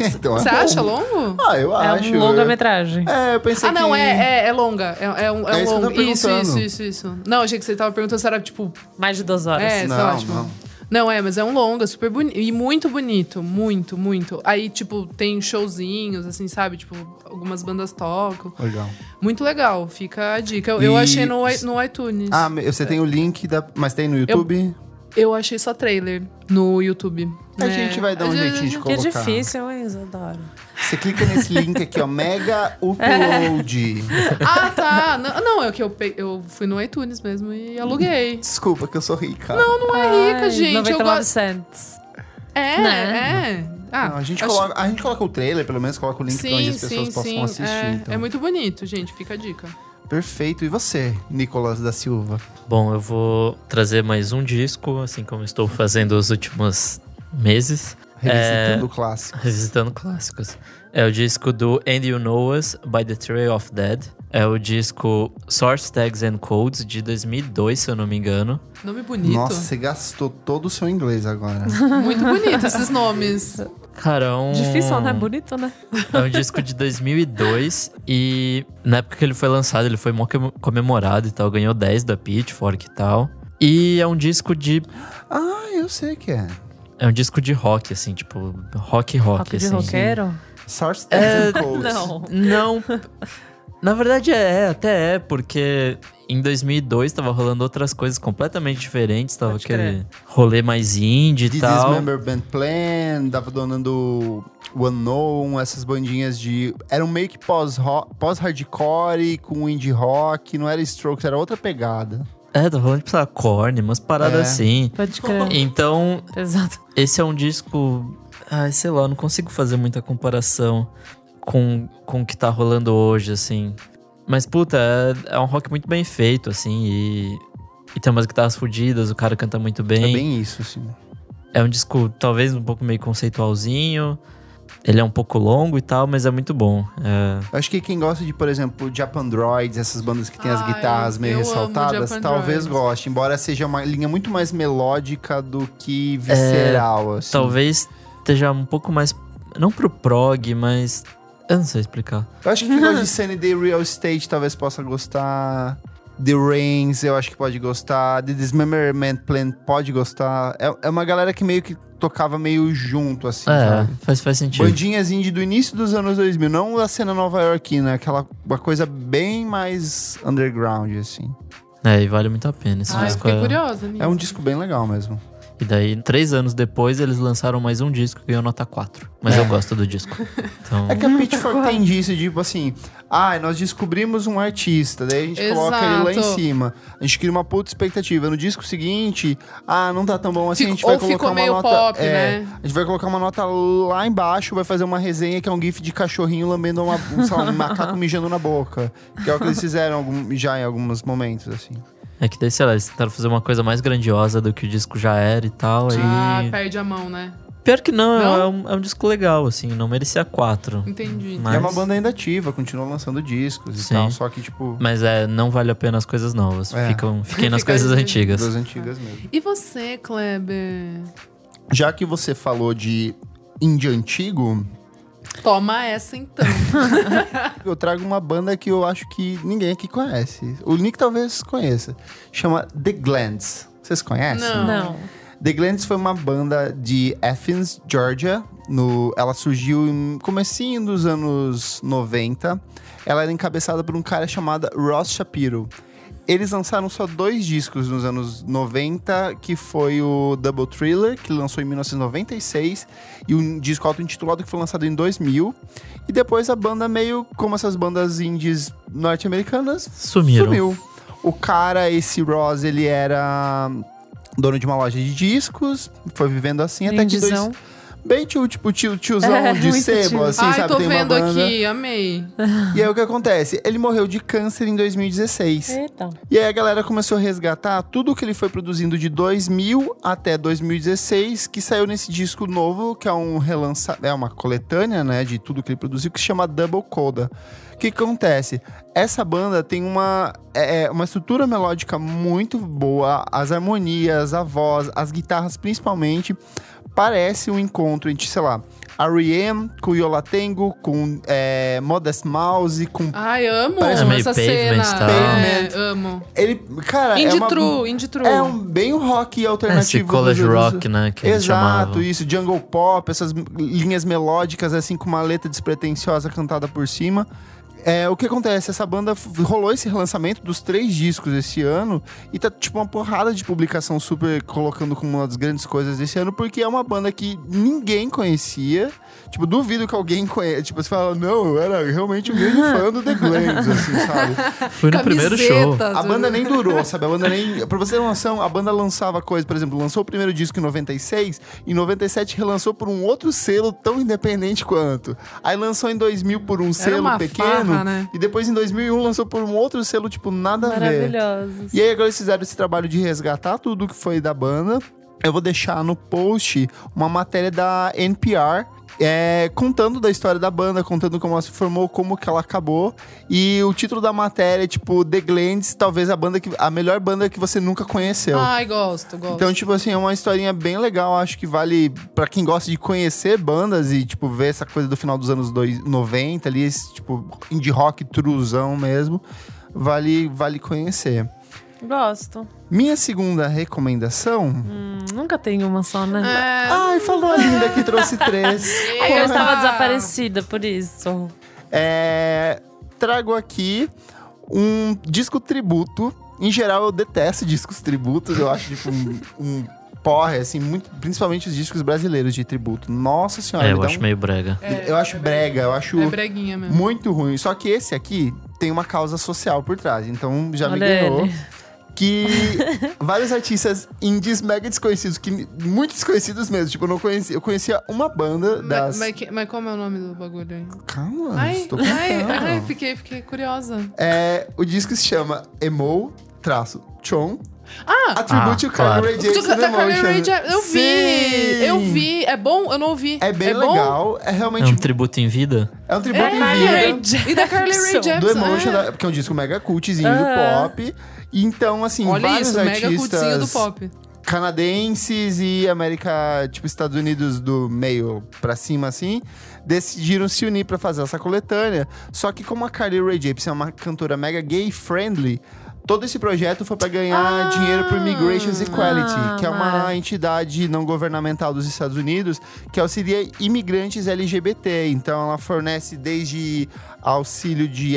Speaker 1: Então, é
Speaker 4: Você
Speaker 1: bom.
Speaker 4: acha longo?
Speaker 1: Ah, eu
Speaker 5: É
Speaker 1: acho.
Speaker 5: um longa-metragem.
Speaker 1: É, eu pensei
Speaker 4: Ah, não,
Speaker 1: que...
Speaker 4: é, é, é longa. É, é um, é
Speaker 1: É
Speaker 4: um
Speaker 1: isso que eu
Speaker 4: longo.
Speaker 1: tava
Speaker 4: isso, isso,
Speaker 1: perguntando.
Speaker 4: isso, isso. Não, achei que você tava perguntando se era tipo.
Speaker 5: Mais de duas horas.
Speaker 4: É, sei lá,
Speaker 1: Não,
Speaker 4: tipo.
Speaker 1: não.
Speaker 4: Não, é, mas é um longa, super bonito. E muito bonito, muito, muito. Aí, tipo, tem showzinhos, assim, sabe? Tipo, algumas bandas tocam.
Speaker 1: Legal.
Speaker 4: Muito legal, fica a dica. Eu, eu
Speaker 1: E-
Speaker 4: achei no, i- no iTunes.
Speaker 1: Ah, me- você tem o link, da... mas tem no YouTube?
Speaker 4: Eu achei só trailer no YouTube.
Speaker 1: A
Speaker 4: né?
Speaker 1: gente vai dar um
Speaker 4: Às vezes-
Speaker 1: jeitinho de
Speaker 5: Que é
Speaker 1: colocar.
Speaker 5: difícil, mas eu adoro.
Speaker 1: Você clica nesse link aqui, ó. Mega Upload.
Speaker 4: Ah, tá. Não, não, é que eu, pe- eu fui no iTunes mesmo e aluguei.
Speaker 1: Desculpa que eu sou rica. Não,
Speaker 4: Não é rica,
Speaker 5: Ai,
Speaker 4: gente. Eu
Speaker 5: 99
Speaker 4: gosto.
Speaker 5: cents.
Speaker 4: É,
Speaker 5: Né?
Speaker 4: é. Ah,
Speaker 1: a, gente
Speaker 4: acho-
Speaker 1: coloca, a gente coloca o trailer, pelo menos coloca o link pra onde as pessoas possam assistir.
Speaker 4: É,
Speaker 1: então.
Speaker 4: é muito bonito, gente. Fica a dica.
Speaker 1: Perfeito. E você, Nicolas da Silva?
Speaker 2: Bom, eu vou trazer mais um disco, assim como estou fazendo os últimos meses,
Speaker 1: Revisitando o clássico.
Speaker 2: revisitando clássicos. É o disco do And You Know Us, by The Trail of Dead. É o disco Source Tags and Codes, de 2002, se eu não me engano.
Speaker 4: Nome bonito.
Speaker 1: Nossa, você gastou todo o seu inglês agora.
Speaker 4: Muito bonito esses nomes.
Speaker 2: Cara, é um...
Speaker 5: Difícil, né? Bonito, né?
Speaker 2: É um disco de 2002 e na época que ele foi lançado, ele foi mó que- comemorado e tal, ganhou 10 da Pitchfork e tal. E é um disco de
Speaker 1: ah, eu sei que é.
Speaker 2: é um disco de rock assim, tipo rock rock,
Speaker 5: Rock de
Speaker 2: assim.
Speaker 5: roqueiro?
Speaker 1: Source é...
Speaker 5: Não.
Speaker 2: Não. Na verdade é, é, até é, porque em 2002 tava rolando outras coisas completamente diferentes, tava
Speaker 5: Pode
Speaker 2: aquele rolê mais indie e
Speaker 1: The
Speaker 2: tal.
Speaker 1: Dismember Band Plan, tava donando One Known, essas bandinhas de... Era um meio que pós-ro- pós-hardcore com indie rock, não era Strokes, era outra pegada.
Speaker 2: É, tava rolando tipo, sei lá, corne, umas paradas
Speaker 1: É.
Speaker 2: assim.
Speaker 5: Pode crer.
Speaker 2: Então,
Speaker 5: Pesado.
Speaker 2: Esse é um disco. Ai, sei lá, eu não consigo fazer muita comparação com, com o que tá rolando hoje, assim. Mas, puta, é, é um rock muito bem feito, assim, e, e tem umas guitarras fodidas, o cara canta muito
Speaker 1: É
Speaker 2: bem.
Speaker 1: bem isso, assim.
Speaker 2: É um disco, talvez, um pouco meio conceitualzinho. Ele é um pouco longo e tal, mas é muito bom. É,
Speaker 1: Eu Acho que quem gosta de, por exemplo, Japan Droids, essas bandas que tem as
Speaker 4: Ai,
Speaker 1: guitarras meio
Speaker 4: eu amo
Speaker 1: ressaltadas,
Speaker 4: Japan
Speaker 1: talvez
Speaker 4: Droids.
Speaker 1: goste. Embora seja uma linha muito mais melódica do que visceral, assim.
Speaker 2: É, talvez esteja um pouco mais. Não pro prog, mas. Eu não sei explicar.
Speaker 1: Eu acho que quem gosta de Sunny Day Real Estate talvez possa gostar. The Rains, eu acho que pode gostar. The Dismemberment Plan pode gostar. É, é uma galera que meio que tocava meio junto, assim,
Speaker 2: É,
Speaker 1: sabe?
Speaker 2: faz, faz sentido.
Speaker 1: Bandinhas indie do início dos anos 2000, não a cena nova iorquina, aquela uma coisa bem mais underground, assim.
Speaker 2: É, e vale muito a pena esse
Speaker 4: Ah, eu
Speaker 2: disco.
Speaker 4: fiquei
Speaker 2: é-
Speaker 4: curiosa, amiga.
Speaker 1: É um disco bem legal mesmo.
Speaker 2: E daí, três anos depois, eles lançaram mais um disco que ganhou nota 4. Mas
Speaker 4: É.
Speaker 2: eu gosto do disco. Então,
Speaker 1: É que a Pitchfork tem disso, tipo assim, ah, nós descobrimos um artista, daí a gente coloca ele lá em
Speaker 4: Exato.
Speaker 1: cima. A gente cria uma puta expectativa. No disco seguinte, ah, não tá tão bom assim, a
Speaker 4: Fico-
Speaker 1: gente vai
Speaker 4: ou
Speaker 1: colocar
Speaker 4: ficou
Speaker 1: uma
Speaker 4: meio
Speaker 1: nota.
Speaker 4: pop,
Speaker 1: é,
Speaker 4: né?
Speaker 1: A gente vai colocar uma nota lá embaixo, vai fazer uma resenha que é um gif de cachorrinho lambendo uma, um, sei lá, um macaco mijando na boca. Que é o que eles fizeram algum- já em alguns momentos, assim.
Speaker 2: é que daí, sei lá, eles tentaram fazer uma coisa mais grandiosa do que o disco já era e tal.
Speaker 4: Ah,
Speaker 2: E...
Speaker 4: perde a mão, né?
Speaker 2: Pior que não,
Speaker 4: Não?
Speaker 2: É, um, é um disco legal, assim. Não merecia 4.
Speaker 4: Entendi.
Speaker 1: E é
Speaker 2: Mas,
Speaker 1: uma banda ainda ativa, continua lançando discos
Speaker 2: Sim.
Speaker 1: e tal. Só que, tipo,
Speaker 2: mas é, não vale a pena as coisas novas.
Speaker 1: É.
Speaker 2: Ficam, fiquem nas
Speaker 4: Fica
Speaker 2: coisas
Speaker 4: aí.
Speaker 2: antigas.
Speaker 1: das antigas mesmo.
Speaker 4: E você, Kleber?
Speaker 1: Já que você falou de indie antigo,
Speaker 4: Toma essa então.
Speaker 1: eu trago uma banda que eu acho que ninguém aqui conhece. O Nick talvez conheça. Chama The Glands. Vocês conhecem?
Speaker 4: Não.
Speaker 5: Não.
Speaker 1: The Glands foi uma banda de Athens, Georgia. No, ela surgiu em comecinho dos anos 90. Ela era encabeçada por um cara chamado Ross Shapiro. Eles lançaram só dois discos nos anos 90, que foi o Double Thriller, que lançou em 1996, e um disco auto-intitulado que foi lançado em 2000. E depois a banda meio como essas bandas indies norte-americanas,
Speaker 2: Sumiram. É,
Speaker 1: Sumiu. O cara, esse Ross, ele era dono de uma loja de discos, foi vivendo assim até que dois...
Speaker 5: Lindizão.
Speaker 1: Bem tio, tipo tio, tiozão
Speaker 5: É,
Speaker 1: de
Speaker 5: muito
Speaker 1: sebo,
Speaker 5: tio.
Speaker 1: assim,
Speaker 4: Ai,
Speaker 1: sabe?
Speaker 4: tô
Speaker 1: Tem uma
Speaker 4: vendo
Speaker 1: banda.
Speaker 4: aqui, amei.
Speaker 1: E aí o que acontece? Ele morreu de câncer em 2016.
Speaker 5: Eita.
Speaker 1: E aí a galera começou a resgatar tudo que ele foi produzindo de 2000 até 2016, que saiu nesse disco novo, que é um relança, é uma coletânea, né, de tudo que ele produziu, que se chama Double Coda. O que que acontece? Essa banda tem uma, é, é, uma estrutura melódica muito boa, as harmonias, a voz, as guitarras principalmente, parece um encontro entre, sei lá, R.E.M., com Yolatengo, com é, Modest Mouse, com...
Speaker 4: Ai, amo
Speaker 2: Parece meio
Speaker 4: essa cena.
Speaker 2: pavement, tá?
Speaker 4: É, amo.
Speaker 1: Ele, cara,
Speaker 4: Indie
Speaker 1: é uma...
Speaker 4: True, Indie True.
Speaker 1: É um bem o rock alternativo.
Speaker 2: Esse college
Speaker 1: dos-
Speaker 2: rock, né? Que eles
Speaker 1: Exato,
Speaker 2: chamavam.
Speaker 1: isso, jungle pop, essas linhas melódicas, assim, com uma letra despretensiosa cantada por cima. É, o que acontece? Essa banda f- rolou esse relançamento dos três discos esse ano e tá tipo uma porrada de publicação super colocando como uma das grandes coisas desse ano, porque é uma banda que ninguém conhecia. Tipo, duvido que alguém conheça. Tipo, você fala, não, eu era realmente um grande fã do The Glens, assim, sabe?
Speaker 2: Fui no primeiro show.
Speaker 4: Camisetas,
Speaker 1: A banda nem durou, sabe? A banda nem. Pra você ter uma noção, a banda lançava coisa, por exemplo, lançou o primeiro disco em 96, em 97 relançou por um outro selo tão independente quanto. Aí lançou em 2000 por um selo
Speaker 4: uma
Speaker 1: pequeno,
Speaker 4: farra, né?
Speaker 1: e depois em 2001 lançou por um outro selo, tipo, nada a ver.
Speaker 5: Maravilhosos.
Speaker 1: E aí agora eles fizeram esse trabalho de resgatar tudo que foi da banda. Eu vou deixar no post uma matéria da NPR. é, contando da história da banda, contando como ela se formou, como que ela acabou. E o título da matéria é tipo The Glens, talvez a banda que a melhor banda que você nunca conheceu.
Speaker 4: Ai, gosto, gosto.
Speaker 1: Então, tipo assim, é uma historinha bem legal. Acho que vale pra quem gosta de conhecer bandas e, tipo, ver essa coisa do final dos anos dois- 90 ali, esse, tipo, indie rock truzão mesmo. Vale, vale conhecer.
Speaker 5: Gosto.
Speaker 1: Minha segunda recomendação.
Speaker 5: Hum, Nunca tem uma só, né?
Speaker 4: É,
Speaker 1: Ai, falou a linda que trouxe três.
Speaker 5: É que eu estava
Speaker 4: Ah.
Speaker 5: desaparecida, por isso.
Speaker 1: É, trago aqui um disco tributo. Em geral, eu detesto discos tributos. Eu acho, tipo, um, um porre, assim, muito, principalmente os discos brasileiros de tributo. Nossa senhora,
Speaker 2: É,
Speaker 1: me
Speaker 2: eu
Speaker 1: dá
Speaker 2: acho
Speaker 1: um-
Speaker 2: meio brega.
Speaker 1: eu acho brega, eu acho
Speaker 4: é breguinha mesmo.
Speaker 1: muito ruim. Só que esse aqui tem uma causa social por trás, então já me
Speaker 5: Olha
Speaker 1: ganhou.
Speaker 5: ele.
Speaker 1: Que vários artistas indies mega desconhecidos, que muito desconhecidos mesmo. Tipo, eu não conhecia. Eu conhecia uma banda
Speaker 4: Ma-
Speaker 1: das.
Speaker 4: Mas, que- mas como é o nome do bagulho aí?
Speaker 1: Calma,
Speaker 4: Ai,
Speaker 1: estou
Speaker 4: ai,
Speaker 1: contando.
Speaker 4: ai, fiquei, fiquei curiosa.
Speaker 1: É, o disco se chama Emo, traço, Chon.
Speaker 4: Ah!
Speaker 1: Atribute o
Speaker 2: claro.
Speaker 1: Carly Ray
Speaker 4: Tu
Speaker 1: Jepsen
Speaker 4: canta Carly Rae
Speaker 1: Emotion.
Speaker 4: Jepsen. Eu vi!
Speaker 1: Sim!
Speaker 4: Eu vi! É bom? Eu não ouvi.
Speaker 1: É bem
Speaker 4: bom?
Speaker 1: legal, é
Speaker 2: É um
Speaker 1: realmente...
Speaker 2: tributo em vida?
Speaker 1: É um tributo
Speaker 4: É,
Speaker 1: em
Speaker 4: Carly
Speaker 1: vida.
Speaker 4: Rae Jepsen. E da Carly Rae
Speaker 5: Do
Speaker 4: Jepsen.
Speaker 1: do Emotion,
Speaker 4: é.
Speaker 1: da- porque é um disco mega cultzinho
Speaker 5: Aham.
Speaker 1: do pop. E Então, assim,
Speaker 4: Olha
Speaker 1: vários
Speaker 4: isso, mega
Speaker 1: artistas
Speaker 4: cultinho do pop.
Speaker 1: canadenses e América, tipo, Estados Unidos do meio pra cima, assim, decidiram se unir pra fazer essa coletânea. Só que como a Carly Rae Jepsen é uma cantora mega gay-friendly, todo esse projeto foi pra ganhar
Speaker 4: Ah!
Speaker 1: dinheiro pro Migrations Equality,
Speaker 5: Ah,
Speaker 1: que é uma
Speaker 5: mara.
Speaker 1: entidade não governamental dos Estados Unidos que auxilia imigrantes LGBT. Então, ela fornece desde auxílio de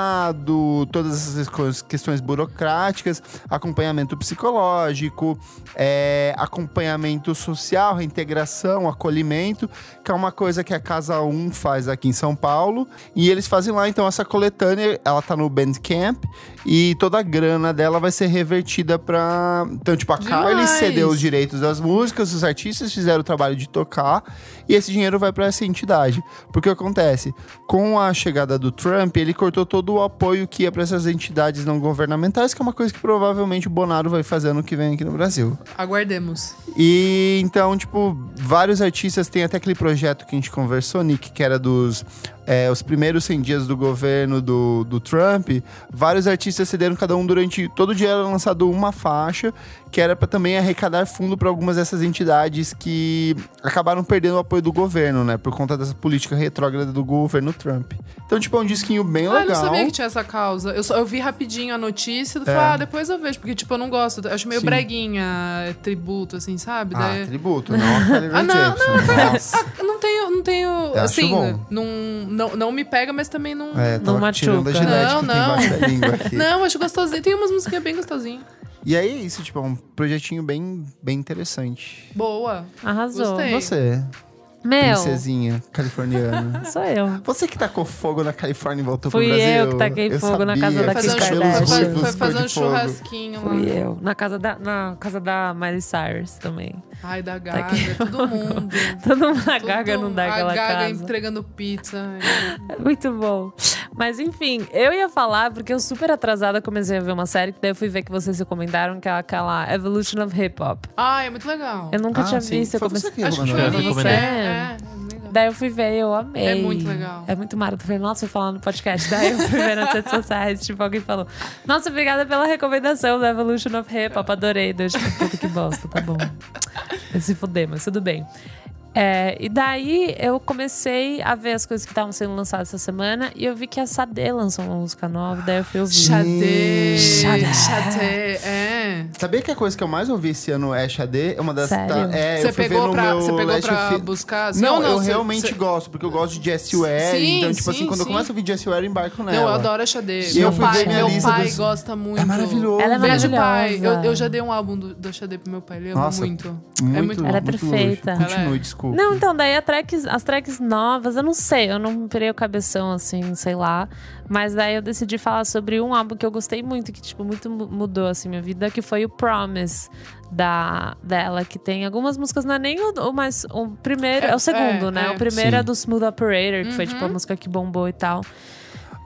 Speaker 1: advogado, todas essas coisas- questões burocráticas, acompanhamento psicológico, é, acompanhamento social, reintegração, acolhimento, que é uma coisa que a Casa 1 faz aqui em São Paulo. E eles fazem lá, então, essa coletânea, ela tá no Bandcamp, e toda a grana dela vai ser revertida pra... Então, tipo, a Carly
Speaker 4: Demais!
Speaker 1: cedeu os direitos das músicas, os artistas fizeram o trabalho de tocar, e esse dinheiro vai pra essa entidade. Porque o que acontece? Com a chegada do Trump, ele cortou todo o apoio que ia pra essas entidades não governamentais, que é uma coisa que provavelmente o Bonaro vai fazer ano que vem aqui no Brasil.
Speaker 4: Aguardemos.
Speaker 1: E então, tipo, vários artistas têm até aquele projeto que a gente conversou, Nick, que era dos é, os primeiros 100 dias do governo do, do Trump. Vários artistas cederam cada um durante. Todo dia era lançado uma faixa, que era para também arrecadar fundo para algumas dessas entidades que acabaram perdendo o apoio do governo, né? Por conta dessa política retrógrada do governo Trump. Então, tipo, é um disquinho bem
Speaker 4: Ah, eu não
Speaker 1: legal. É.
Speaker 4: sabia que tinha essa causa. Eu, só- eu vi rapidinho a notícia e falei, ah, depois eu vejo. Porque, tipo, eu não gosto. Eu acho meio
Speaker 1: Sim.
Speaker 4: breguinha, tributo, assim, sabe?
Speaker 1: Ah,
Speaker 4: Daí-
Speaker 1: tributo, não a Carly Rae
Speaker 4: Ah, não,
Speaker 1: Jepsen. Nossa.
Speaker 4: Eu não tenho, não tenho,
Speaker 1: Eu acho
Speaker 4: assim,
Speaker 1: bom.
Speaker 4: não, não, não me pega, mas também não...
Speaker 1: É, tava
Speaker 5: machuca.
Speaker 1: tirando a Gillette
Speaker 4: Não,
Speaker 1: que tem
Speaker 4: não.
Speaker 1: embaixo da língua aqui.
Speaker 4: Não, acho gostosinho. Tem umas musiquinhas bem gostosinhas.
Speaker 1: E aí é isso, tipo, é um projetinho bem, bem interessante.
Speaker 4: Boa.
Speaker 5: Arrasou.
Speaker 4: Gostei.
Speaker 1: Você,
Speaker 5: Meu,
Speaker 1: princesinha californiana.
Speaker 5: sou eu.
Speaker 1: Você que tacou fogo na Califórnia e voltou
Speaker 5: Fui
Speaker 1: pro Brasil.
Speaker 5: eu que taquei fogo na casa da
Speaker 1: eu
Speaker 4: Vai fazer um,
Speaker 5: Kim
Speaker 1: sabia. Cabelos
Speaker 4: churras-
Speaker 5: Kardashian.
Speaker 4: vai-
Speaker 1: ruivos,
Speaker 4: vai fazer
Speaker 1: cor
Speaker 4: um
Speaker 1: de fogo.
Speaker 4: churrasquinho lá.
Speaker 5: Fui eu. Na casa da, na casa da Miley Cyrus também.
Speaker 4: Ai, da
Speaker 5: Tá
Speaker 4: Gaga,
Speaker 5: aqui.
Speaker 4: todo mundo.
Speaker 5: Todo mundo, a
Speaker 4: Todo-
Speaker 5: Gaga não dá aquela
Speaker 4: A Gaga
Speaker 5: casa. É
Speaker 4: entregando pizza.
Speaker 5: Muito bom. Mas enfim, eu ia falar, porque eu super atrasada comecei a ver uma série, que daí eu fui ver que vocês recomendaram, que é aquela Evolution of Hip Hop.
Speaker 4: Ai, é muito legal.
Speaker 5: Eu nunca
Speaker 1: Ah,
Speaker 5: tinha
Speaker 1: sim.
Speaker 5: visto, eu
Speaker 1: Foi
Speaker 5: comecei.
Speaker 1: você que
Speaker 4: Acho que
Speaker 1: recomendou,
Speaker 2: Eu
Speaker 4: foi ali.
Speaker 2: recomendo.
Speaker 4: É, é, é legal.
Speaker 5: Daí eu fui ver e eu amei.
Speaker 4: É muito legal.
Speaker 5: É muito maravilhoso. Eu falei, nossa, eu falar no podcast. Daí eu fui ver nas redes sociais, tipo, alguém falou, nossa, obrigada pela recomendação da Evolution of Hip Hop, adorei. Deus, tipo, puta que bosta, tá bom. Eu se fuder, mas tudo bem. É, e daí eu comecei a ver as coisas que estavam sendo lançadas essa semana e eu vi que a Sade lançou uma música nova, daí eu fui ouvir.
Speaker 4: Xadê.
Speaker 5: Xadê.
Speaker 4: Xadê. É.
Speaker 1: Sabia que a coisa que eu mais ouvi esse ano é Xadê? É uma das.
Speaker 5: Sério?
Speaker 1: é,
Speaker 4: Você
Speaker 1: eu fui ver
Speaker 4: pegou
Speaker 1: no
Speaker 4: pra,
Speaker 1: meu
Speaker 4: você pegou
Speaker 1: Last
Speaker 4: pra
Speaker 1: Fi-
Speaker 4: buscar?
Speaker 1: Não, eu
Speaker 4: você-
Speaker 1: realmente
Speaker 4: você-
Speaker 1: gosto, porque eu gosto de J.S.U.R.
Speaker 4: Sim,
Speaker 1: então, tipo
Speaker 4: sim,
Speaker 1: assim, quando eu
Speaker 4: sim.
Speaker 1: começo a ouvir J.S.U.R., eu embarco nela.
Speaker 4: Não, eu adoro a Xadê.
Speaker 1: E eu
Speaker 4: Meu
Speaker 1: fui
Speaker 4: pai,
Speaker 1: ver minha
Speaker 4: meu
Speaker 1: lista
Speaker 4: pai
Speaker 1: dos-
Speaker 4: gosta muito.
Speaker 1: É maravilhoso.
Speaker 5: Ela é
Speaker 4: Beijo, pai. Eu,
Speaker 5: maravilhosa.
Speaker 4: eu já dei um álbum do, da Xadê pro meu pai. Ele ama
Speaker 1: Nossa,
Speaker 4: muito.
Speaker 1: Muito,
Speaker 4: É muito bom.
Speaker 5: Ela é
Speaker 1: muito luxo.
Speaker 5: perfeita.
Speaker 1: Continue,
Speaker 4: Ela é.
Speaker 1: desculpa.
Speaker 5: Não, então, daí a tracks- as tracks novas, eu não sei, eu não pirei o cabeção assim, sei lá. Mas daí eu decidi falar sobre um álbum que eu gostei muito, que, tipo, muito mu- mudou assim minha vida, que foi o Promise da, dela, que tem algumas músicas, não é nem o, o mais. O primeiro, é,
Speaker 4: É,
Speaker 5: o segundo,
Speaker 4: é,
Speaker 5: né?
Speaker 4: é. Uhum.
Speaker 5: O primeiro
Speaker 1: Sim.
Speaker 5: é do Smooth Operator, que foi, tipo, a música que bombou e tal.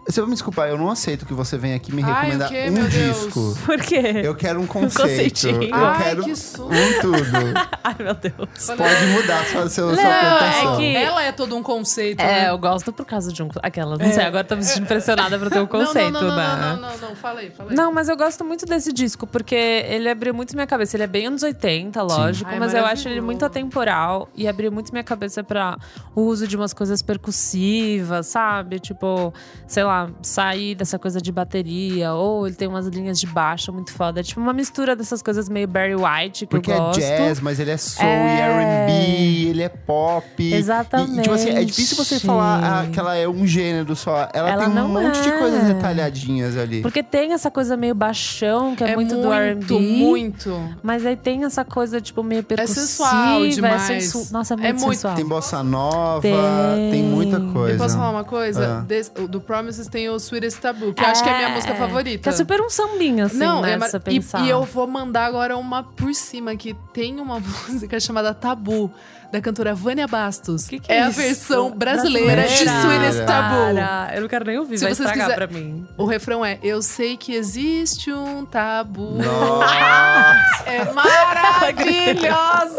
Speaker 1: Você vai me desculpar, eu não aceito que você venha aqui me
Speaker 4: Ai, o
Speaker 1: recomendar
Speaker 4: quê?
Speaker 1: um
Speaker 4: Meu Deus.
Speaker 1: disco.
Speaker 5: Por quê?
Speaker 1: Eu quero um conceito.
Speaker 5: conceitinho.
Speaker 1: eu
Speaker 4: Ai,
Speaker 1: quero
Speaker 4: que susto.
Speaker 1: um tudo.
Speaker 5: Ai, meu Deus.
Speaker 1: Pode mudar sua, sua, sua
Speaker 5: Não, é
Speaker 1: apresentação.
Speaker 5: que-
Speaker 4: Ela é todo um conceito, né?
Speaker 5: É, eu gosto por causa de um. Aquela, não sei, agora tô me sentindo impressionada pra ter um conceito,
Speaker 4: É. não, não, não,
Speaker 5: né?
Speaker 4: Não, não, não, não, fala aí, fala aí.
Speaker 5: Não, mas eu gosto muito desse disco, porque ele abriu muito minha cabeça. Ele é bem anos 80, lógico,
Speaker 4: Ai,
Speaker 5: mas eu acho ele
Speaker 4: maravilhoso.
Speaker 5: muito atemporal e abriu muito minha cabeça pra o uso de umas coisas percussivas, sabe? Tipo, sei lá, sair dessa coisa de bateria, ou ele tem umas linhas de baixo muito foda. Tipo, uma mistura dessas coisas meio Barry White que
Speaker 1: Porque
Speaker 5: eu
Speaker 1: é
Speaker 5: gosto.
Speaker 1: jazz, mas ele é soul
Speaker 5: É.
Speaker 1: e R&B, ele é pop. E- E, tipo assim, é difícil você
Speaker 5: Exatamente.
Speaker 1: falar ah, que ela é um gênero só. Ela,
Speaker 5: Ela
Speaker 1: tem um
Speaker 5: não
Speaker 1: monte de
Speaker 5: é.
Speaker 1: coisas detalhadinhas ali.
Speaker 5: Porque tem essa coisa meio baixão, que é, muito, do R&B.
Speaker 4: Muito, muito.
Speaker 5: Mas aí tem essa coisa, tipo, meio percussiva.
Speaker 4: É sensual demais.
Speaker 5: É sensu... Nossa, é muito,
Speaker 4: É muito-
Speaker 5: sensual.
Speaker 1: Tem bossa nova, tem,
Speaker 5: Tem.
Speaker 1: muita coisa.
Speaker 4: Eu posso falar uma coisa?
Speaker 1: Ah.
Speaker 4: Des- o do Promises tem o Sweetest Taboo, que eu acho que é a minha música favorita.
Speaker 5: Que é super um sambinha, assim,
Speaker 4: Não,
Speaker 5: né?
Speaker 4: é mar-
Speaker 5: se você
Speaker 4: e,
Speaker 5: pensar.
Speaker 4: e eu vou mandar agora uma por cima que tem uma música chamada Tabu da cantora Vânia Bastos.
Speaker 5: Que que é
Speaker 4: é a
Speaker 5: isso?
Speaker 4: versão brasileira, de
Speaker 1: Brasileira.
Speaker 4: Sweetest Taboo.
Speaker 5: Para, eu não quero nem ouvir,
Speaker 4: Se
Speaker 5: vai
Speaker 4: vocês
Speaker 5: estragar
Speaker 4: quiser-
Speaker 5: pra mim.
Speaker 4: O refrão é: Eu sei que existe um tabu.
Speaker 1: Nossa!
Speaker 4: É maravilhosa!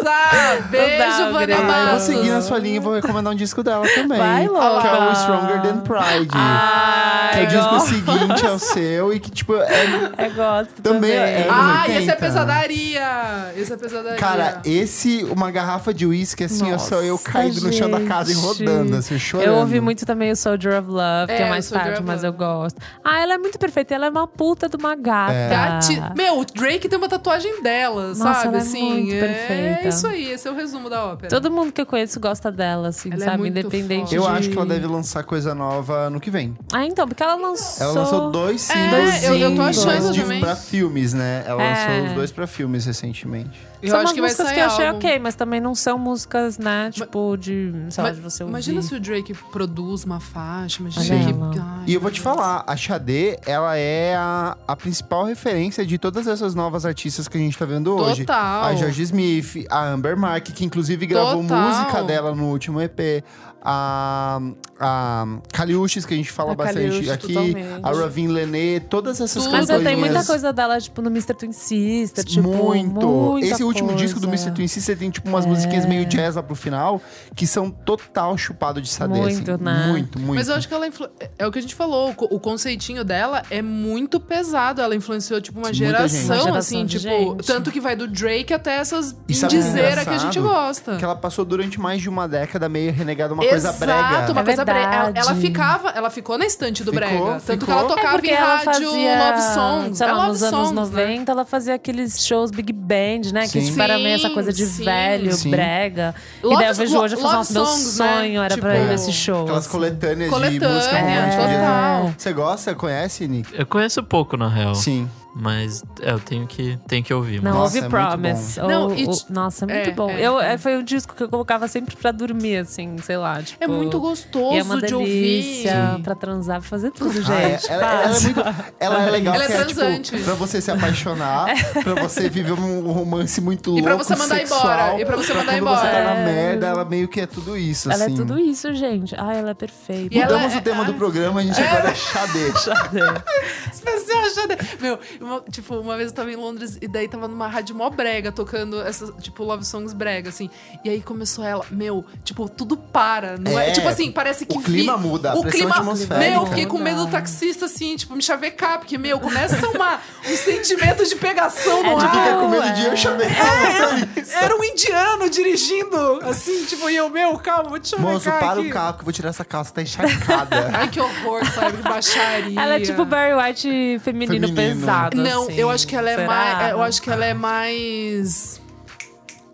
Speaker 4: Beijo,
Speaker 5: Não dá,
Speaker 4: Vânia
Speaker 5: Greta.
Speaker 1: Ah, eu vou
Speaker 4: Bastos.
Speaker 1: seguir na sua linha e vou recomendar um disco dela também.
Speaker 5: Vai,
Speaker 1: Que é o
Speaker 5: louca.
Speaker 1: Stronger Than Pride. que é o
Speaker 5: Ai,
Speaker 1: disco
Speaker 5: gosto.
Speaker 1: seguinte ao seu e que, tipo, é
Speaker 5: Eu gosto
Speaker 1: Também
Speaker 5: também.
Speaker 1: é-
Speaker 4: Ah, esse é
Speaker 1: 80.
Speaker 4: pesadaria! Esse é pesadaria.
Speaker 1: Cara, esse, uma garrafa de uísque, assim, eu só eu
Speaker 5: Nossa,
Speaker 1: caído no chão da
Speaker 5: gente.
Speaker 1: casa e rodando, assim, chorando.
Speaker 5: Eu ouvi muito também o Soldier of Love, que
Speaker 4: É,
Speaker 5: é mais
Speaker 4: o Soldier
Speaker 5: tarde,
Speaker 4: of
Speaker 5: mas eu
Speaker 4: Love.
Speaker 5: gosto. Ah, ela é muito perfeita, ela é uma puta de uma gata.
Speaker 1: É.
Speaker 4: Gati... Tá Meu, o Drake tem uma tatuagem dela, sabe?
Speaker 5: Tá. ela é
Speaker 4: assim,
Speaker 5: muito
Speaker 4: é
Speaker 5: perfeita.
Speaker 4: isso aí, esse é o resumo da ópera.
Speaker 5: Todo mundo que eu conheço gosta dela, assim,
Speaker 4: Ela é
Speaker 5: sabe?
Speaker 4: muito
Speaker 5: Independente
Speaker 4: foda.
Speaker 1: Eu
Speaker 5: de...
Speaker 1: acho que ela deve lançar coisa nova ano que vem.
Speaker 5: Ah, então, porque ela lançou...
Speaker 1: Ela lançou dois
Speaker 4: É,
Speaker 1: singles
Speaker 4: eu- eu tô achando
Speaker 1: de,
Speaker 4: também.
Speaker 1: pra filmes, né? Ela
Speaker 5: É.
Speaker 1: lançou os dois pra filmes recentemente.
Speaker 4: Eu
Speaker 5: são
Speaker 4: acho
Speaker 5: umas
Speaker 4: que vai
Speaker 5: músicas
Speaker 4: sair
Speaker 5: que eu achei
Speaker 4: álbum.
Speaker 5: ok, mas também não são músicas, né? Tipo, de, sei lá,
Speaker 4: Ma-
Speaker 5: de você ouvir.
Speaker 4: Imagina se o Drake produz uma faixa, imagina
Speaker 1: Sim.
Speaker 4: que. Ai,
Speaker 1: E eu vou te falar, a Xadê, ela é a, a principal referência de todas essas novas artistas que a gente tá vendo hoje.
Speaker 4: Total.
Speaker 1: A George Smith, a Amber Mark, que inclusive gravou
Speaker 4: Total.
Speaker 1: música dela no último EP. A, a Caliuches, que a gente fala
Speaker 5: A
Speaker 1: bastante
Speaker 5: Kaliuchis,
Speaker 1: aqui.
Speaker 5: totalmente.
Speaker 1: A Ravin Lené, todas essas
Speaker 4: Tudo.
Speaker 5: Mas
Speaker 1: cantorinhas.
Speaker 5: eu tenho muita coisa dela, tipo, no Mr. Twin Sister, tipo,
Speaker 1: muito.
Speaker 5: muita
Speaker 1: Esse último disco do
Speaker 5: coisa. É.
Speaker 1: Mr. Twin Sister tem tipo umas musiquinhas meio jazz lá pro final, que são total chupado de Sade,
Speaker 5: Muito,
Speaker 1: assim.
Speaker 5: né?
Speaker 1: Muito, muito.
Speaker 4: Mas eu acho que ela influ... É o que a gente falou, o co- o conceitinho dela é muito pesado. Ela influenciou, tipo, uma
Speaker 1: Muita gente.
Speaker 4: geração,
Speaker 1: Uma
Speaker 5: geração
Speaker 4: assim,
Speaker 5: de
Speaker 4: tipo.
Speaker 5: gente.
Speaker 4: Tanto que vai do Drake até essas
Speaker 1: E sabe o que é
Speaker 4: indizeiras que a gente
Speaker 1: engraçado?
Speaker 4: gosta.
Speaker 1: Que ela passou durante mais de uma década meio renegada uma
Speaker 4: Ah. Exato,
Speaker 1: coisa brega.
Speaker 4: uma
Speaker 5: É
Speaker 4: coisa brega. Ela, ela
Speaker 5: verdade.
Speaker 4: ficava, ela ficou na estante do
Speaker 1: Ficou,
Speaker 4: brega. Tanto que
Speaker 1: ficou.
Speaker 4: ela
Speaker 5: É
Speaker 4: tocava
Speaker 5: porque
Speaker 4: em
Speaker 5: ela
Speaker 4: rádio,
Speaker 5: fazia,
Speaker 4: love songs.
Speaker 5: sei
Speaker 4: é
Speaker 5: lá,
Speaker 4: love
Speaker 5: nos anos
Speaker 4: songs, né?
Speaker 5: 90, ela fazia aqueles shows Big Band, né?
Speaker 1: Sim.
Speaker 5: Que tipo, era meio essa coisa de
Speaker 4: Sim,
Speaker 5: velho,
Speaker 1: sim.
Speaker 5: brega.
Speaker 4: Love-
Speaker 5: e daí eu vejo hoje e falo, nossa,
Speaker 4: love
Speaker 5: meu
Speaker 4: songs, né?
Speaker 5: sonho era pra
Speaker 4: Tipo,
Speaker 5: ir né? nesse show.
Speaker 1: Aquelas
Speaker 5: assim.
Speaker 1: coletâneas de
Speaker 4: Coletânea,
Speaker 1: música romântica. de-
Speaker 4: total.
Speaker 1: Você gosta? Conhece, Nick?
Speaker 2: Eu conheço pouco, na real.
Speaker 1: Sim.
Speaker 2: Mas é, eu tenho que, tenho que ouvir.
Speaker 5: Não,
Speaker 2: mano.
Speaker 1: Nossa,
Speaker 5: ouvi
Speaker 1: é muito
Speaker 5: Promise. Ou-
Speaker 4: Não, e
Speaker 5: ou-
Speaker 4: ti-
Speaker 5: nossa, é muito
Speaker 4: é,
Speaker 5: bom.
Speaker 4: é.
Speaker 5: eu, é, foi um disco que eu colocava sempre pra dormir, assim, sei lá. Tipo,
Speaker 4: É muito gostoso
Speaker 5: e é uma
Speaker 4: de ouvir.
Speaker 5: delícia pra transar, pra fazer tudo, gente.
Speaker 1: Ah, é. ela, ela é
Speaker 5: Faz.
Speaker 1: muito, ela é legal
Speaker 4: Ela é
Speaker 1: que é,
Speaker 4: transante. É.
Speaker 1: tipo, pra você se apaixonar, pra você viver um romance muito louco,
Speaker 4: E pra você mandar
Speaker 1: sexual,
Speaker 4: embora, e pra você mandar
Speaker 1: quando você tá
Speaker 4: embora.
Speaker 1: na merda, ela meio que é tudo isso,
Speaker 5: Ela
Speaker 1: assim.
Speaker 5: é tudo isso, gente. Ai, ela é perfeita.
Speaker 4: E ela
Speaker 1: Mudamos
Speaker 4: é-
Speaker 1: o tema do programa, a gente agora é xadê.
Speaker 4: Especial caixa dele. Meu, uma- tipo, uma vez eu tava em Londres e daí tava numa rádio mó brega, tocando essas, tipo, love songs brega, assim. E aí começou ela, meu, tipo, tudo para, não é?
Speaker 1: É,
Speaker 4: tipo assim, parece que
Speaker 1: o clima
Speaker 4: vi-
Speaker 1: muda, a
Speaker 4: o
Speaker 1: pressão
Speaker 4: clima,
Speaker 1: atmosférica.
Speaker 4: Meu, fiquei com medo do taxista, assim, tipo, me chavecar, porque, meu, começa uma, um sentimento de pegação
Speaker 5: É,
Speaker 4: no
Speaker 1: Onde
Speaker 4: ar.
Speaker 1: fica com medo
Speaker 4: É.
Speaker 1: de eu chamei ela pra isso.
Speaker 4: Era um indiano dirigindo, assim, tipo, e eu, meu, calma, vou te chavecar
Speaker 1: Moço, para
Speaker 4: aqui.
Speaker 1: o carro que eu vou tirar essa calça, tá encharcada.
Speaker 4: Ai, que horror, sabe? Que baixaria.
Speaker 5: Ela é tipo Barry White feminino,
Speaker 1: Feminino.
Speaker 5: pesado.
Speaker 4: Não,
Speaker 5: assim.
Speaker 4: eu acho que ela é
Speaker 5: Será? Ah.
Speaker 4: mais. Eu acho que ela é mais.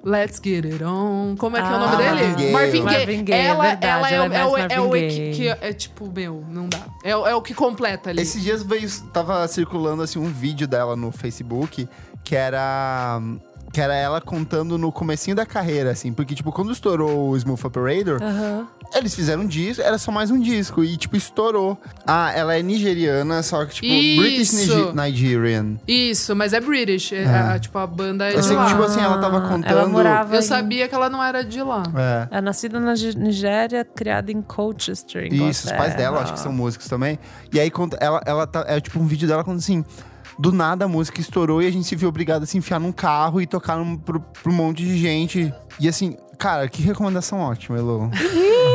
Speaker 4: Let's get it on. Como é que é o
Speaker 5: Ah,
Speaker 4: nome
Speaker 1: Marvin
Speaker 4: dele?
Speaker 1: Gaye.
Speaker 5: Marvin Gaye, é
Speaker 4: ela,
Speaker 5: verdade,
Speaker 4: ela
Speaker 5: ela
Speaker 4: é,
Speaker 5: é
Speaker 4: o-
Speaker 5: mais
Speaker 4: o-
Speaker 5: Marvin
Speaker 4: o
Speaker 5: Gaye.
Speaker 4: que, que é tipo, meu, não dá. É, o- é o que completa ali.
Speaker 1: Esses dias veio, tava circulando assim um vídeo dela no Facebook que era que era ela contando no comecinho da carreira assim, porque tipo quando estourou o Smooth Operator,
Speaker 5: Aham.
Speaker 1: eles fizeram um disco, era só mais um disco e tipo estourou. Ah, ela é nigeriana, só que tipo British
Speaker 4: Isso.
Speaker 1: Nige- Nigerian.
Speaker 4: Isso, mas é British. é- a- a- tipo, a banda é
Speaker 1: Eu
Speaker 4: de
Speaker 1: sei que
Speaker 4: lá.
Speaker 1: tipo assim ela tava contando
Speaker 5: Ela morava
Speaker 4: Eu
Speaker 5: em-
Speaker 4: sabia que ela não era de lá.
Speaker 1: É.
Speaker 5: É nascida na Gi- Nigéria, criada em Colchester, Inglaterra.
Speaker 1: Isso, os pais dela, acho que são músicos também. E aí conta- ela, ela tá. É tipo um vídeo dela quando assim. Do nada a música estourou e a gente se viu obrigado a se enfiar num carro e tocar num, pro, pro monte de gente. E assim, cara, que recomendação ótima, Elo.
Speaker 5: Ih,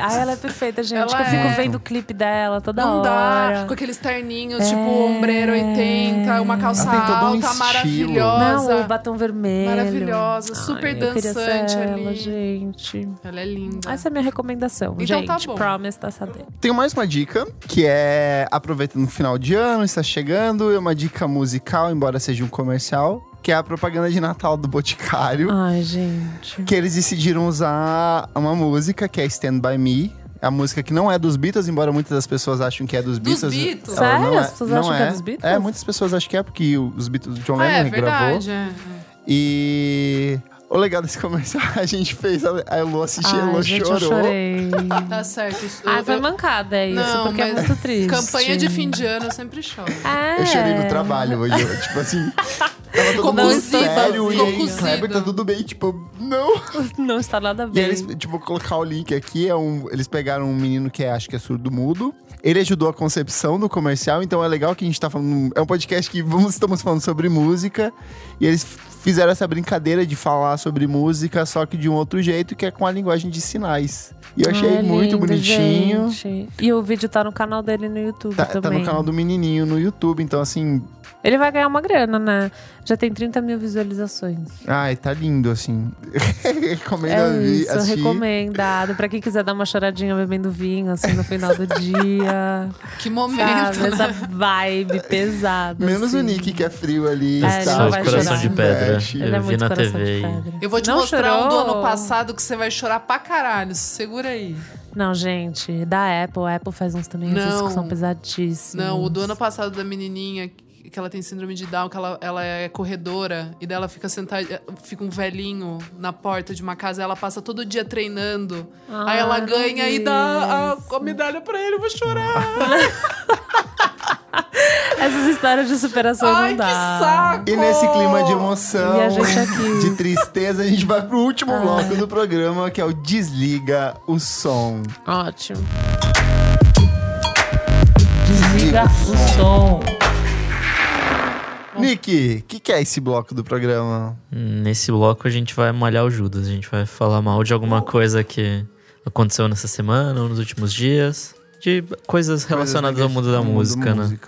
Speaker 5: Ai, ela é perfeita, gente.
Speaker 4: Ela
Speaker 5: que eu fico
Speaker 4: é.
Speaker 5: vendo o clipe dela toda
Speaker 4: Não
Speaker 5: hora.
Speaker 4: dá. Com aqueles terninhos,
Speaker 5: É.
Speaker 4: tipo, ombreiro 80, uma calça
Speaker 1: Ela tem todo um
Speaker 4: alta,
Speaker 1: estilo.
Speaker 4: maravilhosa.
Speaker 5: Não, o batom vermelho.
Speaker 4: Maravilhosa, super
Speaker 5: eu queria ser
Speaker 4: dançante
Speaker 5: ela,
Speaker 4: ali.
Speaker 5: gente.
Speaker 4: Ela é linda.
Speaker 5: Essa é a minha recomendação,
Speaker 4: Então
Speaker 5: gente.
Speaker 4: tá bom.
Speaker 5: Promise tá sabendo.
Speaker 1: Tenho mais uma dica, que é aproveitando o final de ano, está chegando, é uma dica musical, embora seja um comercial, que é a propaganda de Natal do Boticário.
Speaker 5: Ai, gente.
Speaker 1: que eles decidiram usar uma música que é Stand By Me. A música que não é dos Beatles, embora muitas das pessoas acham que é dos
Speaker 4: Dos
Speaker 1: Beatles.
Speaker 4: Beatles?
Speaker 1: Ela
Speaker 5: Sério?
Speaker 1: Não é,
Speaker 5: As pessoas
Speaker 1: não
Speaker 5: acham que é
Speaker 1: é
Speaker 5: dos Beatles?
Speaker 1: É, muitas pessoas acham que é, porque os Beatles, o John
Speaker 4: Ah, é
Speaker 1: Lennon gravou.
Speaker 4: verdade. é.
Speaker 1: E o legal desse comercial, a gente fez, a a Elô assistiu, a
Speaker 5: Ai,
Speaker 1: Elô
Speaker 5: gente, eu
Speaker 1: chorou.
Speaker 5: chorei.
Speaker 4: Tá certo. isso-
Speaker 5: Ai,
Speaker 4: eu-
Speaker 5: Ah, foi
Speaker 4: eu-
Speaker 5: mancada é isso,
Speaker 4: Não,
Speaker 5: porque é
Speaker 4: mas
Speaker 5: muito triste.
Speaker 4: Campanha de fim de ano eu sempre choro.
Speaker 5: É.
Speaker 1: Eu chorei no trabalho hoje, eu, tipo assim. Tava todo mundo
Speaker 4: Concussiva,
Speaker 1: sério e aí
Speaker 4: concussiva.
Speaker 1: Kleber tá tudo bem, tipo, não.
Speaker 5: Não está nada
Speaker 1: E
Speaker 5: bem.
Speaker 1: aí eles, tipo, vou colocar o link aqui. É um, eles pegaram um menino que é, acho que é surdo mudo. Ele ajudou a concepção do comercial, então é legal que a gente tá falando. É um podcast que vamos, estamos falando sobre música. E eles f- fizeram essa brincadeira de falar sobre música, só que de um outro jeito, que é com a linguagem de sinais. E eu achei
Speaker 5: Ai,
Speaker 1: muito
Speaker 5: lindo,
Speaker 1: bonitinho.
Speaker 5: gente. E o vídeo tá no canal dele no YouTube
Speaker 1: Tá, tá
Speaker 5: também.
Speaker 1: no canal do menininho no YouTube, então assim.
Speaker 5: Ele vai ganhar uma grana, né? Já tem 30 mil visualizações.
Speaker 1: Ai, tá lindo, assim. recomendo
Speaker 5: é
Speaker 1: vi-
Speaker 5: isso,
Speaker 1: assistir.
Speaker 5: recomendado. Pra quem quiser dar uma choradinha bebendo vinho, assim, no final do dia.
Speaker 4: Que momento.
Speaker 5: sabe?
Speaker 4: né?
Speaker 5: Essa vibe pesada.
Speaker 1: Menos
Speaker 5: assim.
Speaker 1: o Nick, que é frio ali.
Speaker 5: É, ele
Speaker 1: está,
Speaker 5: não
Speaker 2: Sabe,
Speaker 5: vai
Speaker 2: coração
Speaker 5: chorar.
Speaker 2: de pedra.
Speaker 1: Mexe.
Speaker 5: Ele é
Speaker 2: Eu vi
Speaker 5: muito
Speaker 2: na
Speaker 5: coração
Speaker 2: TV.
Speaker 5: de pedra.
Speaker 4: Eu vou te
Speaker 5: Não
Speaker 4: mostrar um do
Speaker 5: chorou?
Speaker 4: ano passado que você vai chorar pra caralho. Segura aí.
Speaker 5: Não, gente, da Apple. A Apple faz uns também, às
Speaker 4: Não.
Speaker 5: vezes, que são pesadíssimos.
Speaker 4: Não, o do ano passado da menininha que que ela tem síndrome de Down, que ela, ela é corredora e dela fica sentada, fica um velhinho na porta de uma casa, e ela passa todo dia treinando.
Speaker 5: Ah,
Speaker 4: aí ela
Speaker 5: não
Speaker 4: ganha e
Speaker 5: vi
Speaker 4: dá a- a, medalha pra ele, eu vou chorar.
Speaker 5: Essas histórias de superação
Speaker 4: Ai,
Speaker 5: não
Speaker 4: que
Speaker 5: dá.
Speaker 4: saco! É
Speaker 1: E nesse clima de emoção,
Speaker 5: Oh! E a gente aqui. Ah.
Speaker 1: de tristeza, a gente vai pro último bloco do programa, que é o Desliga o Som.
Speaker 5: Ótimo. Desliga o som.
Speaker 1: Nick, o que, que é esse bloco do programa?
Speaker 2: Nesse bloco a gente vai malhar o Judas. A gente vai falar mal de
Speaker 1: Oh.
Speaker 2: alguma coisa que aconteceu nessa semana ou nos últimos dias. De coisas relacionadas ao mundo da música, né?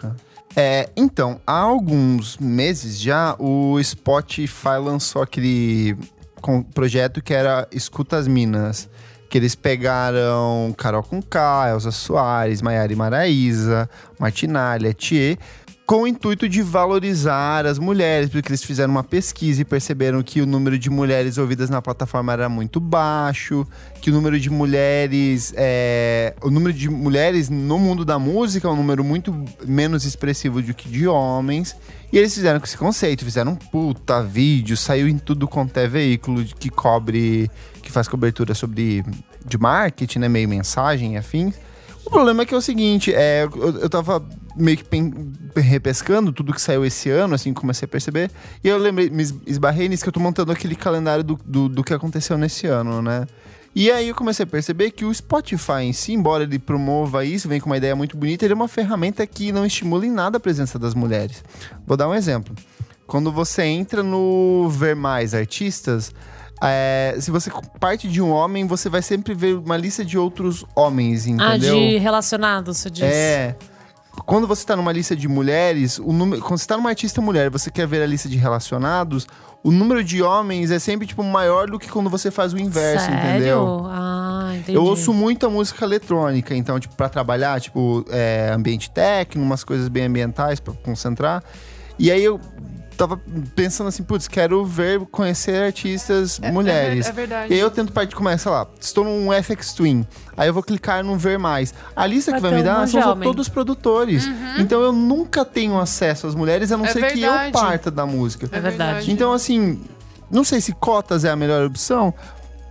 Speaker 1: É, então, há alguns meses já, o Spotify lançou aquele con- projeto que era Escuta as Minas. Que eles pegaram Carol Conká, Elza Soares, Maiara e Maraíza, Martinalha, Thier, com o intuito de valorizar as mulheres, porque eles fizeram uma pesquisa e perceberam que o número de mulheres ouvidas na plataforma era muito baixo, que o número de mulheres. é, o número de mulheres no mundo da música é um número muito menos expressivo do que de homens. E eles fizeram com esse conceito, fizeram um puta vídeo, saiu em tudo quanto é veículo de- que cobre. que faz cobertura sobre. de marketing, né? Meio mensagem e afins. O problema é que é o seguinte, é, eu, eu tava meio que pen- repescando tudo que saiu esse ano, assim, comecei a perceber. E eu lembrei, me es- esbarrei nisso que eu tô montando aquele calendário do, do, do que aconteceu nesse ano, né? E aí eu comecei a perceber que o Spotify em si, embora ele promova isso, vem com uma ideia muito bonita, ele é uma ferramenta que não estimula em nada a presença das mulheres. Vou dar um exemplo. Quando você entra no Ver Mais Artistas, é, se você parte de um homem, você vai sempre ver uma lista de outros homens,
Speaker 5: Ah,
Speaker 1: entendeu?
Speaker 5: de relacionado, você diz.
Speaker 1: É. Quando você tá numa lista de mulheres, o número, quando você tá numa artista mulher e você quer ver a lista de relacionados, o número de homens é sempre, tipo, maior do que quando você faz o inverso,
Speaker 5: Sério?
Speaker 1: entendeu?
Speaker 5: Ah, entendi.
Speaker 1: Eu ouço muito a música eletrônica, então, tipo, pra trabalhar, tipo, é, ambiente técnico, umas coisas bem ambientais pra concentrar. E aí eu tava pensando assim, putz, quero ver, conhecer artistas mulheres.
Speaker 4: É, ver- é
Speaker 1: E
Speaker 4: verdade.
Speaker 1: aí eu tento partir, começa sei lá, estou num FX Twin. Aí eu vou clicar no ver mais. A lista que vai
Speaker 5: Vai ter
Speaker 1: me
Speaker 5: um
Speaker 1: dar
Speaker 5: monte
Speaker 1: são
Speaker 5: de
Speaker 1: só
Speaker 5: homem.
Speaker 1: todos os produtores. Então eu nunca tenho acesso às mulheres, a não
Speaker 4: Uhum. É
Speaker 1: ser que eu
Speaker 4: verdade.
Speaker 1: parta da música.
Speaker 4: É
Speaker 2: Uhum.
Speaker 5: verdade.
Speaker 1: Então, assim, não sei se cotas é a melhor opção.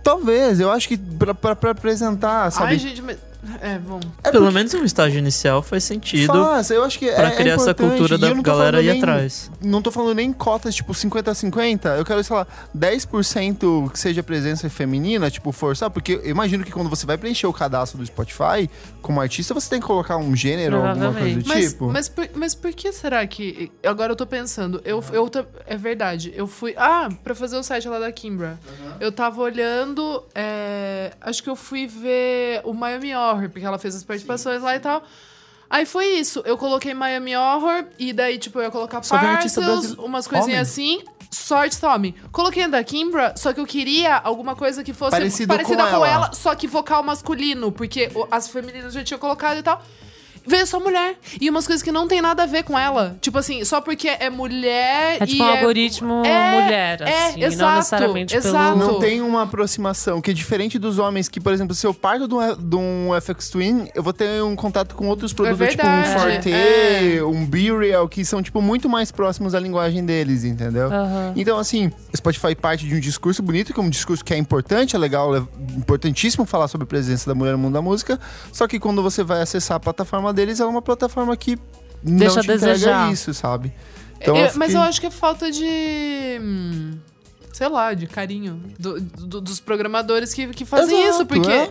Speaker 1: Talvez, eu acho que pra, pra, pra apresentar, sabe?
Speaker 4: Ai, gente, mas... É, bom.
Speaker 1: É
Speaker 2: Pelo
Speaker 1: porque
Speaker 2: menos um estágio inicial faz sentido
Speaker 1: Faz, eu acho que
Speaker 2: pra
Speaker 1: é,
Speaker 2: criar
Speaker 1: é
Speaker 2: essa
Speaker 1: importante.
Speaker 2: cultura
Speaker 1: E eu
Speaker 2: da
Speaker 1: não tô
Speaker 2: galera
Speaker 1: falando
Speaker 2: ir
Speaker 1: nem-
Speaker 2: atrás.
Speaker 1: Não tô falando nem cotas, tipo, 50-50. Eu quero, sei lá, 10% que seja presença feminina, tipo, forçar. Porque eu imagino que quando você vai preencher o cadastro do Spotify, como artista, você tem que colocar um gênero ou alguma coisa do
Speaker 4: Mas,
Speaker 1: tipo.
Speaker 4: mas, por, mas por que será que. Agora eu tô pensando. Eu, eu, ta- é verdade. Eu fui. Ah, pra fazer o site lá da Kimbra. Eu tava olhando. é, acho que eu fui ver o Miami Horror, porque ela fez as participações lá e tal. Aí foi isso. Eu coloquei Miami Horror e daí, tipo, eu ia colocar
Speaker 1: Só tem artista
Speaker 4: parcels,
Speaker 1: brasile-
Speaker 4: umas coisinhas assim. Sorte, Tommy. Coloquei a da Kimbra, só que eu queria alguma coisa que fosse
Speaker 1: Parecido
Speaker 4: parecida
Speaker 1: com
Speaker 4: com
Speaker 1: ela.
Speaker 4: ela só que vocal masculino, porque o- as femininas já tinham colocado e tal. Veio só mulher. E umas coisas que não tem nada a ver com ela. Tipo assim, só porque é mulher
Speaker 5: É
Speaker 4: e
Speaker 5: tipo um algoritmo
Speaker 4: É,
Speaker 5: mulher,
Speaker 4: é,
Speaker 5: assim. não
Speaker 4: exato,
Speaker 5: necessariamente
Speaker 4: exato.
Speaker 5: pelo.
Speaker 1: Não tem uma aproximação, que é diferente dos homens, que, por exemplo, se eu parto de um, de um FX Twin, eu vou ter um contato com outros produtos, tipo um
Speaker 4: É verdade,
Speaker 1: Forte,
Speaker 4: é.
Speaker 1: um Burial, que são, tipo, muito mais próximos à linguagem deles, entendeu?
Speaker 5: Aham.
Speaker 1: Então, assim, Spotify parte de um discurso bonito, que é um discurso que é importante, é legal, é importantíssimo falar sobre a presença da mulher no mundo da música. Só que quando você vai acessar a plataforma deles, ela é uma plataforma que
Speaker 5: Deixa
Speaker 1: não
Speaker 5: a
Speaker 1: te entrega
Speaker 5: desejar.
Speaker 1: isso, sabe?
Speaker 4: é.
Speaker 1: Então,
Speaker 4: Eu-
Speaker 1: eu
Speaker 4: Mas
Speaker 1: fiquei-
Speaker 4: eu acho que é falta de. hum, Sei lá, de carinho do- do- dos programadores que, que fazem
Speaker 1: Exato,
Speaker 4: isso, porque.
Speaker 1: é.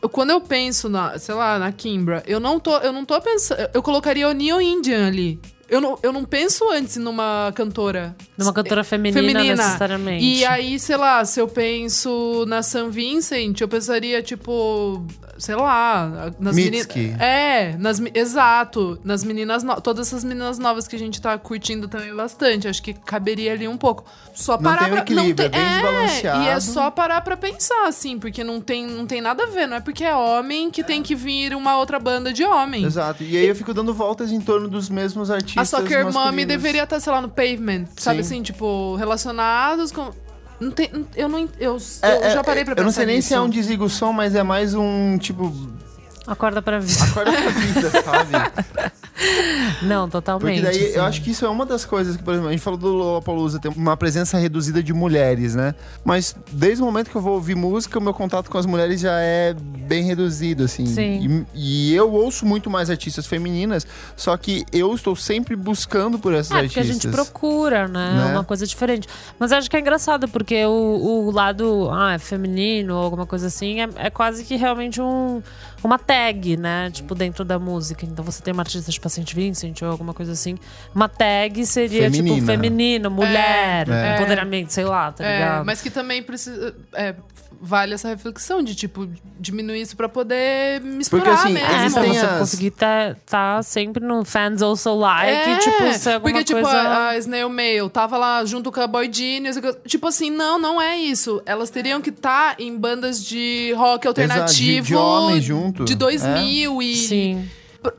Speaker 4: eu- Quando eu penso na, sei lá, na Kimbra, eu não tô, eu não tô pensando. Eu colocaria o Neo Indian ali. Eu não, eu não penso antes numa cantora.
Speaker 5: Numa cantora feminina,
Speaker 4: Feminina.
Speaker 5: necessariamente.
Speaker 4: E aí, sei lá, se eu penso na San Vincent, eu pensaria, tipo, sei lá, nas meninas.
Speaker 1: Mitski.
Speaker 4: É, nas, me- exato. Nas meninas no... Todas essas meninas novas que a gente tá curtindo também bastante. Acho que caberia ali um pouco. Só
Speaker 1: Não
Speaker 4: parar
Speaker 1: tem um
Speaker 4: pra.
Speaker 1: equilíbrio, é bem desbalanceado.
Speaker 4: E é só parar pra pensar, assim, porque não tem, não tem nada a ver. Não é porque é homem que tem que vir uma outra banda de homens.
Speaker 1: Exato. E aí eu fico dando voltas em torno dos mesmos
Speaker 4: A
Speaker 1: artistas.
Speaker 4: Soccer Mommy
Speaker 1: masculinos.
Speaker 4: deveria estar, sei lá, no pavement, sabe
Speaker 1: Sim.
Speaker 4: assim? Tipo, relacionados com. Não tem, não- eu não. en- Eu, eu
Speaker 1: É, é,
Speaker 4: já parei pra
Speaker 1: Eu
Speaker 4: pensar.
Speaker 1: não sei nem se é um
Speaker 4: nisso.
Speaker 1: desliga o som, mas é mais um tipo.
Speaker 5: Acorda pra ver.
Speaker 1: Acorda pra vida, sabe?
Speaker 5: Não, totalmente.
Speaker 1: Porque daí eu
Speaker 5: assim.
Speaker 1: acho que isso é uma das coisas que, por exemplo, a gente falou do Lollapalooza, tem uma presença reduzida de mulheres, né? Mas desde o momento que eu vou ouvir música, o meu contato com as mulheres já é bem reduzido, assim.
Speaker 5: Sim.
Speaker 1: E, e eu ouço muito mais artistas femininas, só que eu estou sempre buscando por
Speaker 4: Ah,
Speaker 1: essas
Speaker 5: É, porque a
Speaker 1: artistas.
Speaker 5: gente procura, né?
Speaker 1: Né?
Speaker 5: Uma coisa diferente. Mas eu acho que é engraçado, porque o, o lado ah, é feminino ou alguma coisa assim é, é quase que realmente um, uma tag, né? Tipo, dentro da música. Então você tem uma artista tipo Saint Vincent ou alguma coisa assim. Uma tag seria, tipo,
Speaker 1: Feminina.
Speaker 5: feminino, mulher,
Speaker 1: É.
Speaker 5: empoderamento, sei lá, tá
Speaker 4: É,
Speaker 5: ligado?
Speaker 4: mas que também precisa. é, vale essa reflexão de, tipo, diminuir isso pra poder misturar
Speaker 1: assim,
Speaker 4: mesmo.
Speaker 5: É, pra
Speaker 1: existem
Speaker 5: você
Speaker 1: as-
Speaker 5: conseguir estar sempre no fans also like,
Speaker 4: É,
Speaker 5: tipo, ser alguma
Speaker 4: porque, tipo,
Speaker 5: coisa...
Speaker 4: a, a Snail Mail tava lá junto com a Boy Genius. e co- Tipo assim, não, não é isso. Elas teriam que estar em bandas de rock
Speaker 1: de- de
Speaker 4: alternativo.
Speaker 1: homem junto. é.
Speaker 4: De 2000 e.
Speaker 5: Sim.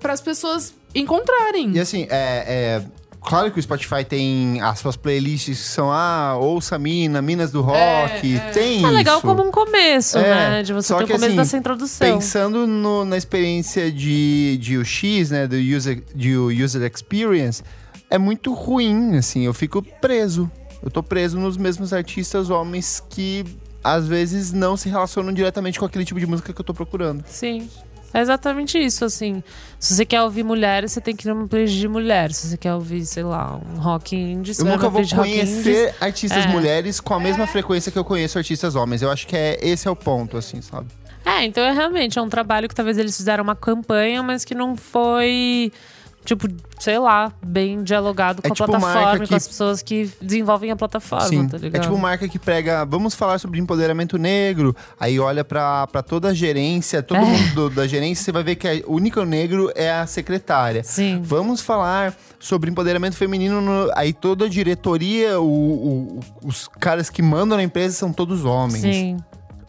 Speaker 4: Para as pessoas encontrarem.
Speaker 1: E assim, é. é, Claro que o Spotify tem as suas playlists que são ah, ouça Mina, Minas do Rock, tem
Speaker 5: É legal
Speaker 1: isso.
Speaker 5: como um começo,
Speaker 1: É,
Speaker 5: né? De você
Speaker 1: só
Speaker 5: ter o
Speaker 1: que,
Speaker 5: começo
Speaker 1: assim,
Speaker 5: dessa introdução.
Speaker 1: Pensando no- na experiência de, de UX, né, do user, de o user experience, é muito ruim, assim, eu fico preso. Eu tô preso nos mesmos artistas homens que às vezes não se relacionam diretamente com aquele tipo de música que eu tô procurando.
Speaker 5: Sim. É exatamente isso, assim. Se você quer ouvir mulheres, você tem que ir numa playlist de mulher. Se você quer ouvir, sei lá, um rock indie, você
Speaker 1: Eu
Speaker 5: vai
Speaker 1: nunca
Speaker 5: numa
Speaker 1: vou
Speaker 5: playlist de rock indie.
Speaker 1: conhecer artistas
Speaker 5: É.
Speaker 1: mulheres com a mesma frequência que eu conheço artistas homens. Eu acho que é, esse é o ponto, assim, sabe?
Speaker 5: É, então é realmente é um trabalho que talvez eles fizeram uma campanha, mas que não foi, tipo, sei lá, bem dialogado com
Speaker 1: É
Speaker 5: a
Speaker 1: tipo
Speaker 5: plataforma,
Speaker 1: marca
Speaker 5: e
Speaker 1: que-
Speaker 5: com as pessoas que desenvolvem a plataforma,
Speaker 1: Sim.
Speaker 5: tá
Speaker 1: é
Speaker 5: ligado?
Speaker 1: tipo marca que prega, vamos falar sobre empoderamento negro. Aí olha pra, pra toda a gerência,
Speaker 5: É.
Speaker 1: todo mundo do- da gerência, você vai ver que a- o único negro é a secretária.
Speaker 5: Sim.
Speaker 1: Vamos falar sobre empoderamento feminino. no- aí toda a diretoria, o- o- os caras que mandam na empresa são todos homens.
Speaker 5: Sim.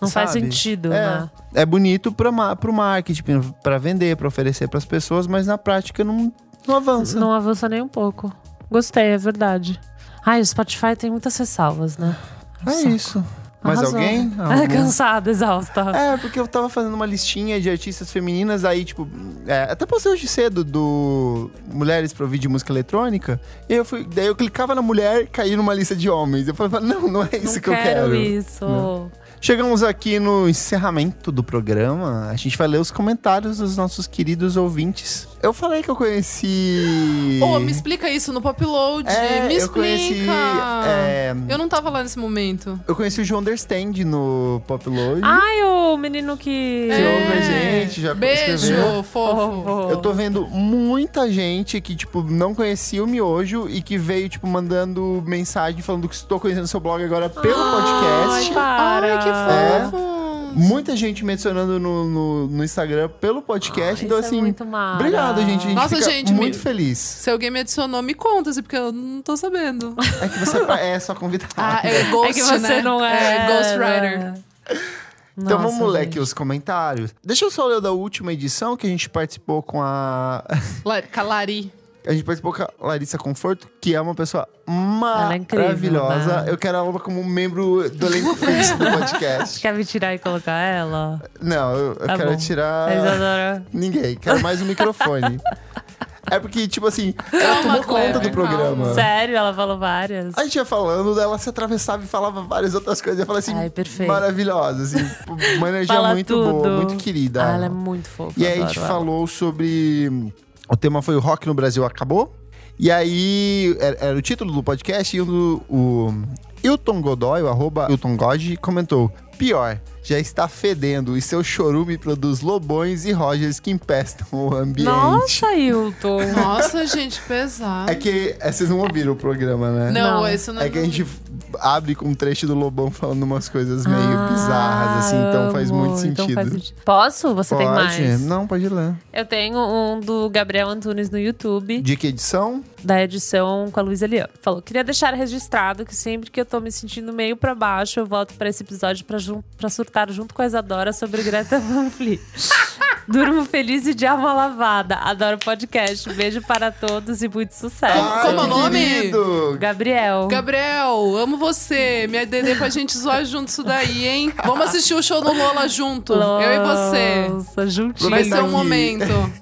Speaker 5: Não faz
Speaker 1: Sabe?
Speaker 5: sentido,
Speaker 1: É,
Speaker 5: né?
Speaker 1: é bonito pra, ma- pro marketing, pra vender, pra oferecer pras pessoas, mas na prática não, não avança.
Speaker 5: Não avança nem um pouco. Gostei, é verdade. Ai, o Spotify tem muitas ressalvas, né?
Speaker 1: é
Speaker 5: Nossa,
Speaker 1: isso. Mais
Speaker 5: arrasou.
Speaker 1: alguém?
Speaker 5: É,
Speaker 1: Algum?
Speaker 5: cansada, exausta.
Speaker 1: É, porque eu tava fazendo uma listinha de artistas femininas, aí, tipo, é, até postei hoje cedo do Mulheres para ouvir de música eletrônica. E eu fui, daí eu clicava na mulher, caí numa lista de homens. Eu falei, não, não é isso
Speaker 5: não
Speaker 1: que eu quero.
Speaker 5: isso.
Speaker 1: Chegamos aqui no encerramento do programa. A gente vai ler os comentários dos nossos queridos ouvintes. Eu falei que eu conheci.
Speaker 4: Ô, me explica isso no Popload.
Speaker 1: É,
Speaker 4: me
Speaker 1: eu
Speaker 4: explica.
Speaker 1: conheci. é,
Speaker 4: Eu não tava lá nesse momento.
Speaker 1: eu conheci o João Understand no Pop Load.
Speaker 4: Ah,
Speaker 5: Ai, o menino que. É.
Speaker 1: Que ouve a gente, já escreveu.
Speaker 4: é. Beijo, fofo.
Speaker 5: Ovo.
Speaker 1: Eu tô vendo muita gente que, tipo, não conhecia o miojo e que veio, tipo, mandando mensagem falando que estou conhecendo seu blog agora pelo podcast.
Speaker 5: Ai, para.
Speaker 4: Ai, que
Speaker 1: É.
Speaker 4: fofo.
Speaker 1: Muita gente me adicionando no, no, no Instagram pelo podcast.
Speaker 5: Isso
Speaker 1: então,
Speaker 5: é
Speaker 1: assim,
Speaker 5: muito mara.
Speaker 1: obrigado, gente. A gente
Speaker 4: Nossa,
Speaker 1: fica
Speaker 4: gente,
Speaker 1: muito
Speaker 4: me-
Speaker 1: feliz.
Speaker 4: Se alguém me adicionou, me conta, assim, porque eu não tô sabendo.
Speaker 1: É que você é só convidada.
Speaker 4: Ah, é Ghost,
Speaker 5: É que você
Speaker 4: né?
Speaker 5: não é.
Speaker 4: Ghost Rider.
Speaker 1: Então
Speaker 5: Nossa,
Speaker 1: vamos ler
Speaker 5: gente.
Speaker 1: aqui os comentários. Deixa eu só ler o da última edição que a gente participou com a.
Speaker 4: La- Calari.
Speaker 1: A gente participou com a Larissa Conforto, que é uma pessoa
Speaker 5: é incrível,
Speaker 1: maravilhosa.
Speaker 5: né?
Speaker 1: Eu quero ela como membro do elenco fixo do podcast.
Speaker 5: Quer me tirar e colocar ela?
Speaker 1: Não, eu, eu
Speaker 5: Tá
Speaker 1: quero
Speaker 5: bom.
Speaker 1: tirar
Speaker 5: A Isadora.
Speaker 1: ninguém. Quero mais um microfone. é porque, tipo assim, ela
Speaker 4: Calma,
Speaker 1: tomou conta
Speaker 4: Kleber,
Speaker 1: do programa.
Speaker 4: calma.
Speaker 5: Sério, ela falou várias.
Speaker 1: A gente ia falando, daí ela se atravessava e falava várias outras coisas. Eu falava assim,
Speaker 5: Ai, perfeito.
Speaker 1: maravilhosa, assim, pô, uma energia
Speaker 5: Fala
Speaker 1: muito
Speaker 5: tudo.
Speaker 1: boa, muito querida.
Speaker 5: Ah, ela é muito fofa.
Speaker 1: E aí a gente
Speaker 5: adoro ela.
Speaker 1: falou sobre. O tema foi o rock no Brasil acabou. E aí era, era o título do podcast e o, o Hilton Godoy, o arroba Hilton God, comentou: pior, já está fedendo e seu chorume produz lobões e Rogers que empestam o ambiente.
Speaker 5: Nossa, Hilton.
Speaker 4: Nossa, gente, pesado.
Speaker 1: É que é, vocês não ouviram o programa, né?
Speaker 4: Não,
Speaker 5: Não.
Speaker 4: isso não
Speaker 1: É que a gente abre com um trecho do Lobão falando umas coisas meio bizarras, assim, então faz
Speaker 5: amo,
Speaker 1: muito
Speaker 5: Ah, então
Speaker 1: sentido.
Speaker 5: faz sentido. Posso? Você tem
Speaker 1: Pode?
Speaker 5: mais?
Speaker 1: Não, pode ler.
Speaker 5: Eu tenho um do Gabriel Antunes no YouTube,
Speaker 1: De que edição?
Speaker 5: da edição com a Luísa Leão. Falou: queria deixar registrado que sempre que eu tô me sentindo meio pra baixo, eu volto pra esse episódio pra, jun- pra surtar junto com a Isadora sobre Greta Van Fleet. Durmo feliz e de alma lavada. Adoro o podcast. Beijo para todos e muito sucesso.
Speaker 1: Ai,
Speaker 4: como é o
Speaker 1: que
Speaker 4: nome?
Speaker 1: Querido.
Speaker 5: Gabriel.
Speaker 4: Gabriel, amo você. Me ADD pra gente zoar junto isso daí, hein? Vamos assistir o show do Lola junto. Eu e você.
Speaker 5: Nossa, juntinho.
Speaker 4: Vai ser um
Speaker 1: Aproveitar
Speaker 4: momento.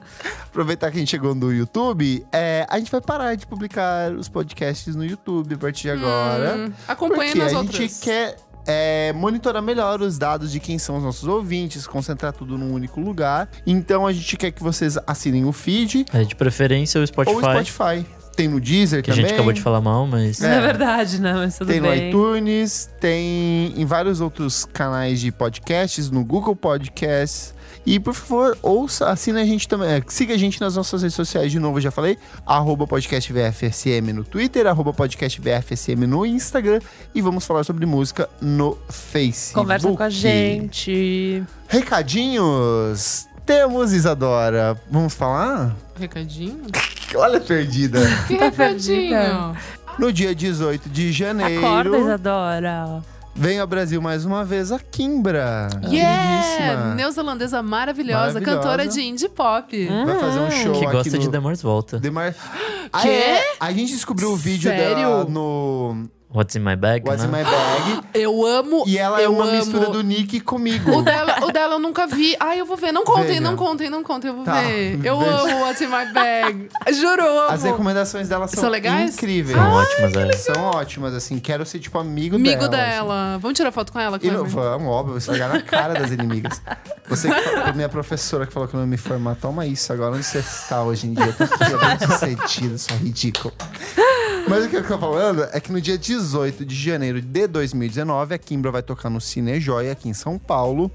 Speaker 1: Aproveitar que a gente chegou no YouTube, é, a gente vai parar de publicar os podcasts no YouTube a partir de agora.
Speaker 4: Hum,
Speaker 1: Porque
Speaker 4: acompanha
Speaker 1: a
Speaker 4: nas
Speaker 1: gente
Speaker 4: outras.
Speaker 1: quer é, monitorar melhor os dados de quem são os nossos ouvintes, concentrar tudo num único lugar. Então a gente quer que vocês assinem o feed
Speaker 2: É, de preferência o Spotify,
Speaker 1: ou o Spotify. Tem no Deezer
Speaker 2: que a
Speaker 1: também.
Speaker 2: gente acabou de falar mal, mas...
Speaker 1: É.
Speaker 5: É verdade, né? Mas tudo
Speaker 1: Tem no
Speaker 5: bem.
Speaker 1: iTunes, tem em vários outros canais de podcasts, no Google Podcasts. E, por favor, ouça, assina a gente também. eh, Siga a gente nas nossas redes sociais, de novo, eu já falei. Arroba podcast VFSM no Twitter, arroba podcast VFSM no Instagram. E vamos falar sobre música no Facebook.
Speaker 5: Conversa com a gente.
Speaker 1: Recadinhos. Temos, Isadora. Vamos falar?
Speaker 4: Recadinho?
Speaker 1: Olha a perdida.
Speaker 4: Que recadinho?
Speaker 1: No dia 18 de janeiro,
Speaker 5: Acorda, Isadora.
Speaker 1: vem ao Brasil mais uma vez a Kimbra.
Speaker 4: Yeah!
Speaker 1: Queridíssima.
Speaker 4: Neozelandesa maravilhosa,
Speaker 1: Tá Maravilhosa.
Speaker 4: cantora de indie pop.
Speaker 1: Vai fazer
Speaker 4: Ah.
Speaker 1: um show
Speaker 2: Que
Speaker 1: aqui
Speaker 2: gosta
Speaker 1: no...
Speaker 2: de Demars Volta.
Speaker 1: The Mar...
Speaker 4: Quê?
Speaker 1: é? A gente descobriu o vídeo
Speaker 4: Ah, Sério?
Speaker 1: dela no...
Speaker 2: O What's in My Bag,
Speaker 1: What's
Speaker 2: né?
Speaker 1: in My Bag.
Speaker 4: Eu amo.
Speaker 1: E ela é
Speaker 4: eu
Speaker 1: uma
Speaker 4: amo.
Speaker 1: mistura do Nick comigo.
Speaker 4: O dela, o dela eu nunca vi. Ai, eu vou ver. Não contem,
Speaker 1: Veja.
Speaker 4: não contem, não contem. Eu vou
Speaker 1: Tá,
Speaker 4: ver. Eu
Speaker 1: veja.
Speaker 4: amo What's in My Bag. Juro, eu amo.
Speaker 1: As recomendações dela são,
Speaker 4: São legais?
Speaker 1: incríveis.
Speaker 2: São ótimas, é.
Speaker 1: São ótimas, assim. Quero ser, tipo, amigo,
Speaker 4: Amigo
Speaker 1: dela.
Speaker 4: dela. Vamos tirar foto com ela,
Speaker 1: E não,
Speaker 4: Cleber?
Speaker 1: vamos, óbvio, vou esfregar na cara das inimigas. Você, que fa- minha professora que falou que eu não ia me formar, toma isso agora. Onde você está hoje em dia? Tá bem sucedido, só ridículo. Mas o que eu tô falando é que no dia 18 de janeiro de 2019, a Kimbra vai tocar no Cine Joia, aqui em São Paulo,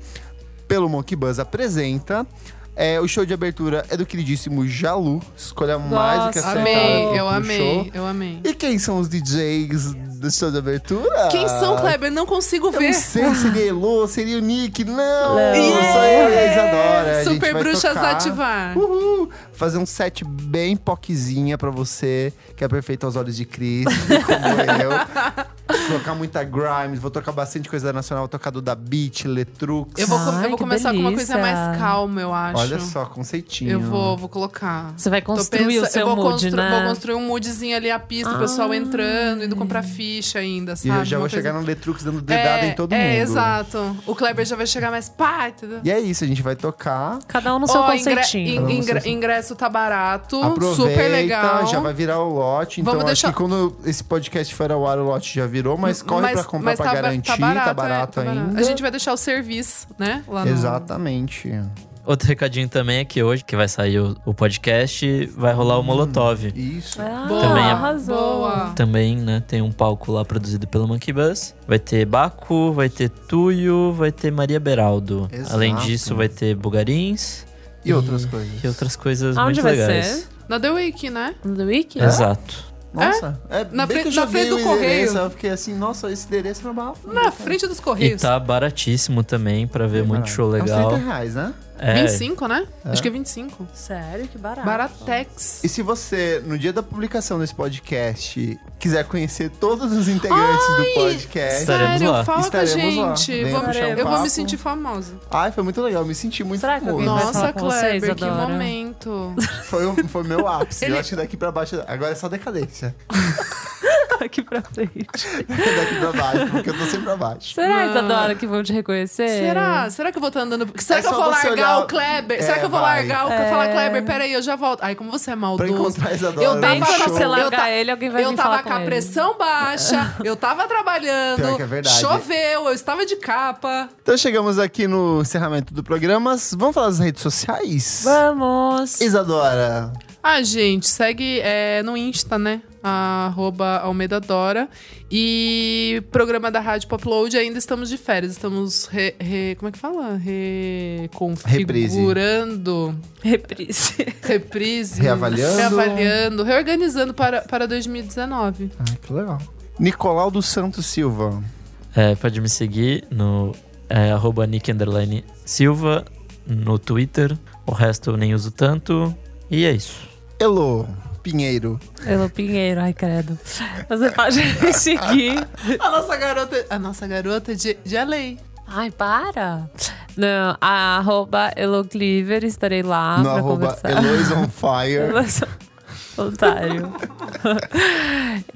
Speaker 1: pelo Monkey Buzz apresenta. É, o show de abertura é do queridíssimo Jalu. Escolha mais do que acertada pro-
Speaker 4: Amei, eu
Speaker 1: pro show.
Speaker 4: amei, eu amei.
Speaker 1: E quem são os DJs do show de abertura?
Speaker 4: Quem são, Kleber? Não consigo
Speaker 1: Ah. Eu não
Speaker 4: ver.
Speaker 1: sei, é seria Elo, seria o Nick, não!
Speaker 4: Yeah!
Speaker 1: Só eu e a Isadora. A gente
Speaker 4: Super
Speaker 1: vai
Speaker 4: bruxas
Speaker 1: tocar.
Speaker 4: ativar.
Speaker 1: Uhul! Fazer um set bem poquezinha pra você, que é perfeito aos olhos de Cris, como eu. Tocar muita grime, vou tocar bastante coisa nacional, vou tocar do da Beat, Letrux.
Speaker 4: Eu vou, co-
Speaker 5: Ai,
Speaker 4: eu vou
Speaker 5: que
Speaker 4: começar com uma
Speaker 5: delícia.
Speaker 4: coisa mais calma, eu acho.
Speaker 1: Olha só, conceitinho.
Speaker 4: Eu vou, vou colocar.
Speaker 5: Você vai
Speaker 4: Tô
Speaker 5: construir
Speaker 4: pensa-
Speaker 5: o seu
Speaker 4: eu vou
Speaker 5: mood,
Speaker 4: constru-
Speaker 5: né? Ah.
Speaker 4: Vou construir um moodzinho ali, a pista, o pessoal entrando, indo comprar ficha ainda,
Speaker 1: E
Speaker 4: sabe?
Speaker 1: eu já
Speaker 4: Uma
Speaker 1: vou
Speaker 4: coisa-
Speaker 1: chegar no Letrux dando dedada
Speaker 4: É,
Speaker 1: em todo
Speaker 4: é,
Speaker 1: mundo.
Speaker 4: exato. O Kleber já vai chegar mais pá, entendeu?
Speaker 1: E é isso, a gente vai tocar.
Speaker 5: Cada um no seu
Speaker 4: Ó, ingra-
Speaker 5: conceitinho.
Speaker 4: in-
Speaker 1: Cada um no
Speaker 4: ingra-
Speaker 1: seu-
Speaker 4: ingresso tá barato,
Speaker 1: Aproveita,
Speaker 4: super legal.
Speaker 1: já vai virar o lote. Então,
Speaker 4: Vamos
Speaker 1: acho
Speaker 4: deixar-
Speaker 1: que quando esse podcast for ao ar, o lote já virou, mas corre pra comprar pra
Speaker 4: ba-
Speaker 1: garantir, tá barato,
Speaker 4: é, tá
Speaker 1: ainda.
Speaker 4: barato. A gente vai deixar o serviço, né?
Speaker 2: Hum.
Speaker 4: Lá no-
Speaker 1: Exatamente.
Speaker 2: Outro recadinho também é que hoje, que vai sair o, o podcast, vai rolar o Molotov.
Speaker 1: Isso.
Speaker 5: Ah,
Speaker 4: Boa,
Speaker 2: Também é-
Speaker 5: arrasou.
Speaker 4: boa.
Speaker 2: Também, né, tem um palco lá produzido pelo Monkey Bus. Vai ter Baco, vai ter Tuyo, vai ter Maria Beraldo.
Speaker 1: Exato.
Speaker 2: Além disso, vai ter Bugarins
Speaker 1: E outras coisas.
Speaker 2: e outras coisas muito
Speaker 5: Aonde vai
Speaker 2: legais.
Speaker 5: ser?
Speaker 4: Na The Week, né?
Speaker 5: No The Week?
Speaker 2: Exato.
Speaker 1: Nossa. É,
Speaker 4: Na
Speaker 1: bem
Speaker 4: frente-
Speaker 1: que eu já
Speaker 4: na frente
Speaker 1: vi
Speaker 4: do
Speaker 1: o
Speaker 4: correio.
Speaker 1: endereço, Eu fiquei assim, nossa, esse endereço é uma
Speaker 4: Na frente dos
Speaker 2: E
Speaker 4: Correios.
Speaker 2: tá baratíssimo também pra ver muito show
Speaker 1: É uns 30
Speaker 2: legal.
Speaker 1: reais, né?
Speaker 2: É,
Speaker 4: 25, né? Acho que é 25.
Speaker 5: Sério, que barato.
Speaker 4: Baratex.
Speaker 1: E se você, no dia da publicação desse podcast, quiser conhecer todos os integrantes do podcast...
Speaker 2: Sério? Estaremos lá.
Speaker 4: fala
Speaker 1: Estaremos
Speaker 4: com a
Speaker 1: lá.
Speaker 4: gente.
Speaker 1: Venha
Speaker 4: Vamos-
Speaker 1: puxar um
Speaker 4: eu vou
Speaker 1: papo.
Speaker 4: me sentir famosa.
Speaker 1: Ai, foi muito legal, eu me senti muito
Speaker 5: Será que alguém
Speaker 1: famoso.
Speaker 5: vai
Speaker 4: Nossa,
Speaker 5: falar com vocês,
Speaker 4: Kleber, que
Speaker 5: Adora.
Speaker 4: momento.
Speaker 1: Foi, o- foi meu ápice.
Speaker 4: Ele-
Speaker 1: Eu acho que daqui pra baixo. Agora é só decadência.
Speaker 5: Aqui pra frente.
Speaker 1: daqui pra baixo, porque eu tô sempre pra baixo.
Speaker 5: Será,
Speaker 4: Não.
Speaker 5: Isadora, que vão te reconhecer?
Speaker 4: Será? Será que eu vou estar andando. Será
Speaker 1: É
Speaker 4: que eu
Speaker 1: só
Speaker 4: vou
Speaker 1: você
Speaker 4: largar
Speaker 1: olhar-
Speaker 4: o Kleber?
Speaker 1: É,
Speaker 4: Será que eu vou
Speaker 1: vai.
Speaker 4: largar o. Falar,
Speaker 5: É.
Speaker 4: Kleber, peraí, eu já volto. Ai, como você é
Speaker 1: Pra
Speaker 4: maldoso.
Speaker 1: encontrar a Isadora.
Speaker 4: Eu
Speaker 5: Bem
Speaker 1: no
Speaker 5: que
Speaker 4: Tava
Speaker 5: pra
Speaker 1: show.
Speaker 5: você
Speaker 4: lá-
Speaker 5: largar
Speaker 4: ta-
Speaker 5: ele, alguém vai
Speaker 4: Eu
Speaker 5: vir falar
Speaker 4: tava
Speaker 5: com
Speaker 4: com a
Speaker 5: ele.
Speaker 4: pressão baixa, eu tava
Speaker 1: Pior
Speaker 4: trabalhando,
Speaker 1: que é verdade.
Speaker 4: choveu, eu estava de capa.
Speaker 1: Então chegamos aqui no encerramento do programa. Vamos falar das redes sociais?
Speaker 5: Vamos!
Speaker 1: Isadora.
Speaker 4: Ah, gente, segue é, no Insta, né? Arroba Almeida Dora. E programa da Rádio Popload, ainda estamos de férias. Estamos re, re- como é que fala? Reconfigurando.
Speaker 5: Reprise.
Speaker 4: Reprise.
Speaker 1: Reavaliando.
Speaker 4: Reavaliando. Reorganizando para, para 2019.
Speaker 1: Ah, que legal. Nicolau dos Santos Silva.
Speaker 2: É, pode me seguir no é, arroba Nick underline Silva no Twitter. O resto eu nem uso tanto. E é isso.
Speaker 1: Elo Pinheiro.
Speaker 5: Elo Pinheiro, ai credo. Você pode me seguir.
Speaker 4: A nossa garota. A nossa garota de, de além.
Speaker 5: Ai, para! Não, a arroba Elocliver, estarei lá
Speaker 1: no
Speaker 5: pra
Speaker 1: arroba
Speaker 5: conversar.
Speaker 1: Elois on Fire.
Speaker 5: Nossa, Otário.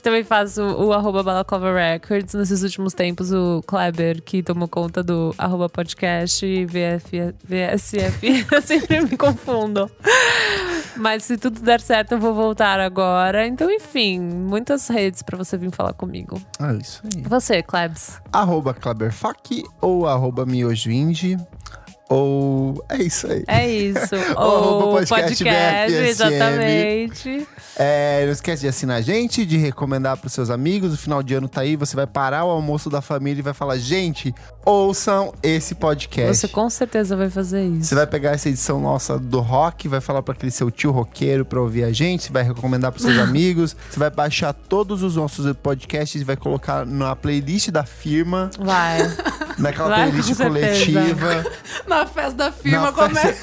Speaker 5: Também faço o arroba Balaclava Records. Nesses últimos tempos, o Kleber, que tomou conta do arroba podcast e VF, VSF, eu sempre me confundo. Mas se tudo der certo, eu vou voltar agora. Então, enfim, muitas redes pra você vir falar comigo.
Speaker 1: Ah, isso aí.
Speaker 5: Você, Klebs.
Speaker 1: Arroba Kleberfac ou arroba Miojo Indie. Ou. É isso aí.
Speaker 5: É isso.
Speaker 1: arroba
Speaker 5: Ou
Speaker 1: podcast BFSM.
Speaker 5: exatamente.
Speaker 1: É, não esquece de assinar a gente, de recomendar pros seus amigos. O final de ano tá aí, você vai parar o almoço da família e vai falar: gente, ouçam esse podcast.
Speaker 5: Você com certeza vai fazer isso.
Speaker 1: Você vai pegar essa edição nossa do rock, vai falar pra aquele seu tio roqueiro pra ouvir a gente, você vai recomendar pros seus amigos, você vai baixar todos os nossos podcasts e vai colocar na playlist da firma,
Speaker 5: Vai.
Speaker 1: naquela
Speaker 5: Vai, com
Speaker 1: playlist
Speaker 5: certeza.
Speaker 1: coletiva.
Speaker 4: Na festa da
Speaker 1: Na
Speaker 4: firma começa.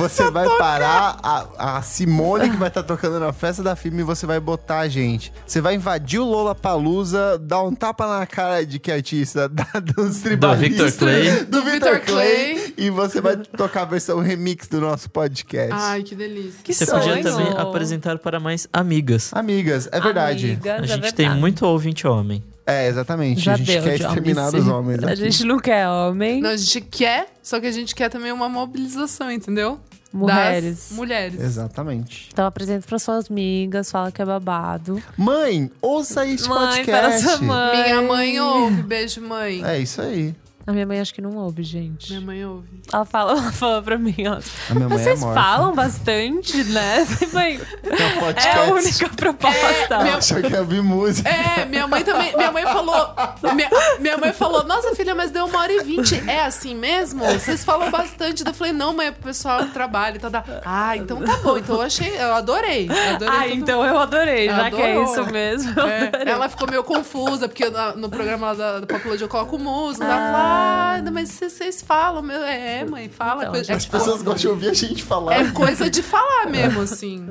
Speaker 1: Você vai parar a, a Simone que vai estar tocando na festa da firma e você vai botar a gente. Você vai invadir o Lola Palusa, dar um tapa na cara de que artista? Da, dos tribalistas.
Speaker 2: Victor
Speaker 1: Do
Speaker 2: Clay.
Speaker 4: Do
Speaker 1: Victor
Speaker 4: Victor
Speaker 1: Clay.
Speaker 4: Clay.
Speaker 1: E você vai tocar a versão remix do nosso podcast.
Speaker 4: Ai, que delícia.
Speaker 5: Que
Speaker 2: Você podia também apresentar para mais amigas.
Speaker 1: Amigas, é verdade.
Speaker 5: Amigas,
Speaker 2: A
Speaker 5: é
Speaker 2: gente tem
Speaker 5: verdade.
Speaker 2: muito ouvinte homem.
Speaker 1: É, exatamente.
Speaker 5: Já
Speaker 1: a gente
Speaker 5: deu
Speaker 1: quer
Speaker 5: de
Speaker 1: exterminar os homens. né?
Speaker 5: A
Speaker 1: aqui.
Speaker 5: gente não quer homem,
Speaker 4: Não, a gente quer, só que a gente quer também uma mobilização, entendeu?
Speaker 5: mulheres.
Speaker 4: Das mulheres.
Speaker 1: Exatamente.
Speaker 5: Então apresenta para suas amigas, fala que é babado.
Speaker 1: Mãe, ouça este
Speaker 5: Mãe, para
Speaker 1: podcast.
Speaker 5: sua mãe.
Speaker 4: Minha mãe ouve, beijo, mãe.
Speaker 1: É isso aí.
Speaker 5: A minha mãe acho que não ouve, gente.
Speaker 4: Minha mãe ouve.
Speaker 5: Ela fala, ela fala pra mim, ó.
Speaker 1: A minha mãe
Speaker 5: Vocês
Speaker 1: é morta.
Speaker 5: falam bastante, né? Mãe,
Speaker 1: É, o
Speaker 5: é
Speaker 1: podcast.
Speaker 5: a única proposta.
Speaker 4: meu-
Speaker 1: Acha que é música.
Speaker 4: É, minha mãe também. Minha mãe falou. Minha, minha mãe falou, nossa filha, mas deu uma hora e vinte. É assim mesmo? Vocês falam bastante. Eu falei, não, mãe, é pro pessoal que trabalha e tal. Tá. Ah, então tá bom. Então eu achei. Eu adorei. Eu adorei
Speaker 5: ah,
Speaker 4: tudo.
Speaker 5: então eu adorei, já que é
Speaker 4: Adorou.
Speaker 5: isso mesmo. eu
Speaker 4: É,
Speaker 5: adorei.
Speaker 4: ela ficou meio confusa, porque na- no programa lá da, da Popula eu coloco música. Ela fala, ah, mas vocês- vocês falam, meu. É, mãe, fala.
Speaker 5: Então,
Speaker 4: coisa,
Speaker 1: As pessoas gostam de ouvir a gente falar.
Speaker 4: é coisa de falar mesmo, assim.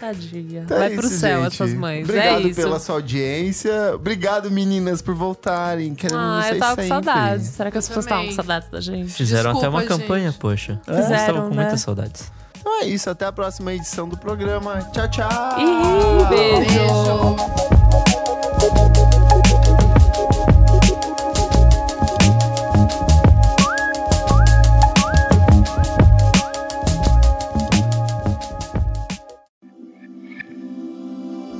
Speaker 5: Tadinha.
Speaker 1: Então é
Speaker 5: Vai pro
Speaker 1: isso,
Speaker 5: céu
Speaker 1: gente.
Speaker 5: essas mães.
Speaker 1: Obrigado
Speaker 5: é isso.
Speaker 1: pela sua audiência. Obrigado, meninas, por voltarem. Queremos
Speaker 5: Ah,
Speaker 1: vocês
Speaker 5: eu tava com
Speaker 1: sempre.
Speaker 5: saudades. Será que as
Speaker 4: Eu
Speaker 5: pessoas estavam com
Speaker 4: também.
Speaker 5: saudades da gente?
Speaker 2: Fizeram até uma
Speaker 4: Desculpa,
Speaker 2: campanha,
Speaker 4: gente.
Speaker 2: poxa.
Speaker 5: Fizeram,
Speaker 2: Eles estavam com
Speaker 5: né?
Speaker 2: muitas saudades.
Speaker 1: Então é isso. Até a próxima edição do programa. Tchau, tchau. Ah.
Speaker 5: Ih, beijo.
Speaker 4: Beijo.